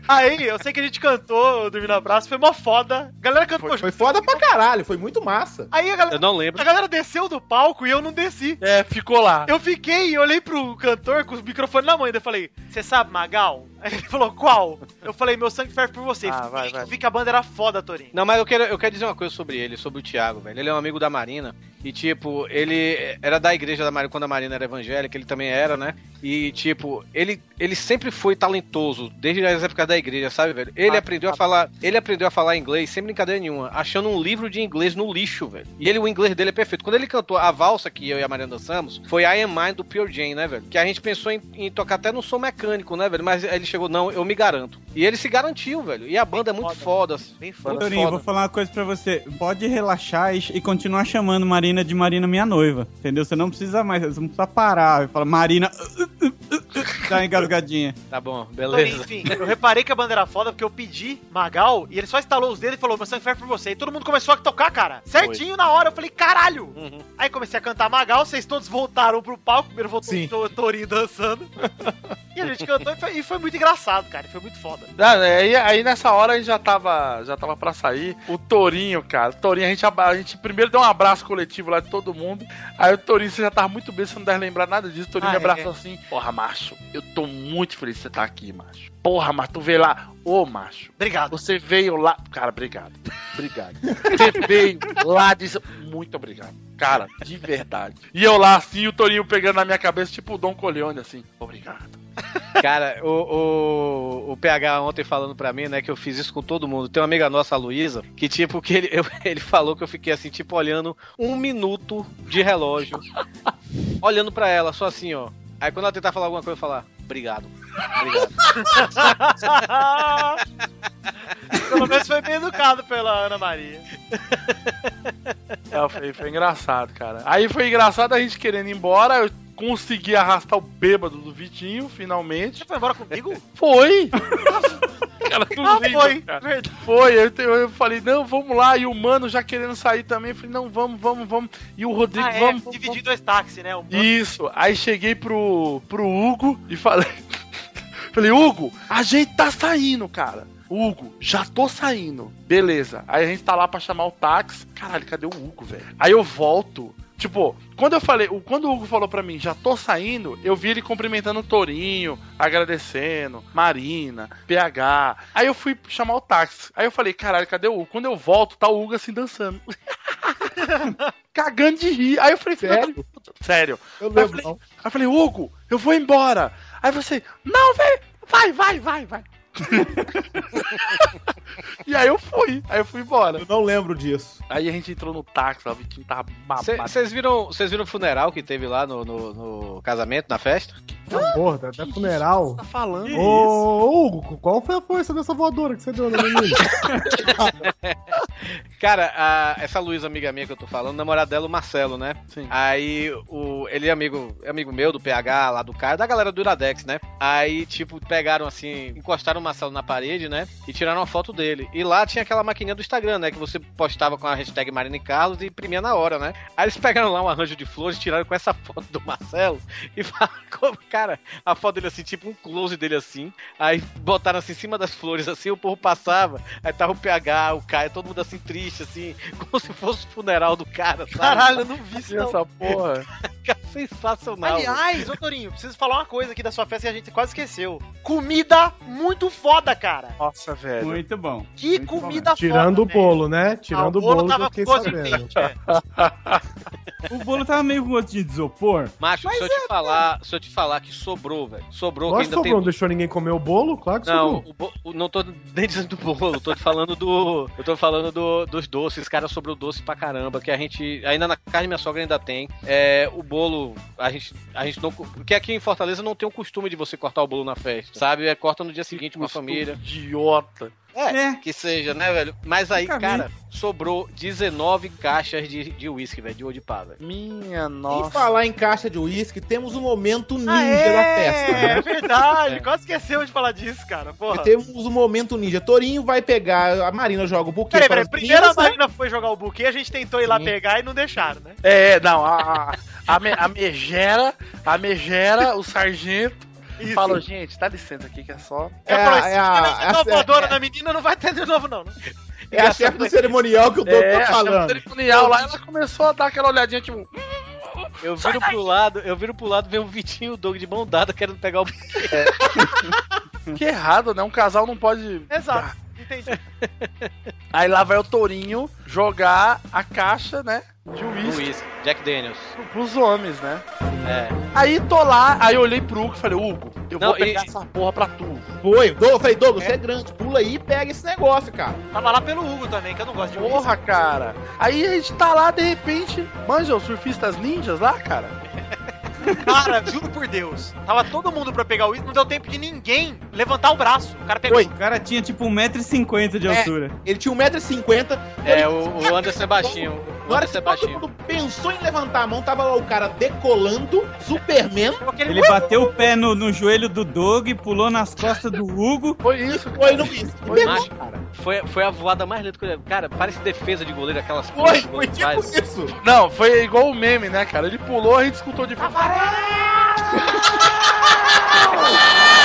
aí, eu sei que a gente cantou o Dormir na Praça, foi mó foda. A galera cantou Foi foda pra caralho, foi muito massa. Aí a galera, Eu não lembro. a galera desceu do palco e eu não desci. É, ficou lá. Eu fiquei e olhei pro cantor com o microfone na mão ainda. Falei, você sabe, Magal? Aí ele falou, qual? Eu falei, meu sangue ferve por você. Ah, vai, vai. Eu vi que a banda era foda, Torinho. Não, mas eu quero, eu quero dizer uma coisa sobre ele, sobre o Thiago, velho. Ele é um amigo da Marina. E, tipo, ele era da igreja da Marina, quando a Marina era evangélica, ele também era, né? E, tipo, ele, ele sempre foi talentoso, desde as épocas da igreja, sabe, velho? Ele aprendeu a falar. Ele aprendeu a falar inglês sem brincadeira nenhuma, achando um livro de inglês no lixo, velho. E ele, o inglês dele é perfeito. Quando ele cantou a valsa que eu e a Marina dançamos, foi I Am Mine do Pure Jane, né, velho? Que a gente pensou em, em tocar até no som mecânico, né, velho? Mas ele chegou, não, eu me garanto. E ele se garantiu, velho. E a banda é muito foda, assim. Bem Ô, Torinho, vou falar uma coisa pra você. Pode relaxar e, e continuar chamando Marina de Marina minha noiva, entendeu? Você não precisa mais, você não precisa parar. Fala, Marina, uh, tá engasgadinha. Tá bom, Torinho, beleza. Então, enfim, eu reparei que a banda era foda porque eu pedi Magal e ele só instalou os dedos e falou, meu sangue ferve por você. E todo mundo começou a tocar, cara. Certinho na hora, eu falei, caralho! Aí comecei a cantar Magal, vocês todos voltaram pro palco, primeiro voltou o To- Torinho dançando. e a gente cantou e foi, e foi muito engraçado, cara. Foi muito foda. Ah, né, Aí, aí nessa hora a gente já tava, já tava pra sair. O Torinho, cara. O Torinho, a gente, aba- a gente primeiro deu um abraço coletivo lá de todo mundo. Aí o Torinho, você já tava muito bem, você não deve lembrar nada disso. O Torinho Ah, me abraçou é. assim: Porra, macho, eu tô muito feliz que você tá aqui, macho. Porra, macho, tu veio lá. Ô, macho. Obrigado. Você veio lá. Cara, obrigado. Obrigado. Você veio lá de. Muito obrigado. Cara, de verdade. E eu lá assim, o Torinho pegando na minha cabeça, tipo o Dom Corleone, assim: Obrigado. Cara, o, o, o PH ontem falando pra mim, né, que eu fiz isso com todo mundo. Tem uma amiga nossa, a Luísa, que tipo, que ele, eu- ele falou que eu fiquei assim, tipo, olhando um minuto de relógio. olhando pra ela, só assim, ó. Aí quando ela tentar falar alguma coisa, eu falar, obrigado. Obrigado. Pelo menos foi bem educado pela Ana Maria. É, foi, foi engraçado, cara. Aí foi engraçado a gente querendo ir embora. Eu consegui arrastar o bêbado do Vitinho, finalmente. Você foi embora comigo? Foi! cara, tu Ah, lembra, foi, cara. verdade. Foi, eu, te- eu falei, não, vamos lá. E o mano já querendo sair também. Eu falei, não, vamos, vamos, vamos. E o Rodrigo, Ah, é, vamos. dividir dois táxis, né? O Isso. Aí cheguei pro, pro Hugo e falei. falei, Hugo, a gente tá saindo, cara. Hugo, já tô saindo. Beleza. Aí a gente tá lá pra chamar o táxi. Caralho, cadê o Hugo, velho? Aí eu volto. Tipo, quando eu falei, o- quando o Hugo falou pra mim, já tô saindo, eu vi ele cumprimentando o Torinho, agradecendo, Marina, PH. Aí eu fui chamar o táxi. Aí eu falei, caralho, cadê o Hugo? Quando eu volto, tá o Hugo assim dançando. Cagando de rir. Aí eu falei, sério? Sério. aí, eu falei, aí eu falei, Hugo, eu vou embora. Aí você, não, vem, vai, vai, vai, vai. e aí eu fui, aí eu fui embora. Eu não lembro disso. Aí a gente entrou no táxi, lá, o Vitinho tava tá babado. Vocês viram, vocês viram o funeral que teve lá no, no- no casamento, na festa? Tá gorda, até funeral. Tá falando. Ô, Hugo, qual foi a força dessa voadora que você deu né, na menina? Cara, a- essa Luísa, amiga minha que eu tô falando, namorada dela, o Marcelo, né? Sim. Aí o, ele é amigo, é amigo meu, do PH, lá do cara, da galera do Iradex, né? Aí, tipo, pegaram assim, encostaram o Marcelo na parede, né? E tiraram uma foto dele. E lá tinha aquela maquininha do Instagram, né? Que você postava com a hashtag Marina e Carlos e imprimia na hora, né? Aí eles pegaram lá um arranjo de flores, tiraram com essa foto do Marcelo e falaram, cara, a foto dele assim, tipo um close dele assim. Aí botaram assim em cima das flores, assim, o povo passava. Aí tava o PH, o Caio, todo mundo assim triste, assim, como se fosse o funeral do cara, sabe? Caralho, eu não vi isso, não. essa porra. Cara, sensacional. Aliás, ô Torinho, preciso falar uma coisa aqui da sua festa que a gente quase esqueceu. Comida muito foda, cara. Nossa, velho. Muito bom. Que comida Tirando o bolo, né? Tirando Tá Ah, o bolo, tava que eu com fiquei gosto de sabendo. O bolo tava meio com gosto de isopor. Macho, se eu é, te falar, se eu te falar que sobrou, velho. Sobrou, que Lógico ainda que sobrou, não tem. um- deixou ninguém comer o bolo? Claro que Não, sobrou. o bo- o- não tô nem dizendo do bolo, tô te falando do. Eu tô falando do- dos doces, cara, sobrou doce pra caramba, que a gente. Ainda na casa da minha sogra ainda tem. É, o bolo, a gente, a gente não. co- Porque aqui em Fortaleza não tem o costume de você cortar o bolo na festa. Sabe? É, corta no dia seguinte com a família. Idiota. É, que seja, né, velho? Mas aí, cara, sobrou 19 caixas de, de whisky, velho, de ouro de pá, velho. Minha E falar em caixa de uísque, temos um momento ninja da festa. né? É, é verdade, É. quase esqueceu de falar disso, cara. Porra. Temos um momento ninja. Torinho vai pegar, a Marina joga o buquê. Peraí, para peraí. as Primeiro a meninas, né? Marina foi jogar o buquê, a gente tentou ir lá pegar e não deixaram, né? É, não, a, a, a, me- a megera, a megera, o sargento, falou, gente, dá licença aqui que é só... É, Ela falou, "Esse cara a, é um voadora da menina não vai ter de novo, não. né? É a chefe do cerimonial que o doutor É, tá a falando. chefe do cerimonial lá, ela começou a dar aquela olhadinha, tipo... Eu viro pro lado, eu viro pro lado, vem o Vitinho e o Doug de mão dada querendo pegar o buquê. Que errado, né? Um casal não pode. Exato. Entendi. Aí lá vai o Tourinho jogar a caixa, né? De whisky. Jack Daniels. Pros homens, né? É. Aí tô lá, aí eu olhei pro Hugo e falei, Hugo, eu Não, vou pegar e- essa porra pra tu. Foi, Doug, falei, Doug, você é grande, pula aí e pega esse negócio, cara. Tava lá pelo Hugo também, que eu não gosto é de Porra, cara. Aí a gente tá lá, de repente, manja, os surfistas ninjas lá, cara. Cara, juro por Deus. Tava todo mundo pra pegar o uísque, não deu tempo de ninguém levantar o braço. O cara pegou. O cara tinha tipo 1,50m de altura. Ele tinha 1,50m. É, o, o Anderson é baixinho. O Na hora Anderson é que baixinho. todo mundo pensou em levantar a mão, tava lá o cara decolando, Superman. Ele bateu o pé no, no joelho do Doug, pulou nas costas do Hugo. Foi isso, foi no isso. Foi, macho, foi, foi a voada mais lenta que eu Cara, parece defesa de goleiro, aquelas Foi, tipo que o goleiro faz. isso. Não, foi igual o meme, né, cara? Ele pulou, a gente escutou de fundo. Sai,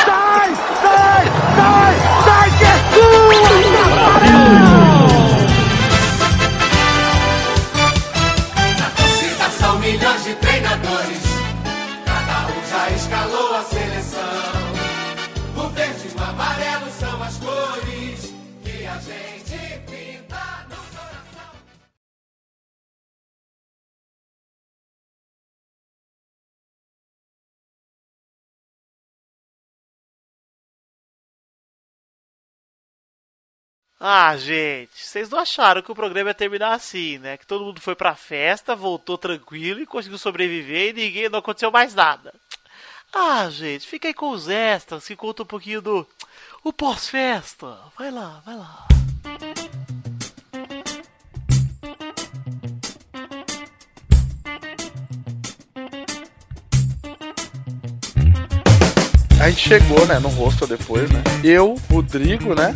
sai, sai, sai, que é Cita são milhões de treinadores, cada um já escalou a seleção. O verde e o amarelo são as cores que a gente pinta no coração. Ah, gente, vocês não acharam que o programa ia terminar assim, né? Que todo mundo foi pra festa, voltou tranquilo e conseguiu sobreviver e ninguém não aconteceu mais nada. Ah, gente, fica aí com os extras que conta um pouquinho do o pós-festa. Vai lá, vai lá. A gente chegou, né, no rosto depois, né? Eu, Rodrigo, né?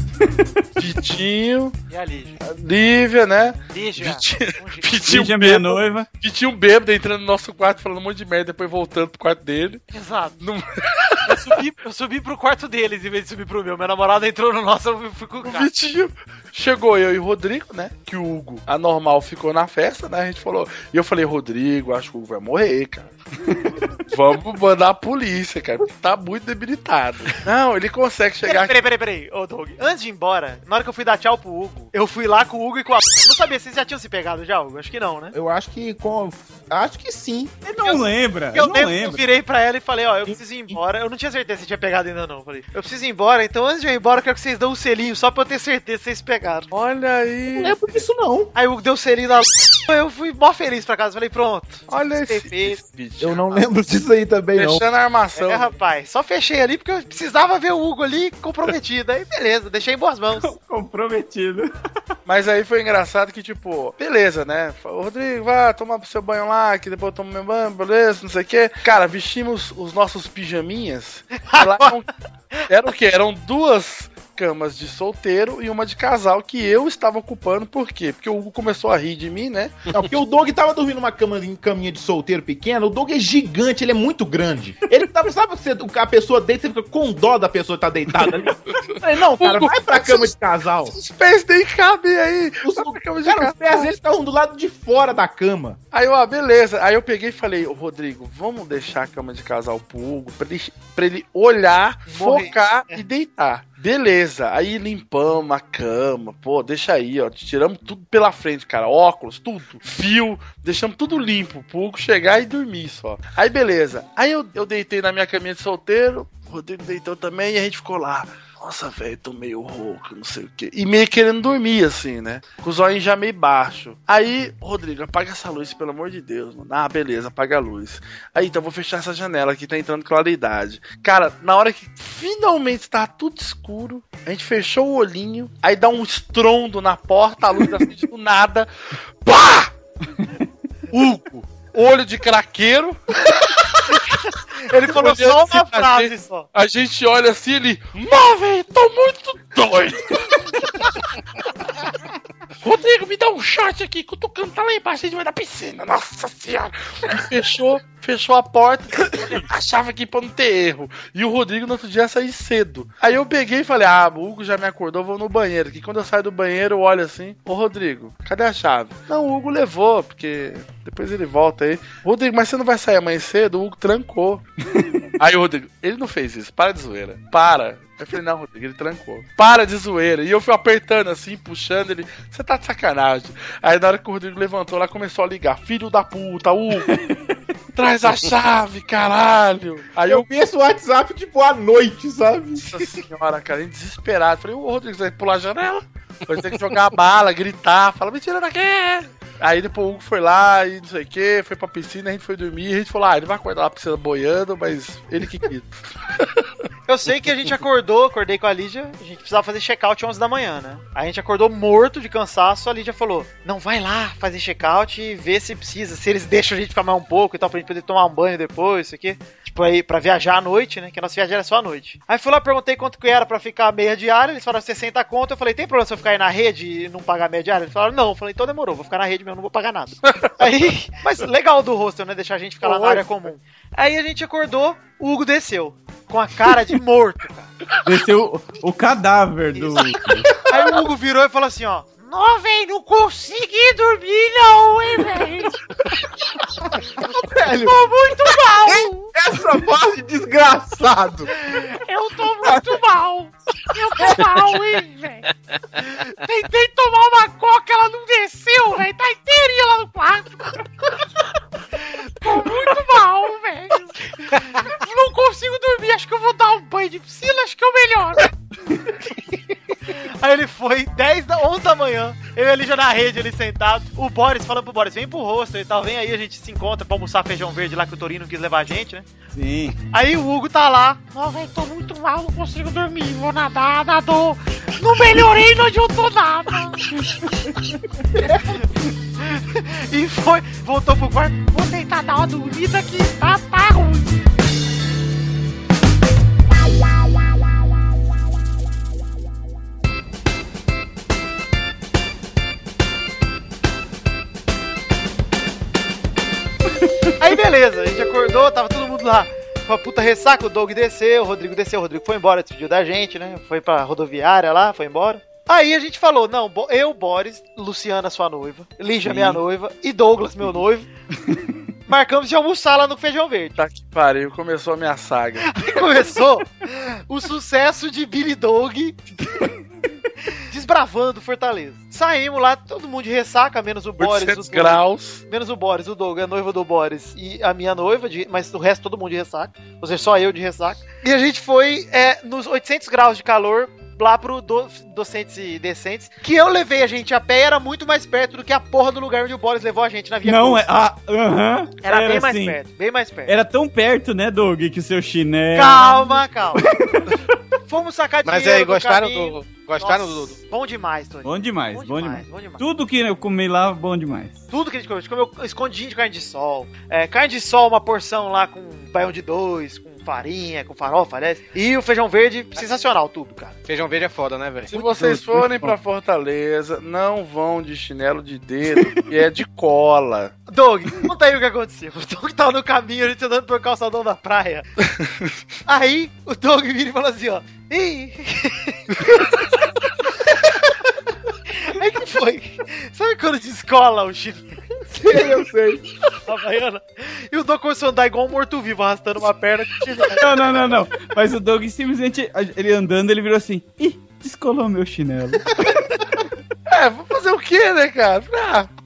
Vitinho. E ali, gente? Lívia, né? Lígia. Pediu Lígia, um minha bêbado, noiva. Pediu um bêbado entrando no nosso quarto, falando um monte de merda, depois voltando pro quarto dele. Exato. Não- Eu subi, eu subi pro quarto deles em vez de subir pro meu. Minha namorada entrou no nosso, eu fui com o cara. Vitinho. um- Chegou eu e o Rodrigo, né? Que o Hugo, anormal, ficou na festa, né? A gente falou. E eu falei, Rodrigo, acho que o Hugo vai morrer, cara. Vamos mandar a polícia, cara. Porque tá muito debilitado. Não, ele consegue chegar Peraí, peraí, peraí, ô Doug. Antes de ir embora, na hora que eu fui dar tchau pro Hugo, eu fui lá com o Hugo e com a. Não sabia, vocês já tinham se pegado já, Hugo? Acho que não, né? Eu acho que com. Acho que sim. Ele não lembra. Eu não lembro que eu lembra. virei pra ela e falei, ó, eu preciso ir embora. Eu não tinha certeza se tinha pegado ainda não. Eu falei, eu preciso ir embora, então antes de eu ir embora, eu quero que vocês dão um selinho, só pra eu ter certeza que vocês pegaram. Olha aí. Não lembro disso não. Aí o Hugo deu o selinho na. Eu fui mó feliz pra casa, falei, pronto. Olha esse. Eu não lembro disso aí também, não. Fechando a armação. É, rapaz, só fechei ali porque eu precisava ver o Hugo ali comprometido. Aí beleza, deixei em boas mãos. Comprometido. Mas aí foi engraçado que, tipo, beleza, né? Falou, Rodrigo, vai tomar pro seu banho lá, que depois eu tomo meu banho, beleza, não sei o quê. Cara, vestimos os nossos pijaminhas. e lá eram, era o quê? Eram duas camas de solteiro e uma de casal que eu estava ocupando, por quê? Porque o Hugo começou a rir de mim, né? Não, porque o Doug tava dormindo numa cama em caminha de solteiro pequena, o Doug é gigante, ele é muito grande. Ele tava, sabe você, a pessoa deita, você fica com dó da pessoa que tá deitada ali. Eu falei, não, cara, vai pra cama de casal. Os pés nem cabem aí. Os, cara, os pés eles estavam do lado de fora da cama. Aí eu, ah, beleza. Aí eu peguei e falei, ô Rodrigo, vamos deixar a cama de casal pro Hugo pra ele, pra ele olhar, Morrer. focar É. e deitar. Beleza. Aí limpamos a cama, pô, deixa aí, ó. Tiramos tudo pela frente, cara. Óculos, tudo, fio, deixamos tudo limpo pro Hugo chegar e dormir só. Aí beleza. Aí eu, eu deitei na minha caminha de solteiro, o Rodrigo deitou também e a gente ficou lá. Nossa, velho, tô meio rouco, não sei o quê. E meio querendo dormir, assim, né? Com os olhos já meio baixo. Aí, Rodrigo, apaga essa luz, pelo amor de Deus, mano. Ah, beleza, apaga a luz. Aí, então, vou fechar essa janela aqui, tá entrando claridade. Cara, na hora que finalmente tá tudo escuro, a gente fechou o olhinho, aí dá um estrondo na porta, a luz acende do nada. Pá! Hugo, olho de craqueiro. Ele falou Olhando só assim uma pra frase gente, só. A gente olha assim, ele... Móvel, tô muito doido. Rodrigo, me dá um shot aqui, que eu tô tá cantando lá embaixo, a gente vai na piscina. Nossa senhora. Fechou, fechou a porta. Achava que pra não ter erro. E o Rodrigo no outro dia ia sair cedo. Aí eu peguei e falei, ah, o Hugo já me acordou, vou no banheiro. Que quando eu saio do banheiro, eu olho assim, ô Rodrigo, cadê a chave? Não, o Hugo levou, porque depois ele volta aí. Rodrigo, mas você não vai sair amanhã cedo? O Hugo trancou. Aí o Rodrigo, ele não fez isso, para de zoeira. Para. Eu falei, não, Rodrigo, ele trancou. Para de zoeira. E eu fui apertando assim, puxando ele. Você tá de sacanagem. Aí na hora que o Rodrigo levantou, ela começou a ligar. Filho da puta, Hugo. Traz a chave, caralho. Aí eu, vi esse WhatsApp, tipo, à noite, sabe? Nossa senhora, cara, eu desesperado. Falei, ô Rodrigo, você vai pular a janela? Vai ter que jogar a bala, gritar, fala, me tira daqui. Aí depois o Hugo foi lá e não sei o que, foi pra piscina, a gente foi dormir, a gente falou, ah, ele vai acordar lá a piscina boiando, mas ele que quis. Eu sei que a gente acordou, acordei com a Lídia, a gente precisava fazer check-out 11 da manhã, né? A gente acordou morto de cansaço, a Lídia falou, não, vai lá fazer check-out e ver se precisa, se eles deixam a gente ficar mais um pouco e tal, pra gente poder tomar um banho depois, isso aqui. Tipo, aí, pra viajar à noite, né? Que a nossa viagem era só à noite. Aí fui lá, perguntei quanto que era pra ficar a meia diária, eles falaram 60 conto, eu falei, tem problema se eu ficar aí na rede e não pagar a meia diária? Eles falaram, não, eu falei, então demorou, vou ficar na rede mesmo, não vou pagar nada. aí, mas legal do hostel, né? Deixar a gente ficar lá na área comum. Aí a gente acordou, o Hugo desceu. Com a cara de morto, cara. Desceu o, o cadáver do. Aí o Hugo virou e falou assim, ó. Não, velho, não consegui dormir não, hein, velho. Velho. Tô muito mal. Essa fase desgraçado. Eu tô muito mal. Eu tô mal, hein, velho. Tentei tomar uma coca, ela não desceu, velho. Tá inteirinha lá no quarto. Tô muito mal, velho. Não consigo dormir. Acho que eu vou dar um banho de piscina. Acho que é o melhor. Aí ele foi, 10 da 11 da manhã, eu ali já na rede, ele sentado. O Boris falando pro Boris, vem pro rosto e tal, vem aí, a gente se encontra pra almoçar feijão verde lá que o Torino quis levar a gente, né? Sim. Aí o Hugo tá lá. Não, velho, tô muito mal. Não consigo dormir. Vou nadar, nadou. Não melhorei de onde eu tô nada. E foi, voltou pro quarto. Vou tentar dar uma dormida que tá, tá ruim. Aí beleza, a gente acordou, tava todo mundo lá. Uma puta ressaca, o Doug desceu, o Rodrigo desceu, o Rodrigo foi embora, despediu da gente, né? Foi pra rodoviária lá, foi embora. Aí a gente falou, não, Bo- eu, Boris, Luciana, sua noiva, Lígia, Sim. minha noiva, e Douglas, meu noivo, marcamos de almoçar lá no Feijão Verde. Tá que pariu, começou a minha saga. começou o sucesso de Billy Dog desbravando Fortaleza. Saímos lá, todo mundo de ressaca, menos o Boris. O 800 graus. Menos o Boris, o Doug, a noiva do Boris e a minha noiva, de- mas o resto todo mundo de ressaca. Ou seja, só eu de ressaca. E a gente foi é, nos 800 graus de calor lá pro do, Docentes e Decentes, que eu levei a gente a pé era muito mais perto do que a porra do lugar onde o Boris levou a gente na Via Não, Cruz. é. Ah, aham. Era, bem mais assim. perto, bem mais perto. Era tão perto, né, Doug, que o seu chinelo. Calma, calma. Fomos sacar dinheiro Mas aí, gostaram do- gostaram do... Bom demais, Tony. Bom demais, bom, demais, Tudo que eu comi lá, bom demais. Tudo que a gente comeu. A gente comeu escondidinho de carne de sol. É, carne de sol, uma porção lá com baião de dois, com farinha, com farofa, aliás. E o feijão verde, sensacional tudo, cara. Feijão verde é foda, né, velho? Se vocês forem pra Fortaleza, não vão de chinelo de dedo, que é de cola. Doug, conta aí o que aconteceu. O Doug tava no caminho, a gente andando pelo calçadão da praia. Aí, o Doug vira e fala assim, ó. Ih! Aí que foi? Sabe quando descola o chinelo? Sim, eu sei. Havaiana. E o Doug começou a andar igual um morto-vivo, arrastando uma perna com o chinelo. Não, não, não, não. Mas o Doug simplesmente, ele andando, ele virou assim: ih, descolou meu chinelo. É, vou fazer o quê, né, cara? Ah,